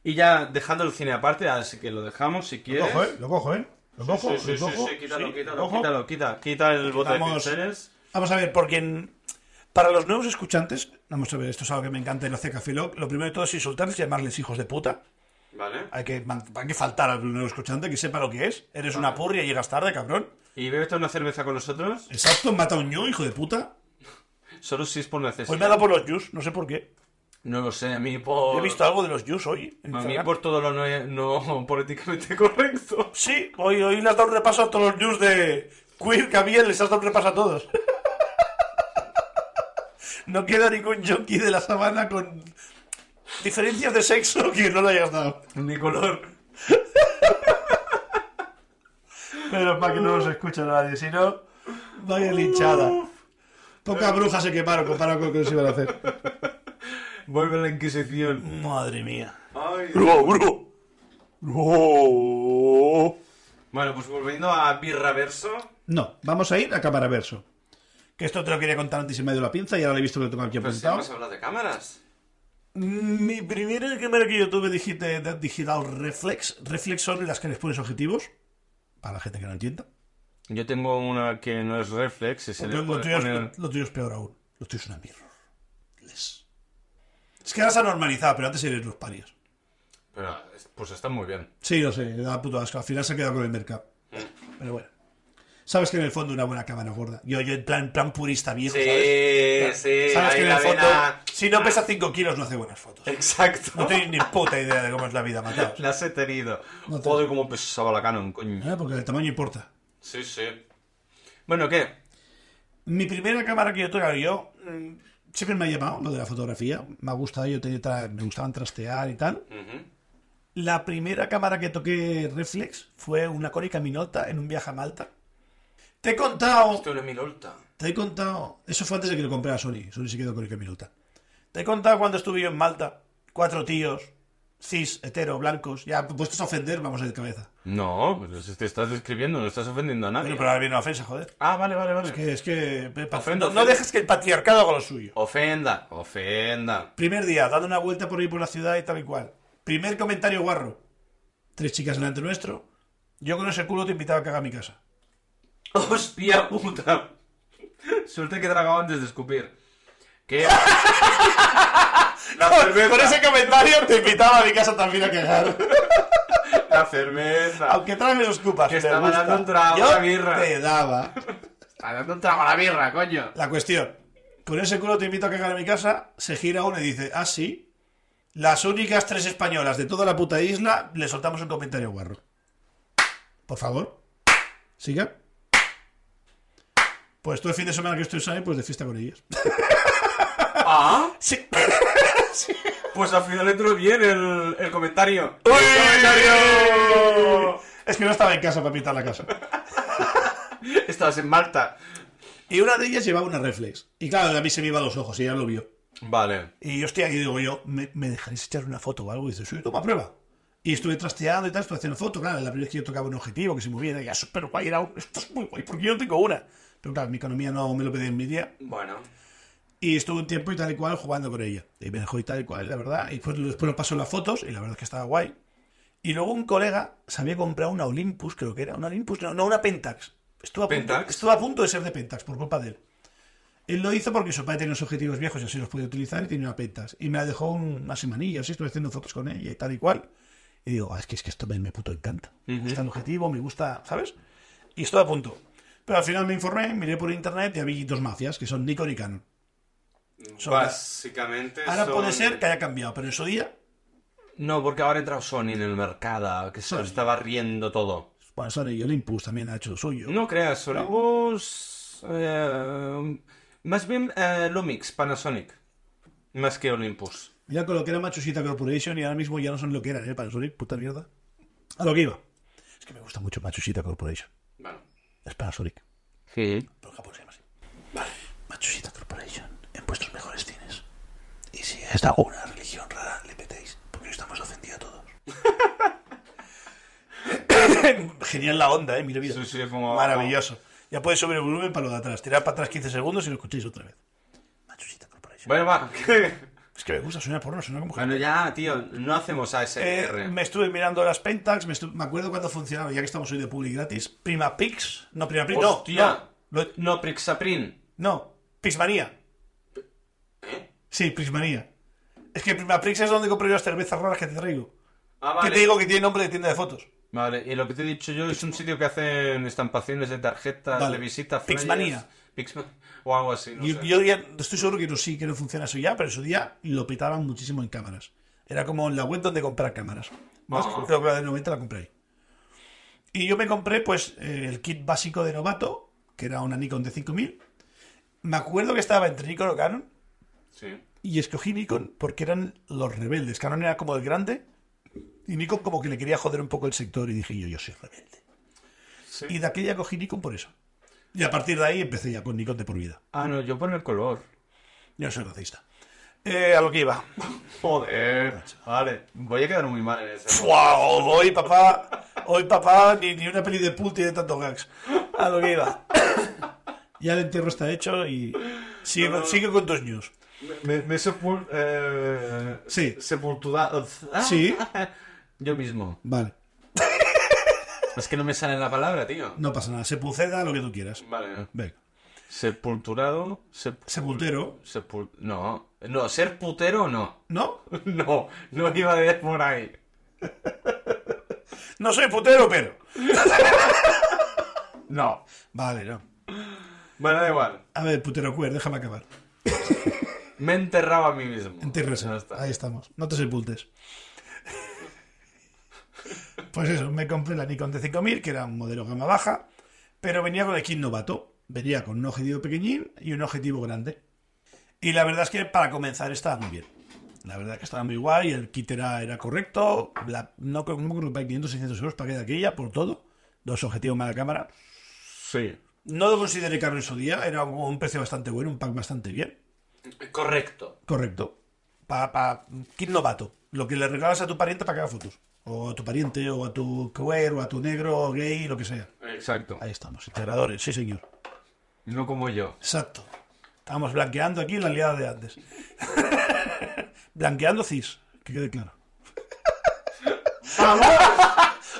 Speaker 1: Y ya dejando el cine aparte, así que lo dejamos si
Speaker 2: Lo
Speaker 1: quieres.
Speaker 2: cojo, ¿eh? Lo cojo, ¿eh? Lo cojo,
Speaker 1: Sí, sí,
Speaker 2: lo
Speaker 1: sí,
Speaker 2: cojo.
Speaker 1: sí, quítalo,
Speaker 2: Sí,
Speaker 1: quítalo,
Speaker 2: lo cojo.
Speaker 1: quítalo, quita, quita el bote de
Speaker 2: Quitamos-
Speaker 1: pinceles.
Speaker 2: Vamos a ver, porque en- para los nuevos escuchantes, vamos a ver, esto es algo que me encanta en hace Café Lock, lo primero de todo es insultarles y llamarles hijos de puta.
Speaker 1: Vale.
Speaker 2: Hay que, man- hay que faltar al nuevo escuchante que sepa lo que es. Eres una purria y llegas tarde, cabrón.
Speaker 1: ¿Y bebes una cerveza con nosotros?
Speaker 2: Exacto, mata a un ñu, hijo de puta.
Speaker 1: Solo si es por
Speaker 2: Hoy
Speaker 1: necesidad.
Speaker 2: Pues me ha dado por los yus, no sé por qué.
Speaker 1: No lo sé, a mí por...
Speaker 2: He visto algo de los yus hoy. en
Speaker 1: A mí
Speaker 2: Instagram.
Speaker 1: por todo lo no, no políticamente correcto.
Speaker 2: Sí, hoy, hoy le has dado un repaso a todos los news de queer que había, les has dado un repaso a todos. No queda ningún junkie de la sabana con diferencias de sexo que no le hayas dado.
Speaker 1: Ni color.
Speaker 2: Pero para que no nos escuche nadie, si no, vaya linchada. Pocas brujas se quemaron comparado con lo que nos iban a hacer.
Speaker 1: Vuelve la Inquisición.
Speaker 2: Madre mía.
Speaker 1: Ay.
Speaker 2: ¡Bro, bro! ¡Bro!
Speaker 1: Bueno, pues volviendo a Birraverso.
Speaker 2: No, vamos a ir a cámara verso. Que esto te lo quería contar antes y me dio la pinza y ahora lo he visto que lo tengo aquí
Speaker 1: Pues si
Speaker 2: apuntado.
Speaker 1: hemos hablado de cámaras.
Speaker 2: Mi primera cámara que yo tuve digite- de digital reflex. Reflex son las que les pones objetivos. Para la gente que no entienda.
Speaker 1: Yo tengo una que no es reflex y se
Speaker 2: Lo,
Speaker 1: le
Speaker 2: lo
Speaker 1: puede
Speaker 2: tuyo
Speaker 1: poner-
Speaker 2: es, lo tuyo es peor aún. Lo tuyo es una mirror. Les. Es que ahora se ha normalizado, pero antes eres los parias.
Speaker 1: Pero, pues está muy bien.
Speaker 2: Sí, lo sé, da puto asco. Al final se ha quedado con el mercado. Pero bueno. Sabes que en el fondo una buena cámara gorda. Yo, yo en plan, plan purista viejo,
Speaker 1: Sí,
Speaker 2: ¿sabes?
Speaker 1: sí,
Speaker 2: Sabes
Speaker 1: ahí
Speaker 2: que en
Speaker 1: la
Speaker 2: el fondo,
Speaker 1: vena.
Speaker 2: si no pesa 5 kilos, no hace buenas fotos.
Speaker 1: Exacto.
Speaker 2: No tenéis ni puta idea de cómo es la vida, mataos.
Speaker 1: Las he tenido.
Speaker 2: No te-
Speaker 1: Joder, cómo pesaba la Canon, coño.
Speaker 2: Ah, Porque el tamaño importa.
Speaker 1: Sí, sí. Bueno, ¿qué?
Speaker 2: Mi primera cámara que yo tuve, yo mm, siempre me ha llamado lo de la fotografía. Me ha gustado, yo tenía tra- me gustaban trastear y tal. La primera cámara que toqué reflex fue una Konica Minolta en un viaje a Malta. Te he contado,
Speaker 1: Esto era Milolta.
Speaker 2: te he contado. Eso fue antes de que lo comprara Sony. Sony se quedó con Konica Minolta. Te he contado cuando estuve yo en Malta. Cuatro tíos, cis, hetero, blancos. Ya puestos a ofender, vamos a ir de cabeza.
Speaker 1: No, pero si te estás describiendo, no estás ofendiendo a nadie.
Speaker 2: Bueno, pero ahora viene la ofensa, joder.
Speaker 1: Ah, vale, vale, vale.
Speaker 2: Que es que.
Speaker 1: Ofendo,
Speaker 2: no, no
Speaker 1: ofendo.
Speaker 2: dejes que el patriarcado haga lo suyo.
Speaker 1: Ofenda, ofenda.
Speaker 2: Primer día, dando una vuelta por ahí por la ciudad y tal y cual. Primer comentario guarro. Tres chicas delante nuestro. Yo con ese culo te invitaba a cagar a mi casa.
Speaker 1: ¡Hostia puta! Suerte que tragaba antes de escupir. ¿Qué? la cerveza,
Speaker 2: comentario te invitaba a mi casa también a cagar.
Speaker 1: la cerveza.
Speaker 2: Aunque traes los cupas.
Speaker 1: Que
Speaker 2: me
Speaker 1: estaba
Speaker 2: gusta.
Speaker 1: dando un trago
Speaker 2: Yo
Speaker 1: a la birra.
Speaker 2: Te daba.
Speaker 1: Está dando un trago a la birra, coño.
Speaker 2: La cuestión. Con ese culo te invito a cagar a mi casa. Se gira uno y dice, ah, sí. Las únicas tres españolas de toda la puta isla le soltamos un comentario guarro. Por favor. Siga. Pues todo el fin de semana que estoy sale, pues de fiesta con ellas.
Speaker 1: Ah,
Speaker 2: Sí.
Speaker 1: pues al final entró bien el, el comentario.
Speaker 2: Es que no estaba en casa para pintar la casa.
Speaker 1: Estabas en Malta.
Speaker 2: Y una de ellas llevaba una reflex. Y claro, a mí se me iba a los ojos y ella lo vio.
Speaker 1: Vale.
Speaker 2: Y yo estoy aquí y digo yo, ¿me, me dejaréis echar una foto o algo? Y dice, sí, toma prueba. Y estuve trasteando y tal, estuve haciendo foto. Claro, la primera vez que yo tocaba un objetivo que se moviera, ya súper guay, era un- esto es muy guay, porque yo no tengo una. Pero claro, mi economía no me lo pedía en mi día.
Speaker 1: Bueno.
Speaker 2: Y estuve un tiempo y tal y cual jugando con ella. Y me dejó y tal y cual, la verdad. Y pues, después lo pasó en las fotos y la verdad es que estaba guay. Y luego un colega se había comprado una Olympus, creo que era. Una Olympus, no, no una Pentax. Estuvo a, punto,
Speaker 1: ¿Pentax?
Speaker 2: estuvo a punto de ser de Pentax por culpa de él. Él lo hizo porque su padre tenía unos objetivos viejos y así los podía utilizar y tenía una Pentax. Y me la dejó un- una semanilla, así estuve haciendo fotos con ella y tal y cual. Y digo, "Ah, es que, es que esto me, me puto encanta. Me gusta el objetivo, me gusta, ¿sabes? Y estoy a punto. Pero al final me informé, miré por internet y había dos mafias, que son Nikon y Canon. Son
Speaker 3: Básicamente.
Speaker 2: Ahora
Speaker 3: son-
Speaker 2: puede ser que haya cambiado, pero en su día,
Speaker 1: No, porque ahora ha entrado Sony en el mercado, que se lo
Speaker 2: Sony.
Speaker 1: estaba riendo todo.
Speaker 2: bueno, Sony y Olympus también ha hecho lo suyo.
Speaker 1: No creas, Sony. Vos, eh, más bien eh, Lumix, Panasonic. Más que Olympus.
Speaker 2: Mira con lo que era Machusita Corporation y ahora mismo ya no son lo que eran, ¿eh? Para Sony, puta mierda. A lo que iba. Es que me gusta mucho Machusita Corporation.
Speaker 3: Bueno,
Speaker 2: Es Panasonic.
Speaker 1: Sí.
Speaker 2: Por Japón se llama así. Vale. Machusita Corporation, en vuestros mejores cines. Y si es de alguna religión rara, le metéis, porque estamos ofendidos todos. Genial la onda, eh, mira, mira.
Speaker 1: Sí, sí, como-
Speaker 2: Maravilloso. Ya podéis subir el volumen para lo de atrás. Tirad para atrás 15 segundos y lo escucháis otra vez. Machusita Corporation.
Speaker 1: Bueno, va.
Speaker 2: Es que me gusta, suena porno, suena como...
Speaker 1: bueno, ya, tío, no hacemos ASMR.
Speaker 2: Eh, me estuve mirando las Pentax, me, estu- me acuerdo cuando funcionaba, ya que estamos hoy de public gratis. Primapix, no Primapix, no,
Speaker 1: Hostia.
Speaker 2: no, lo-
Speaker 1: No, Prixaprin.
Speaker 2: no, Pixmanía.
Speaker 1: ¿Eh?
Speaker 2: Sí, Prismanía. Es que Primaprix es donde compré yo las cervezas raras que te traigo.
Speaker 1: Ah,
Speaker 2: Que te digo que tiene nombre de tienda de fotos.
Speaker 1: Vale, y lo que te he dicho yo es un sitio que hacen estampaciones de tarjetas
Speaker 2: Vale.
Speaker 1: de visita, flyers,
Speaker 2: Pixmania.
Speaker 1: Pixma- o algo así, no
Speaker 2: Y
Speaker 1: sé.
Speaker 2: yo ya estoy seguro que no sí, que no funciona eso ya, pero en su día lo petaban muchísimo en cámaras. Era como en la web donde comprar cámaras. Más
Speaker 1: Ajá.
Speaker 2: creo que la de 90 la compré ahí. Y yo me compré pues eh, el kit básico de novato, que era una Nikon de 5000. Me acuerdo que estaba entre Nikon o Canon
Speaker 1: Sí.
Speaker 2: y escogí Nikon porque eran los rebeldes. Canon era como el grande y Nikon como que le quería joder un poco el sector y dije yo, yo soy rebelde.
Speaker 1: Sí.
Speaker 2: Y de aquella cogí Nikon por eso. Y a partir de ahí empecé ya con Nikon de por vida.
Speaker 1: Ah, no, yo por el color.
Speaker 2: Yo soy racista. Eh, a lo que iba.
Speaker 1: Joder. Vale, voy a quedar muy mal en ese.
Speaker 2: ¡Wow! Hoy, papá, hoy, papá, ni, ni una peli de pool tiene tantos gags. A lo que iba. Ya el entierro está hecho y sigue, sigue con tus news.
Speaker 1: Me, me he sepul- eh,
Speaker 2: Sí.
Speaker 1: sepulturado.
Speaker 2: Sí.
Speaker 1: Ah. Yo mismo.
Speaker 2: Vale.
Speaker 1: Es que no me sale la palabra, tío.
Speaker 2: No pasa nada. Sepulceda, lo que tú quieras.
Speaker 1: Vale.
Speaker 2: Venga.
Speaker 1: Sepulturado. sep-
Speaker 2: Sepultero.
Speaker 1: sepul- no. No, ser putero no.
Speaker 2: ¿No?
Speaker 1: No, no iba a ir por ahí.
Speaker 2: No soy putero, pero.
Speaker 1: No.
Speaker 2: Vale, no.
Speaker 1: Bueno, da igual.
Speaker 2: A ver, putero queer, déjame acabar.
Speaker 1: Me he enterrado a mí mismo.
Speaker 2: Entierrese.
Speaker 1: Ya está.
Speaker 2: Ahí estamos. No te sepultes. Pues eso, me compré la Nikon de 5000 que era un modelo gama baja, pero venía con el kit novato. Venía con un objetivo pequeñín y un objetivo grande. Y la verdad es que para comenzar estaba muy bien. La verdad que estaba muy guay, el kit era, era correcto. la- no creo no creo que pagué 500 600 euros pagué de aquella por todo. Dos objetivos más la cámara.
Speaker 1: Sí.
Speaker 2: No lo consideré caro en su día, era un- un precio bastante bueno, un pack bastante bien.
Speaker 1: Correcto.
Speaker 2: Correcto. Para pa, kit novato. Lo que le regalas a tu pariente para que haga fotos. O a tu pariente, o a tu queer, o a tu negro, o gay, lo que sea.
Speaker 1: Exacto.
Speaker 2: Ahí estamos, integradores, sí señor.
Speaker 1: No como yo.
Speaker 2: Exacto. Estamos blanqueando aquí la liada de antes. blanqueando cis, que quede claro.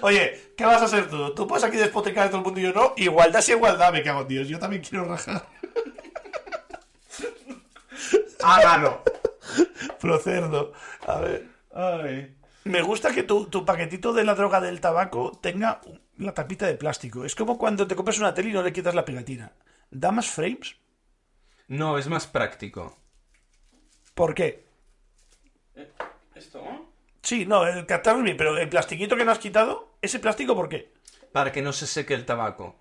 Speaker 2: Oye, ¿qué vas a hacer tú? Tú puedes aquí despotricar de todo el mundo y yo no. Igualdad es igualdad, me cago en Dios. Yo también quiero rajar.
Speaker 1: Hágalo.
Speaker 2: Procerdo. A ver.
Speaker 1: Ay.
Speaker 2: Me gusta que tu, tu paquetito de la droga del tabaco tenga un- la tapita de plástico. Es como cuando te compras una tele y no le quitas la pegatina. ¿Da más frames?
Speaker 1: No, es más práctico.
Speaker 2: ¿Por qué?
Speaker 3: ¿Esto?
Speaker 2: Sí, no, el captarlo bien, pero el plastiquito que no has quitado, ¿ese plástico por qué?
Speaker 1: Para que no se seque el tabaco.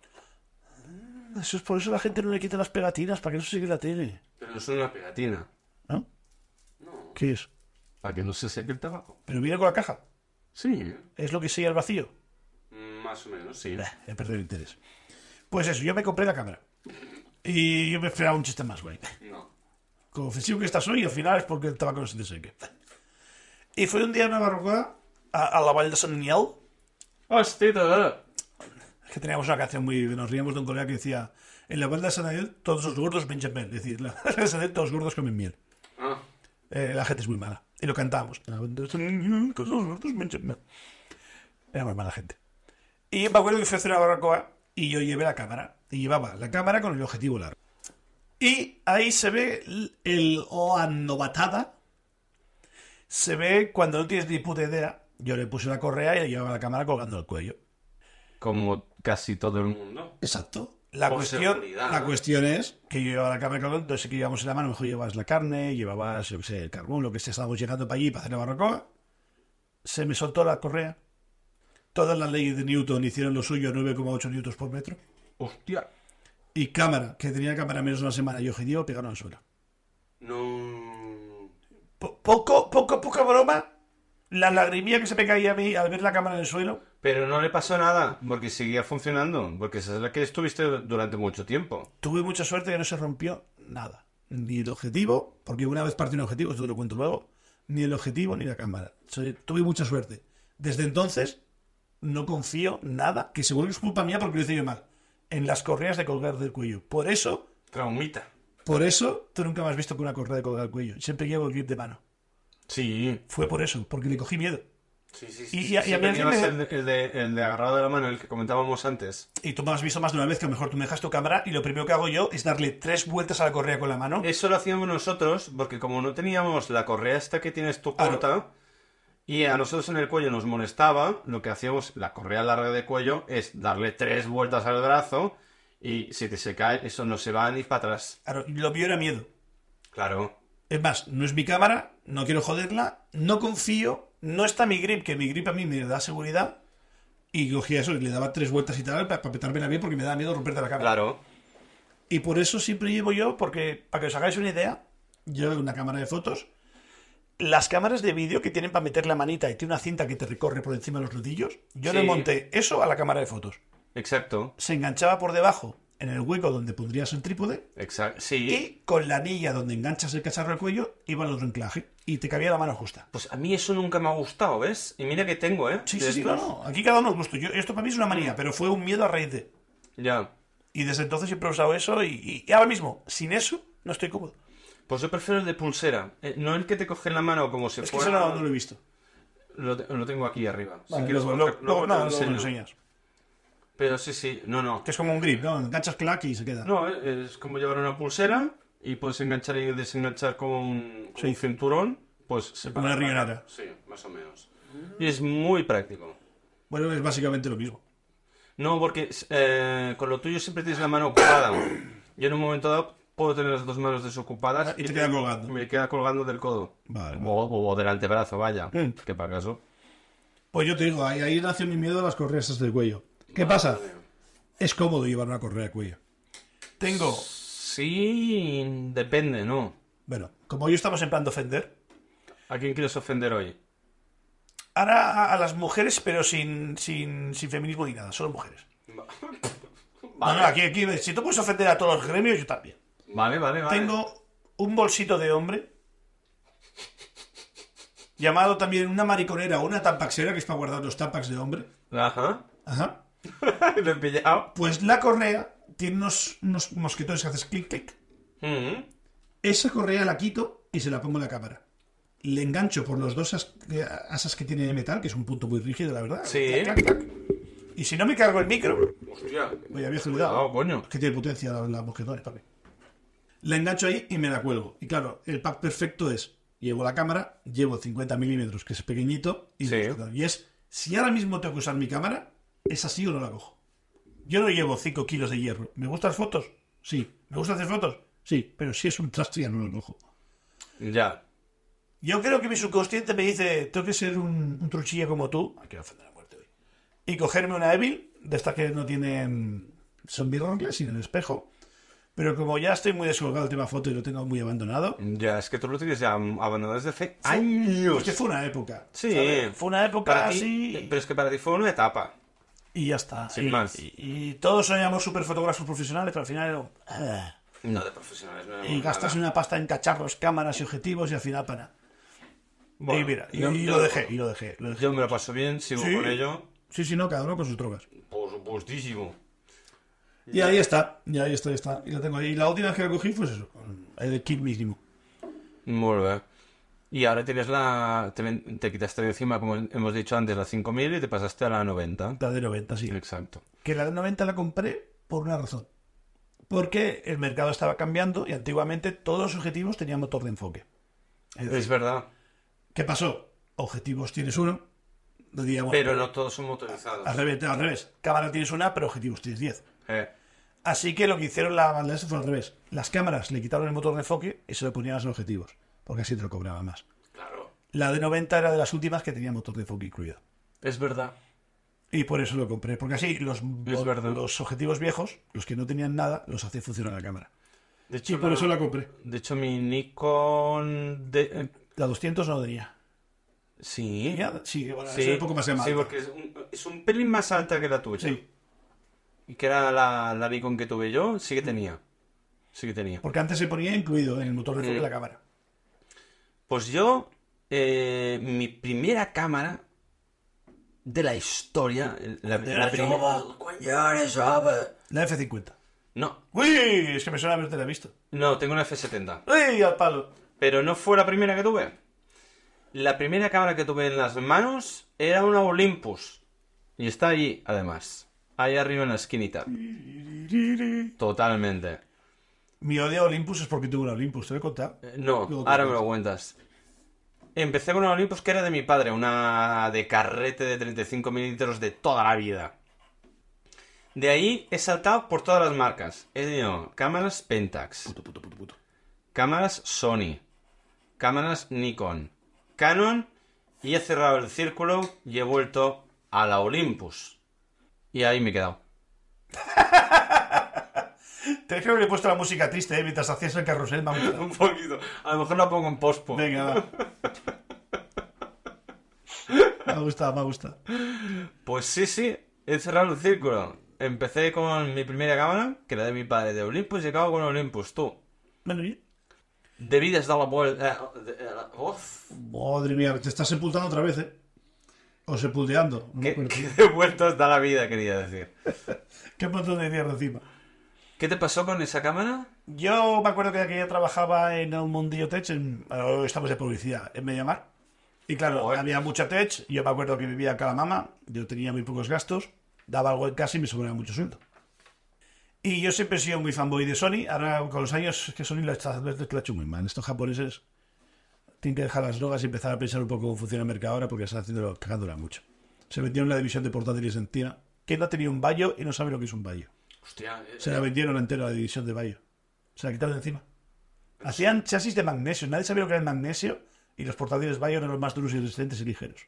Speaker 2: Eso es por eso la gente no le quita las pegatinas, para que no se sigue la tele.
Speaker 1: Pero no es una pegatina.
Speaker 2: ¿No? ¿Qué es?
Speaker 1: Para que no se seque el tabaco.
Speaker 2: Pero viene con la caja.
Speaker 1: Sí.
Speaker 2: Es lo que sigue al vacío.
Speaker 3: Más o menos, sí.
Speaker 2: Bah, he perdido el interés. Pues eso, yo me compré la cámara. Y yo me esperaba un chiste más, güey.
Speaker 3: No.
Speaker 2: Con ofensivo que estás hoy, al final es porque el tabaco no se te seque. Y fue un día a una barbacoa a, a la Vall de San Miguel,
Speaker 1: Hostia.
Speaker 2: Es que teníamos una canción muy... Nos reíamos de un colega que decía En la banda de San Daniel, todos los gordos pinchan miel. Es decir, la banda de San Daniel, todos los gordos comen miel.
Speaker 3: Ah,
Speaker 2: Eh, la gente es muy mala. Y lo cantábamos. La banda de San Daniel, todos los gordos pinchan miel. Era muy mala gente. Y me acuerdo que fui a hacer una barbacoa y yo llevé la cámara. Y llevaba la cámara con el objetivo largo. Y ahí se ve el, el la novatada. Se ve cuando no tienes ni puta idea. Yo le puse una correa y le llevaba la cámara colgando el cuello.
Speaker 1: Como casi todo el
Speaker 3: el
Speaker 1: mundo.
Speaker 3: mundo.
Speaker 2: Exacto. La
Speaker 3: Por
Speaker 2: cuestión,
Speaker 3: seguridad,
Speaker 2: la
Speaker 3: ¿no?
Speaker 2: cuestión es que yo llevaba la cámara calor, entonces que llevamos en la mano, a lo mejor llevabas la carne, llevabas, yo qué sé, el carbón, lo que sea, estábamos llegando para allí para hacer la barbacoa. Se me soltó la correa. Todas las leyes de Newton hicieron lo suyo, 9,8 newtons por metro.
Speaker 1: Hostia.
Speaker 2: Y cámara, que tenía cámara menos de una semana, y objetivo pegaron al suelo.
Speaker 3: No.
Speaker 2: Po- poco, poco, poca broma. La lagrimía que se me caía a mí al ver la cámara en el suelo.
Speaker 1: Pero no le pasó nada, porque seguía funcionando, porque esa es la que estuviste durante mucho tiempo.
Speaker 2: Tuve mucha suerte que no se rompió nada. Ni el objetivo, porque una vez partí un objetivo, esto te lo cuento luego, ni el objetivo ni la cámara. So- Tuve mucha suerte. Desde entonces no confío nada, que seguro que es culpa mía porque lo hice yo mal, en las correas de colgar del cuello. Por eso,
Speaker 1: Traumita.
Speaker 2: por eso, tú nunca me has visto con una correa de colgar del cuello. Siempre llevo el grip de mano.
Speaker 1: Sí.
Speaker 2: Fue por eso, porque le cogí miedo.
Speaker 3: Sí, sí,
Speaker 2: Y-
Speaker 3: sí.
Speaker 2: y a-
Speaker 3: sí,
Speaker 2: y a
Speaker 3: sí,
Speaker 2: mí
Speaker 3: sí.
Speaker 1: Tenías el, de- el de, el de agarrado de la mano, el que comentábamos antes.
Speaker 2: Y tú me has visto más de una vez que a lo mejor tú me dejas tu cámara y lo primero que hago yo es darle tres vueltas a la correa con la mano.
Speaker 1: Eso lo hacíamos nosotros, porque como no teníamos la correa esta que tienes tú
Speaker 2: Claro.
Speaker 1: corta, y a nosotros en el cuello nos molestaba, lo que hacíamos, la correa larga de cuello, es darle tres vueltas al brazo, y si te se cae, eso no se va ni para atrás.
Speaker 2: Claro, lo mío era miedo.
Speaker 1: Claro.
Speaker 2: Es más, no es mi cámara, no quiero joderla, no confío, no está mi grip, que mi grip a mí me da seguridad. Y cogía eso, y le daba tres vueltas y tal para, petármela bien porque me da miedo romperte la cámara.
Speaker 1: Claro.
Speaker 2: Y por eso siempre llevo yo, porque para que os hagáis una idea, yo una cámara de fotos, las cámaras de vídeo que tienen para meter la manita y tiene una cinta que te recorre por encima de los nudillos, yo le
Speaker 1: Sí.
Speaker 2: monté eso a la cámara de fotos.
Speaker 1: Exacto.
Speaker 2: Se enganchaba por debajo en el hueco donde pondrías el trípode
Speaker 1: Exacto. Sí.
Speaker 2: y con la anilla donde enganchas el cacharro al cuello iba el otro enclaje y te cabía la mano justa.
Speaker 1: Pues a mí eso nunca me ha gustado, ¿ves? Y mira que tengo, ¿eh?
Speaker 2: Sí,
Speaker 1: De
Speaker 2: sí, sí, no,
Speaker 1: estos.
Speaker 2: no. Aquí cada uno el gusto. Yo, esto para mí es una manía, pero fue un miedo a raíz de.
Speaker 1: Ya.
Speaker 2: Y desde entonces siempre he usado eso y, y- y ahora mismo, sin eso, no estoy cómodo.
Speaker 1: Pues yo prefiero el de pulsera. Eh, no el que te coge en la mano como si
Speaker 2: Es que
Speaker 1: fuera.
Speaker 2: eso no, no lo he visto.
Speaker 1: Lo, te- lo tengo aquí arriba. Pues, Si
Speaker 2: Vale,
Speaker 1: quieres,
Speaker 2: luego-
Speaker 1: luego-
Speaker 2: luego- luego-
Speaker 1: luego te
Speaker 2: no,
Speaker 1: lo
Speaker 2: luego me lo
Speaker 1: enseño.
Speaker 2: enseñas.
Speaker 1: Pero sí, sí. No, no.
Speaker 2: Que es como un grip, ¿no? Enganchas clac y se queda.
Speaker 1: No, eh, es como llevar una pulsera y puedes enganchar y desenganchar con un, con
Speaker 2: Sí.
Speaker 1: un cinturón. Pues se
Speaker 2: como una riñonera.
Speaker 3: Sí, más o menos.
Speaker 1: Y es muy práctico.
Speaker 2: Bueno, es básicamente lo mismo.
Speaker 1: No, porque eh, con lo tuyo siempre tienes la mano ocupada. Yo en un momento dado puedo tener las dos manos desocupadas
Speaker 2: Ah, Y te queda colgando.
Speaker 1: Me queda colgando del codo.
Speaker 2: Vale.
Speaker 1: O, o del antebrazo, vaya.
Speaker 2: Mm.
Speaker 1: Que para caso.
Speaker 2: Pues yo te digo, ahí, ahí nació mi miedo a las correas esas del cuello. ¿Qué pasa? Es cómodo llevar una correa de cuello. Tengo
Speaker 1: Sí, depende, ¿no?
Speaker 2: Bueno, como hoy estamos en plan de ofender,
Speaker 1: ¿A quién quieres ofender hoy?
Speaker 2: ahora a, a las mujeres, pero sin, sin, sin feminismo ni nada, solo mujeres. No, no, aquí, aquí, si tú puedes ofender a todos los gremios, yo también.
Speaker 1: Vale, vale, vale.
Speaker 2: Tengo un bolsito de hombre, llamado también una mariconera o una tampaxera, que es para guardar los tampax de hombre.
Speaker 1: Ajá.
Speaker 2: Ajá.
Speaker 1: Lo he pillado.
Speaker 2: Pues la correa tiene unos, unos mosquetones que haces clic, clic.
Speaker 1: Mm.
Speaker 2: Esa correa la quito y se la pongo en la cámara. Le engancho por los dos as- eh, asas que tiene de metal, que es un punto muy rígido, la verdad.
Speaker 1: Sí.
Speaker 2: Clac, clac, clac. Y si no me cargo el micro,
Speaker 3: Hostia.
Speaker 2: voy a viejo
Speaker 1: Ah,
Speaker 2: cuidado.
Speaker 1: coño.
Speaker 2: Es que tiene potencia la- las mosquetones, papi. La engancho ahí y me la cuelgo. Y claro, el pack perfecto es: llevo la cámara, llevo 50 milímetros, que es pequeñito, y,
Speaker 1: Sí.
Speaker 2: y es: si ahora mismo tengo que usar mi cámara, ¿es así o no la cojo? Yo no llevo 5 kilos de hierro. ¿Me gustan las fotos? Sí. ¿Me gusta hacer fotos? Sí. Pero si es un trasto, ya no lo cojo.
Speaker 1: Ya.
Speaker 2: Yo creo que mi subconsciente me dice, tengo que ser un, un truchilla como tú. Ay, que ofender a muerte hoy. Y cogerme una Evil, de estas que no tienen... Son birroncles sin el espejo. Pero como ya estoy muy descolgado del tema foto y lo tengo muy abandonado...
Speaker 1: Ya, es que tú lo tienes ya abandonado desde hace años.
Speaker 2: Pues que fue una época.
Speaker 1: Sí.
Speaker 2: ¿sabes? Fue una época
Speaker 1: Para ti- eh,
Speaker 2: así...
Speaker 1: Pero es que para ti fue una etapa.
Speaker 2: Y ya está.
Speaker 1: Sin
Speaker 2: y,
Speaker 1: más.
Speaker 2: y- y todos soñamos superfotógrafos profesionales, pero al final... era un, "Ah".
Speaker 1: No de profesionales, no
Speaker 2: Y gastas una pasta en cacharros, cámaras y objetivos y al final para... nada. y mira, y, y lo dejé, y lo dejé, lo dejé.
Speaker 1: Yo me lo paso bien, sigo
Speaker 2: Sí.
Speaker 1: con ello.
Speaker 2: Sí, sí, no, cada uno con sus drogas.
Speaker 1: Por supuestísimo.
Speaker 2: Y ahí está, y ahí está, ahí está. Y la tengo ahí. Y la última vez que la cogí fue eso, el kit mínimo.
Speaker 1: Muy bien. Y ahora tienes la. Te, ven- te quitaste de encima, como hemos dicho antes, la 5000 y te pasaste a la 90.
Speaker 2: La de 90, sí.
Speaker 1: Exacto.
Speaker 2: Que la de 90 la compré por una razón. Porque el mercado estaba cambiando y antiguamente todos los objetivos tenían motor de enfoque. Es decir,
Speaker 1: Es verdad.
Speaker 2: ¿Qué pasó? Objetivos tienes uno, digamos,
Speaker 1: Pero no.
Speaker 3: No todos son motorizados.
Speaker 2: al revés, al revés. Cámara tienes una, pero objetivos tienes 10.
Speaker 1: eh,
Speaker 2: Así que lo que hicieron la banda esa fue al revés. Las cámaras le quitaron el motor de enfoque y se lo ponían a los objetivos, porque así te lo cobraban más.
Speaker 3: Claro.
Speaker 2: La de 90 era de las últimas que tenía motor de enfoque incluido.
Speaker 1: es verdad.
Speaker 2: Y por eso lo compré, porque así los,
Speaker 1: Es verdad.
Speaker 2: los objetivos viejos, los que no tenían nada, los hacía funcionar la cámara.
Speaker 1: De hecho,
Speaker 2: Y por
Speaker 1: la-
Speaker 2: eso la compré.
Speaker 1: de hecho mi Nikon. De... eh,
Speaker 2: La 200 no tenía.
Speaker 1: Sí.
Speaker 2: Tenía- Sí, bueno, eso es un poco más de
Speaker 1: sí, porque es un, es un pelín más alta que la tuya.
Speaker 2: Sí,
Speaker 1: Y que era la, la Nikon que tuve yo, sí que tenía. Sí que tenía.
Speaker 2: porque antes se ponía incluido en el motor de enfoque
Speaker 1: Mm.
Speaker 2: la cámara.
Speaker 1: Pues yo, eh, mi primera cámara de la historia, la, la primera...
Speaker 2: La F50.
Speaker 1: No,
Speaker 2: ¡Uy! Es que me suena haberte la visto.
Speaker 1: no, tengo una F70.
Speaker 2: ¡Uy! Al palo.
Speaker 1: Pero no fue la primera que tuve. La primera cámara que tuve en las manos era una Olympus. Y está allí, además. Ahí arriba en la esquinita. Totalmente.
Speaker 2: Mi odio a Olympus es porque tuve una Olympus, te lo he contado.
Speaker 1: Eh, No,
Speaker 2: Luego te
Speaker 1: ahora me
Speaker 2: cuento.
Speaker 1: lo cuentas. Empecé con una Olympus que era de mi padre, una de carrete de 35 mililitros de toda la vida. De ahí he saltado por todas las marcas. He tenido cámaras Pentax, cámaras Sony, cámaras Nikon, Canon y he cerrado el círculo y he vuelto a la Olympus. Y ahí me he quedado.
Speaker 2: Te creo que le he puesto la música triste ¿eh? mientras hacías el carrusel. me ha gustado.
Speaker 1: Un poquito. A lo mejor la pongo en pospo.
Speaker 2: Venga, va. Me ha gustado, me ha gustado.
Speaker 1: Pues sí, sí, he cerrado el círculo. Empecé con mi primera cámara, que era de mi padre, de Olympus, y acabo con Olympus, tú.
Speaker 2: Bueno, y-
Speaker 1: De vidas da la vuelta. eh, de- eh, la- uf,
Speaker 2: Madre mía, te estás sepultando otra vez, ¿eh? O sepulteando. No me
Speaker 1: qué,
Speaker 2: acuerdo.
Speaker 1: qué de vueltas da la vida, quería decir.
Speaker 2: Qué montón de tierra encima.
Speaker 1: ¿Qué te pasó con esa cámara?
Speaker 2: Yo me acuerdo que aquella trabajaba en un mundillo tech, en, ahora estamos de publicidad, en Mediamar. Y claro,
Speaker 1: Joder.
Speaker 2: había mucha tech. Yo me acuerdo que vivía en Calamama, yo tenía muy pocos gastos, daba algo en casa y me sobraba mucho sueldo. Y yo siempre he sido muy fanboy de Sony. Ahora, con los años, es que Sony lo está lo ha hecho muy mal. Estos japoneses tienen que dejar las drogas y empezar a pensar un poco cómo funciona el mercado ahora porque están haciendo cagándola mucho. Se vendieron la división de portátiles en China. ¿Quién no ha tenido un bayo y no sabe lo que es un bayo?
Speaker 3: Hostia. eh,
Speaker 2: Se la vendieron entera la división de Bayo. Se la quitaron de encima. Hacían chasis de magnesio. Nadie sabía lo que era el magnesio. Y los portátiles Bayo eran los más duros y resistentes y ligeros.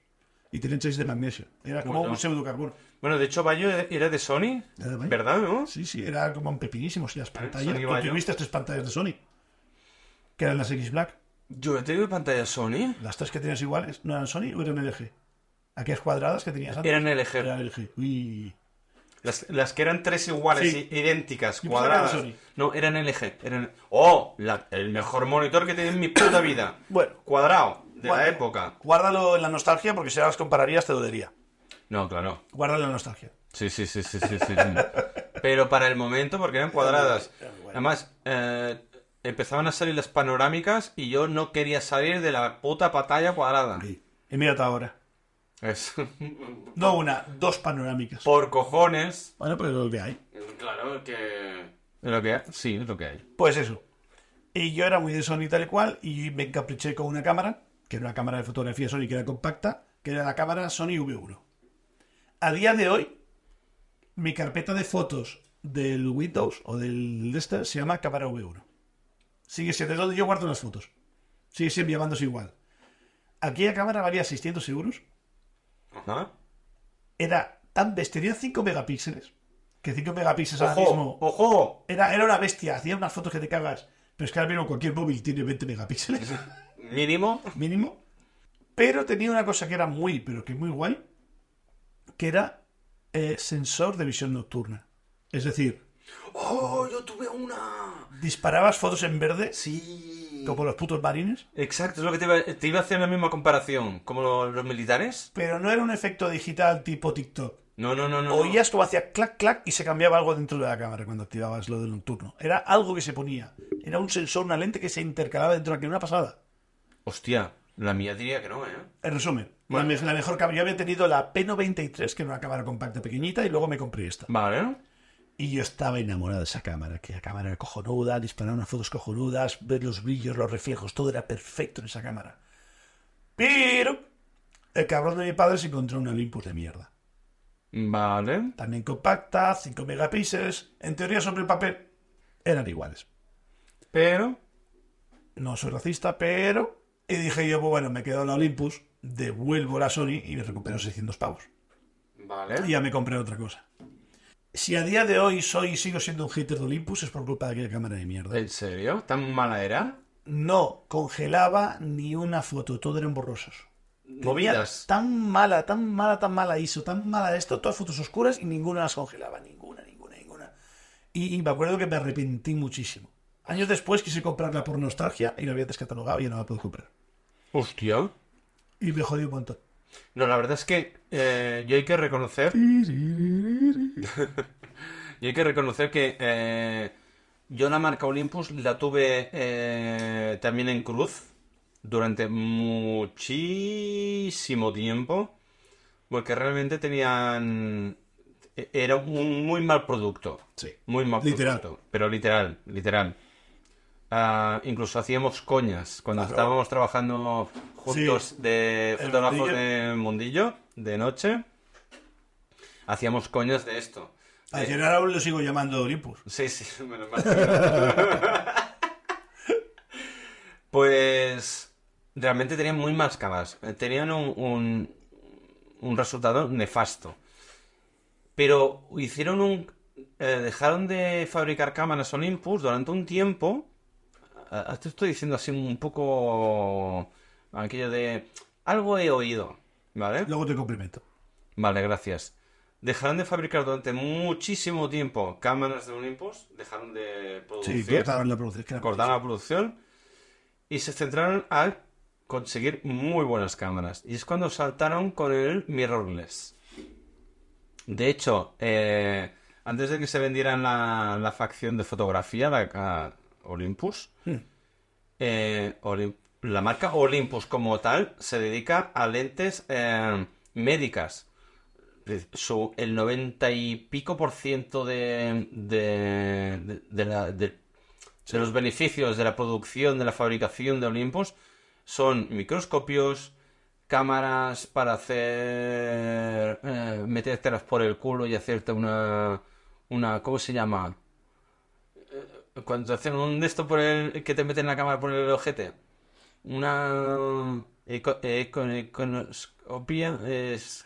Speaker 2: Y tenían chasis de magnesio. Era como
Speaker 1: Bueno.
Speaker 2: un pseudocarbono.
Speaker 1: Bueno, de hecho, Bayo eh, era de Sony,
Speaker 2: Era de Bayo.
Speaker 1: ¿verdad, no?
Speaker 2: Sí, sí, era como un pepinísimo. Sí, las pantallas.
Speaker 1: Eh, Sony
Speaker 2: Tú
Speaker 1: Bayo.
Speaker 2: tuviste tres pantallas de Sony. Que eran las X Black.
Speaker 1: Yo he tenido pantalla Sony.
Speaker 2: Las tres que tenías iguales no eran Sony o eran LG. Aquellas cuadradas que tenías antes.
Speaker 1: Eran LG.
Speaker 2: Eran LG. Uy.
Speaker 1: Las, las que eran tres iguales,
Speaker 2: Sí.
Speaker 1: i- idénticas,
Speaker 2: Yo pensaba que eran
Speaker 1: cuadradas.
Speaker 2: Sony.
Speaker 1: No, eran LG. Eran... ¡Oh! la- el mejor monitor que he tenido en mi puta vida.
Speaker 2: Bueno.
Speaker 1: Cuadrado, de la
Speaker 2: Bueno,
Speaker 1: época.
Speaker 2: Guárdalo en la nostalgia porque si ahora las compararías te dolería.
Speaker 1: No, claro.
Speaker 2: Guárdalo en la nostalgia.
Speaker 1: Sí, sí, sí, sí, sí, sí, sí. Pero para el momento, porque eran cuadradas. Además, eh, empezaban a salir las panorámicas y yo no quería salir de la puta pantalla cuadrada.
Speaker 2: Y mírate ahora.
Speaker 1: Es-
Speaker 2: No una, dos panorámicas.
Speaker 1: por cojones.
Speaker 2: Bueno, pues lo que hay.
Speaker 3: Claro que.
Speaker 1: Es lo que hay. Sí, es lo que hay.
Speaker 2: Pues eso. Y yo era muy de Sony tal y cual y me encapriché con una cámara, que era una cámara de fotografía Sony que era compacta, que era la cámara Sony V1. A día de hoy, mi carpeta de fotos del Windows o del de este se llama cámara V1. Sigue siendo donde yo guardo las fotos. Sigue siendo llamándose igual. Aquella cámara valía 600 euros.
Speaker 1: ¿No?
Speaker 2: Era tan bestia, tenía 5 megapíxeles. Que 5 megapíxeles ahora
Speaker 1: ¡Ojo!
Speaker 2: mismo
Speaker 1: ¡Ojo!
Speaker 2: Era, era una bestia, hacía unas fotos que te cagas. Pero es que ahora mismo cualquier móvil tiene 20 megapíxeles,
Speaker 1: Mínimo.
Speaker 2: mínimo. Pero tenía una cosa que era muy, pero que muy guay, que era eh, sensor de visión nocturna. Es decir,
Speaker 3: ¡Oh! Yo tuve una.
Speaker 2: disparabas fotos en verde,
Speaker 3: Sí.
Speaker 2: como los putos marines,
Speaker 1: Exacto, es lo que te iba, te iba a hacer la misma comparación. Como lo- los militares.
Speaker 2: pero no era un efecto digital tipo TikTok.
Speaker 1: No, no, no, no. no.
Speaker 2: Oías como hacía clac, clac y se cambiaba algo dentro de la cámara cuando activabas lo del nocturno. Era algo que se ponía. Era un sensor, una lente que se intercalaba dentro de la una pasada.
Speaker 1: Hostia, la mía diría que no, ¿eh?
Speaker 2: En resumen,
Speaker 1: Bueno.
Speaker 2: la, me- la mejor cámara. Yo había tenido la P93, que era una cámara compacta pequeñita, y luego me compré esta.
Speaker 1: Vale.
Speaker 2: Y yo estaba enamorado de esa cámara, que la cámara era cojonuda, disparar unas fotos cojonudas, ver los brillos, los reflejos, todo era perfecto en esa cámara. Pero el cabrón de mi padre se encontró un Olympus de mierda.
Speaker 1: Vale.
Speaker 2: También compacta, 5 megapíxeles, en teoría sobre el papel eran iguales.
Speaker 1: Pero.
Speaker 2: No soy racista, pero... Y dije yo, pues bueno, me quedo en la Olympus, devuelvo la Sony y me recupero 600 pavos. Y
Speaker 3: Vale.
Speaker 2: ya me compré otra cosa. Si a día de hoy soy y sigo siendo un hater de Olympus es por culpa de aquella cámara de mierda.
Speaker 1: ¿En serio? ¿Tan mala era?
Speaker 2: no congelaba ni una foto, todo eran borrosos.
Speaker 1: Movidas.
Speaker 2: Tan mala, tan mala, tan mala ISO, tan mala esto, todas fotos oscuras y ninguna las congelaba, ninguna, ninguna, ninguna. Y, y me acuerdo que me arrepentí muchísimo. Años después quise comprarla por nostalgia y la había descatalogado y ya no la puedo comprar.
Speaker 1: Hostia.
Speaker 2: Y me jodí un montón.
Speaker 1: No, la verdad es que eh, yo hay que reconocer. y hay que reconocer que eh, yo la marca Olympus la tuve eh, también en cruz durante muchísimo tiempo. Porque realmente tenían. e- Era un muy mal producto.
Speaker 2: Sí.
Speaker 1: Muy mal
Speaker 2: Literal.
Speaker 1: producto. Pero literal, literal. Ah, incluso hacíamos coñas cuando
Speaker 2: Claro.
Speaker 1: estábamos trabajando juntos de
Speaker 2: El
Speaker 1: fotógrafos
Speaker 2: mundillo.
Speaker 1: de mundillo de noche. Hacíamos coñas de esto.
Speaker 2: A Gerard aún lo sigo llamando Olympus.
Speaker 1: Sí, sí, me lo imagino. Pues realmente tenían muy más camas. Tenían un, un, un resultado nefasto. Pero hicieron un... eh, dejaron de fabricar cámaras Olympus durante un tiempo. Ah, Te estoy diciendo así un poco... Aquello de... Algo he oído, ¿vale?
Speaker 2: Luego te complemento.
Speaker 1: Vale, gracias. Dejaron de fabricar durante muchísimo tiempo cámaras de Olympus, dejaron de
Speaker 2: Sí,
Speaker 1: producir,
Speaker 2: cortaron la producción. que era-
Speaker 1: cortaron la producción y se centraron a conseguir muy buenas cámaras. Y es cuando saltaron con el mirrorless. De hecho, eh, antes de que se vendiera la, la facción de fotografía, la, a Olympus, eh, Olim- la marca Olympus como tal se dedica a lentes eh, médicas. Su- el 90 y pico por ciento de, de, de- de la- de- de los beneficios de la producción, de la fabricación de Olympus son microscopios, cámaras para hacer... eh, metértelas por el culo y hacerte una... una ¿Cómo se llama? Eh, Cuando te hacen un de esto por el que te meten la cámara por el ojete. Una eh, eco- eco- econoscopía es.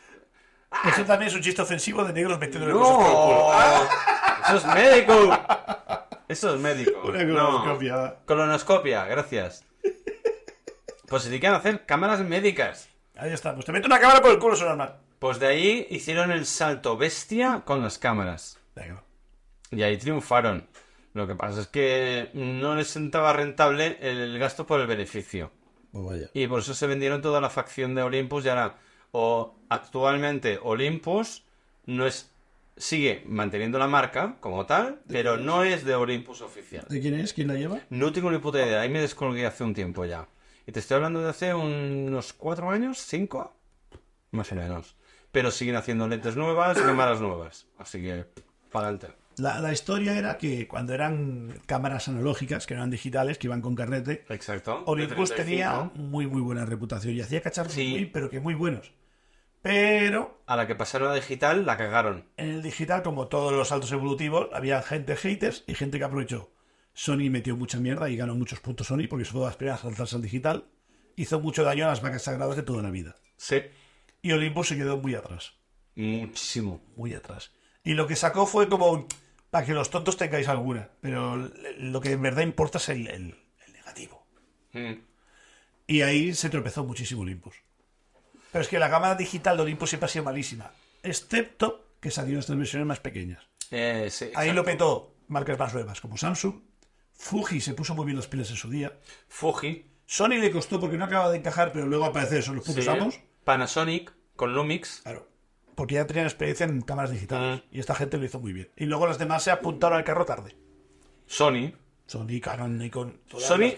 Speaker 2: Eso Pues también es un chiste ofensivo de negros metiéndole cosas por el culo.
Speaker 1: ¡No! ¡Eso es médico! Eso es médico.
Speaker 2: Una
Speaker 1: No.
Speaker 2: colonoscopia.
Speaker 1: Colonoscopia, gracias. Pues se dedican a hacer cámaras médicas.
Speaker 2: Ahí está, pues te meto una cámara por el culo, eso es normal.
Speaker 1: Pues de ahí hicieron el salto bestia con las cámaras.
Speaker 2: Venga.
Speaker 1: Y ahí triunfaron. Lo que pasa es que no les sentaba rentable el gasto por el beneficio.
Speaker 2: Pues vaya.
Speaker 1: Y por eso se vendieron toda la facción de Olympus y ahora o actualmente Olympus no es sigue manteniendo la marca como tal, pero no es de Olympus oficial.
Speaker 2: ¿De quién es? ¿Quién la lleva?
Speaker 1: No tengo ni puta idea, ahí me descolgué hace un tiempo ya. Y te estoy hablando de hace unos cuatro años, cinco, más o menos. Pero siguen haciendo lentes nuevas, cámaras nuevas. Así que, para adelante.
Speaker 2: La, la historia era que cuando eran cámaras analógicas, que no eran digitales, que iban con carrete,
Speaker 1: Exacto.
Speaker 2: Olympus
Speaker 3: De 35.
Speaker 2: tenía muy muy buena reputación y hacía cacharros
Speaker 1: Sí.
Speaker 2: muy, pero que muy buenos. Pero
Speaker 1: A la que pasaron a digital la cagaron.
Speaker 2: en el digital, como todos los saltos evolutivos, había gente haters y gente que aprovechó. Sony metió mucha mierda y ganó muchos puntos Sony porque fue de las primeras a lanzarse al digital. Hizo mucho daño a las vacas sagradas de toda la vida.
Speaker 1: Sí.
Speaker 2: Y Olympus se quedó muy atrás.
Speaker 1: Muchísimo.
Speaker 2: muy atrás. Y lo que sacó fue como un, para que los tontos tengáis alguna, pero le- lo que en verdad importa es el, el- el negativo.
Speaker 1: Mm.
Speaker 2: Y ahí se tropezó muchísimo Olympus. Pero es que la cámara digital de Olympus siempre ha sido malísima, excepto que salieron estas versiones más pequeñas.
Speaker 1: Eh, sí,
Speaker 2: Ahí
Speaker 1: exacto.
Speaker 2: lo petó marcas más nuevas como Samsung, Fuji se puso muy bien las pilas en su día,
Speaker 1: Fuji.
Speaker 2: Sony le costó porque no acababa de encajar, pero luego aparecen son los putos
Speaker 1: Sí.
Speaker 2: amos.
Speaker 1: Panasonic con Lumix.
Speaker 2: Claro. porque ya tenían experiencia en cámaras
Speaker 1: Ah.
Speaker 2: digitales. Y esta gente lo hizo muy bien. Y luego las demás se apuntaron al carro tarde.
Speaker 1: Sony.
Speaker 2: Sony, Canon, Nikon. todas
Speaker 1: Sony.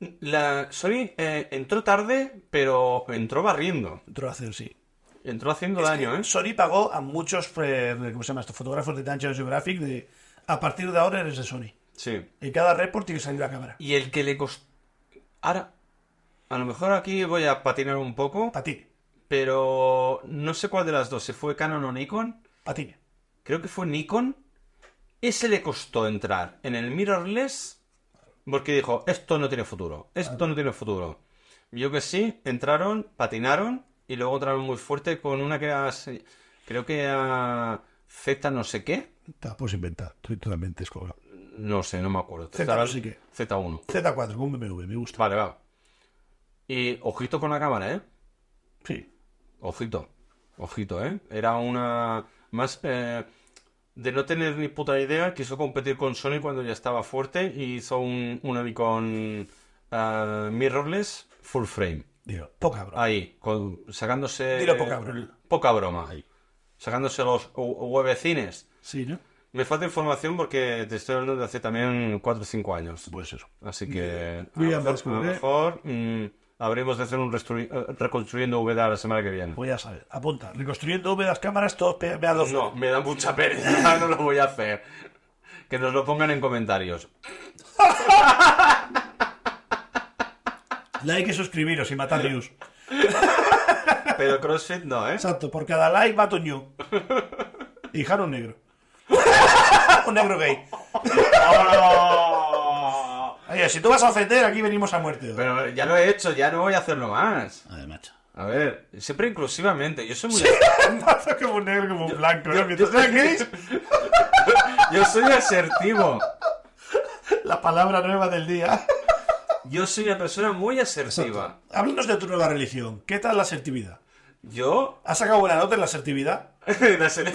Speaker 2: las-
Speaker 1: La, Sony eh, entró tarde, pero entró barriendo.
Speaker 2: entró a hacer, sí.
Speaker 1: Entró haciendo daño, ¿eh?
Speaker 2: Sony pagó a muchos eh, ¿cómo se llama esto? fotógrafos de Dungeons Geographic de a partir de ahora eres de Sony.
Speaker 1: Sí.
Speaker 2: En cada report tiene que salir la cámara.
Speaker 1: Y el que le costó. Ahora. A lo mejor aquí voy a patinar un poco,
Speaker 2: Patine,
Speaker 1: pero no sé cuál de las dos. ¿Se fue Canon o Nikon?
Speaker 2: patine.
Speaker 1: creo que fue Nikon, ese le costó entrar en el mirrorless porque dijo, esto no tiene futuro, esto no tiene futuro. Yo que sí, entraron, patinaron y luego entraron muy fuerte con una que era, se- creo que era Z no sé qué,
Speaker 2: Te la puedes inventar, pues, estoy totalmente descolgado.
Speaker 1: no sé, no me acuerdo.
Speaker 2: Z no sé qué.
Speaker 1: Z1.
Speaker 2: Z4 con BMW, me gusta.
Speaker 1: Vale, va. Y ojito con la cámara, ¿eh?
Speaker 2: Sí.
Speaker 1: Ojito, ojito, ¿eh? Era una... Más... eh, de no tener ni puta idea, quiso competir con Sony cuando ya estaba fuerte y hizo un, una Nikon ah, mirrorless full frame.
Speaker 2: Digo, poca broma.
Speaker 1: Ahí, con- sacándose...
Speaker 2: Dilo poca broma.
Speaker 1: Poca broma. Sacándose los u- huevecines.
Speaker 2: Sí, ¿no?
Speaker 1: Me falta información porque te estoy hablando de hace también 4 o 5 años.
Speaker 2: Pues eso.
Speaker 1: Así que a
Speaker 2: Yo ya
Speaker 1: lo mejor, a
Speaker 2: me
Speaker 1: lo
Speaker 2: descubrí.
Speaker 1: mejor, mm, habremos de hacer un restrui- eh, reconstruyendo VDA la semana que viene.
Speaker 2: Voy a saber. Apunta. Reconstruyendo V las cámaras, todos pegados.
Speaker 1: Pues No, me da mucha pereza, no lo voy a hacer. Que nos lo pongan en comentarios.
Speaker 2: Like y suscribiros y matar views.
Speaker 1: Pero CrossFit no, ¿eh?
Speaker 2: Exacto, por cada like mato un ñu. Y jalo un negro. un negro gay. Oye, si tú vas a ofender, aquí venimos a muerte. ¿o?
Speaker 1: Ah. Pero ya lo he hecho, ya no voy a hacerlo más.
Speaker 2: A ver, macho.
Speaker 1: A ver, siempre inclusivamente. Yo soy muy.
Speaker 2: Mazo como un negro, como un blanco. ¿no?
Speaker 1: yo-
Speaker 2: Mientras
Speaker 1: yo-
Speaker 2: sea gris,
Speaker 1: Yo soy asertivo.
Speaker 2: la palabra nueva del día.
Speaker 1: Yo soy una persona muy asertiva.
Speaker 2: Háblanos de tu nueva religión. ¿Qué tal la asertividad?
Speaker 1: Yo.
Speaker 2: ¿Has sacado buena nota en la asertividad?
Speaker 1: la ser-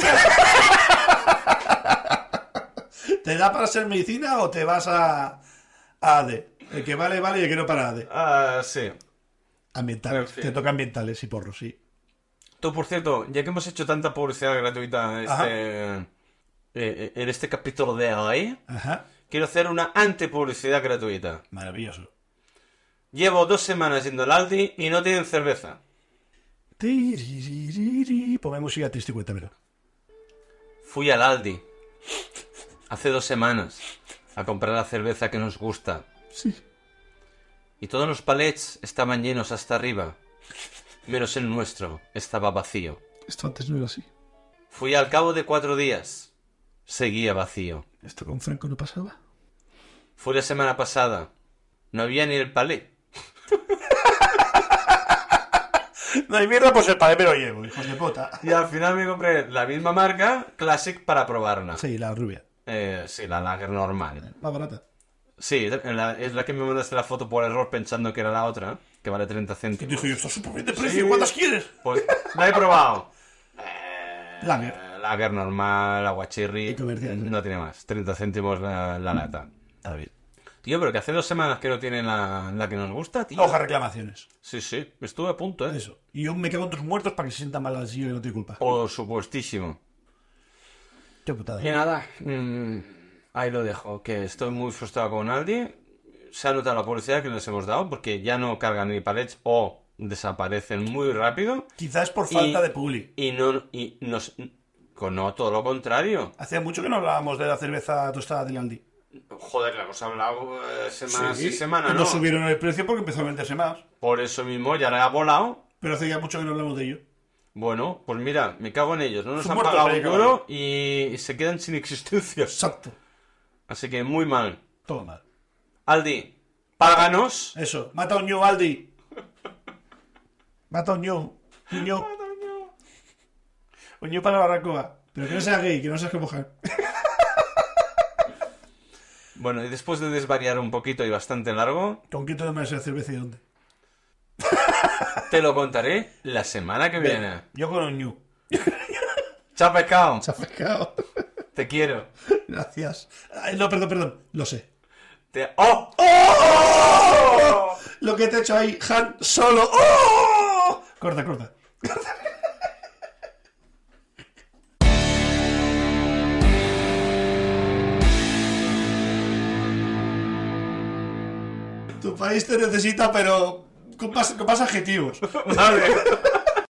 Speaker 2: ¿Te da para ser medicina o te vas a, a AD? El que vale, vale y el que no para AD.
Speaker 1: Ah, sí.
Speaker 2: Ambientales.
Speaker 1: En fin.
Speaker 2: Te toca ambientales y porros, sí.
Speaker 1: Tú, por cierto, ya que hemos hecho tanta publicidad gratuita este, eh, eh, en este capítulo de hoy,
Speaker 2: Ajá.
Speaker 1: quiero hacer una antepublicidad gratuita.
Speaker 2: Maravilloso.
Speaker 1: Llevo dos semanas yendo al Aldi y no tienen cerveza.
Speaker 2: Tiriririri. Ponme música triste y cuéntamelo.
Speaker 1: Fui al Aldi hace dos semanas a comprar la cerveza que nos gusta.
Speaker 2: Sí.
Speaker 1: Y todos los palets estaban llenos hasta arriba. Menos el nuestro, estaba vacío.
Speaker 2: Esto antes no era así.
Speaker 1: Fui al cabo de cuatro días. Seguía vacío.
Speaker 2: Esto con Franco no pasaba.
Speaker 1: Fue la semana pasada. No había ni el palet.
Speaker 2: No hay mierda, pues el padre me lo llevo, hijos de puta.
Speaker 1: Y al final me compré la misma marca, Classic, para probarla.
Speaker 2: Sí, la rubia.
Speaker 1: Eh, sí, la lager normal.
Speaker 2: Más barata.
Speaker 1: Sí, la- es la que me mandaste la foto por error pensando que era la otra, que vale 30
Speaker 2: Y
Speaker 1: céntimos.
Speaker 2: dije, yo, está súper bien de
Speaker 1: Sí.
Speaker 2: precio, ¿cuántas quieres?
Speaker 1: Pues la he probado.
Speaker 2: Lager.
Speaker 1: Eh, Lager normal, aguachirri.
Speaker 2: Y comercial.
Speaker 1: No tiene más. 30 céntimos la, la lata.
Speaker 2: A ver.
Speaker 1: Tío, pero que hace dos semanas que no tienen la, la que nos gusta, tío.
Speaker 2: Hoja reclamaciones.
Speaker 1: Sí, sí, estuve a punto, ¿eh?
Speaker 2: Eso. Y yo me cago en tus muertos para que se sientan mal al sillo y no te culpa.
Speaker 1: Por supuestísimo.
Speaker 2: Qué putada.
Speaker 1: Y nada, mm, ahí lo dejo, que estoy muy frustrado con Aldi. Se ha notado la publicidad que les hemos dado porque ya no cargan ni palets o desaparecen muy rápido.
Speaker 2: Quizás por falta
Speaker 1: Y-
Speaker 2: de publi.
Speaker 1: Y no, y nos, con no, todo lo contrario.
Speaker 2: Hacía mucho que no hablábamos de la cerveza tostada del Aldi.
Speaker 1: Joder, la hemos hablado eh, semana sí,
Speaker 2: Sí.
Speaker 1: semana, ¿no?
Speaker 2: Nos subieron el precio porque empezó a venderse más.
Speaker 1: Por eso mismo ya la ha volado.
Speaker 2: Pero hace ya mucho que no hablamos de ello.
Speaker 1: Bueno, pues mira, me cago en ellos. No nos
Speaker 2: Son
Speaker 1: han
Speaker 2: muertos,
Speaker 1: pagado un ¿eh?
Speaker 2: pero
Speaker 1: duro y se quedan sin existencias.
Speaker 2: Exacto.
Speaker 1: Así que muy mal.
Speaker 2: Todo mal.
Speaker 1: Aldi, páganos.
Speaker 2: Eso. Mata a un ñu, Aldi. Mata a un ñu. Un ñu. Un ñu para la barracoa. Pero que no sea gay, que no seas como Jan.
Speaker 1: Bueno, y después de desvariar un poquito y bastante largo,
Speaker 2: ¿Con qué tomas la cerveza y dónde?
Speaker 1: te lo contaré la semana que viene.
Speaker 2: Yo con un ñu.
Speaker 1: Chao, pescado.
Speaker 2: Se ha pescado.
Speaker 1: Te quiero.
Speaker 2: Gracias. Ay, no, perdón, perdón. Lo sé.
Speaker 1: Te... ¡Oh!
Speaker 2: Lo que te he hecho ahí, Han Solo. ¡Oh! Corta, corta. Tu país te necesita, pero con más, con más adjetivos.
Speaker 1: Vale.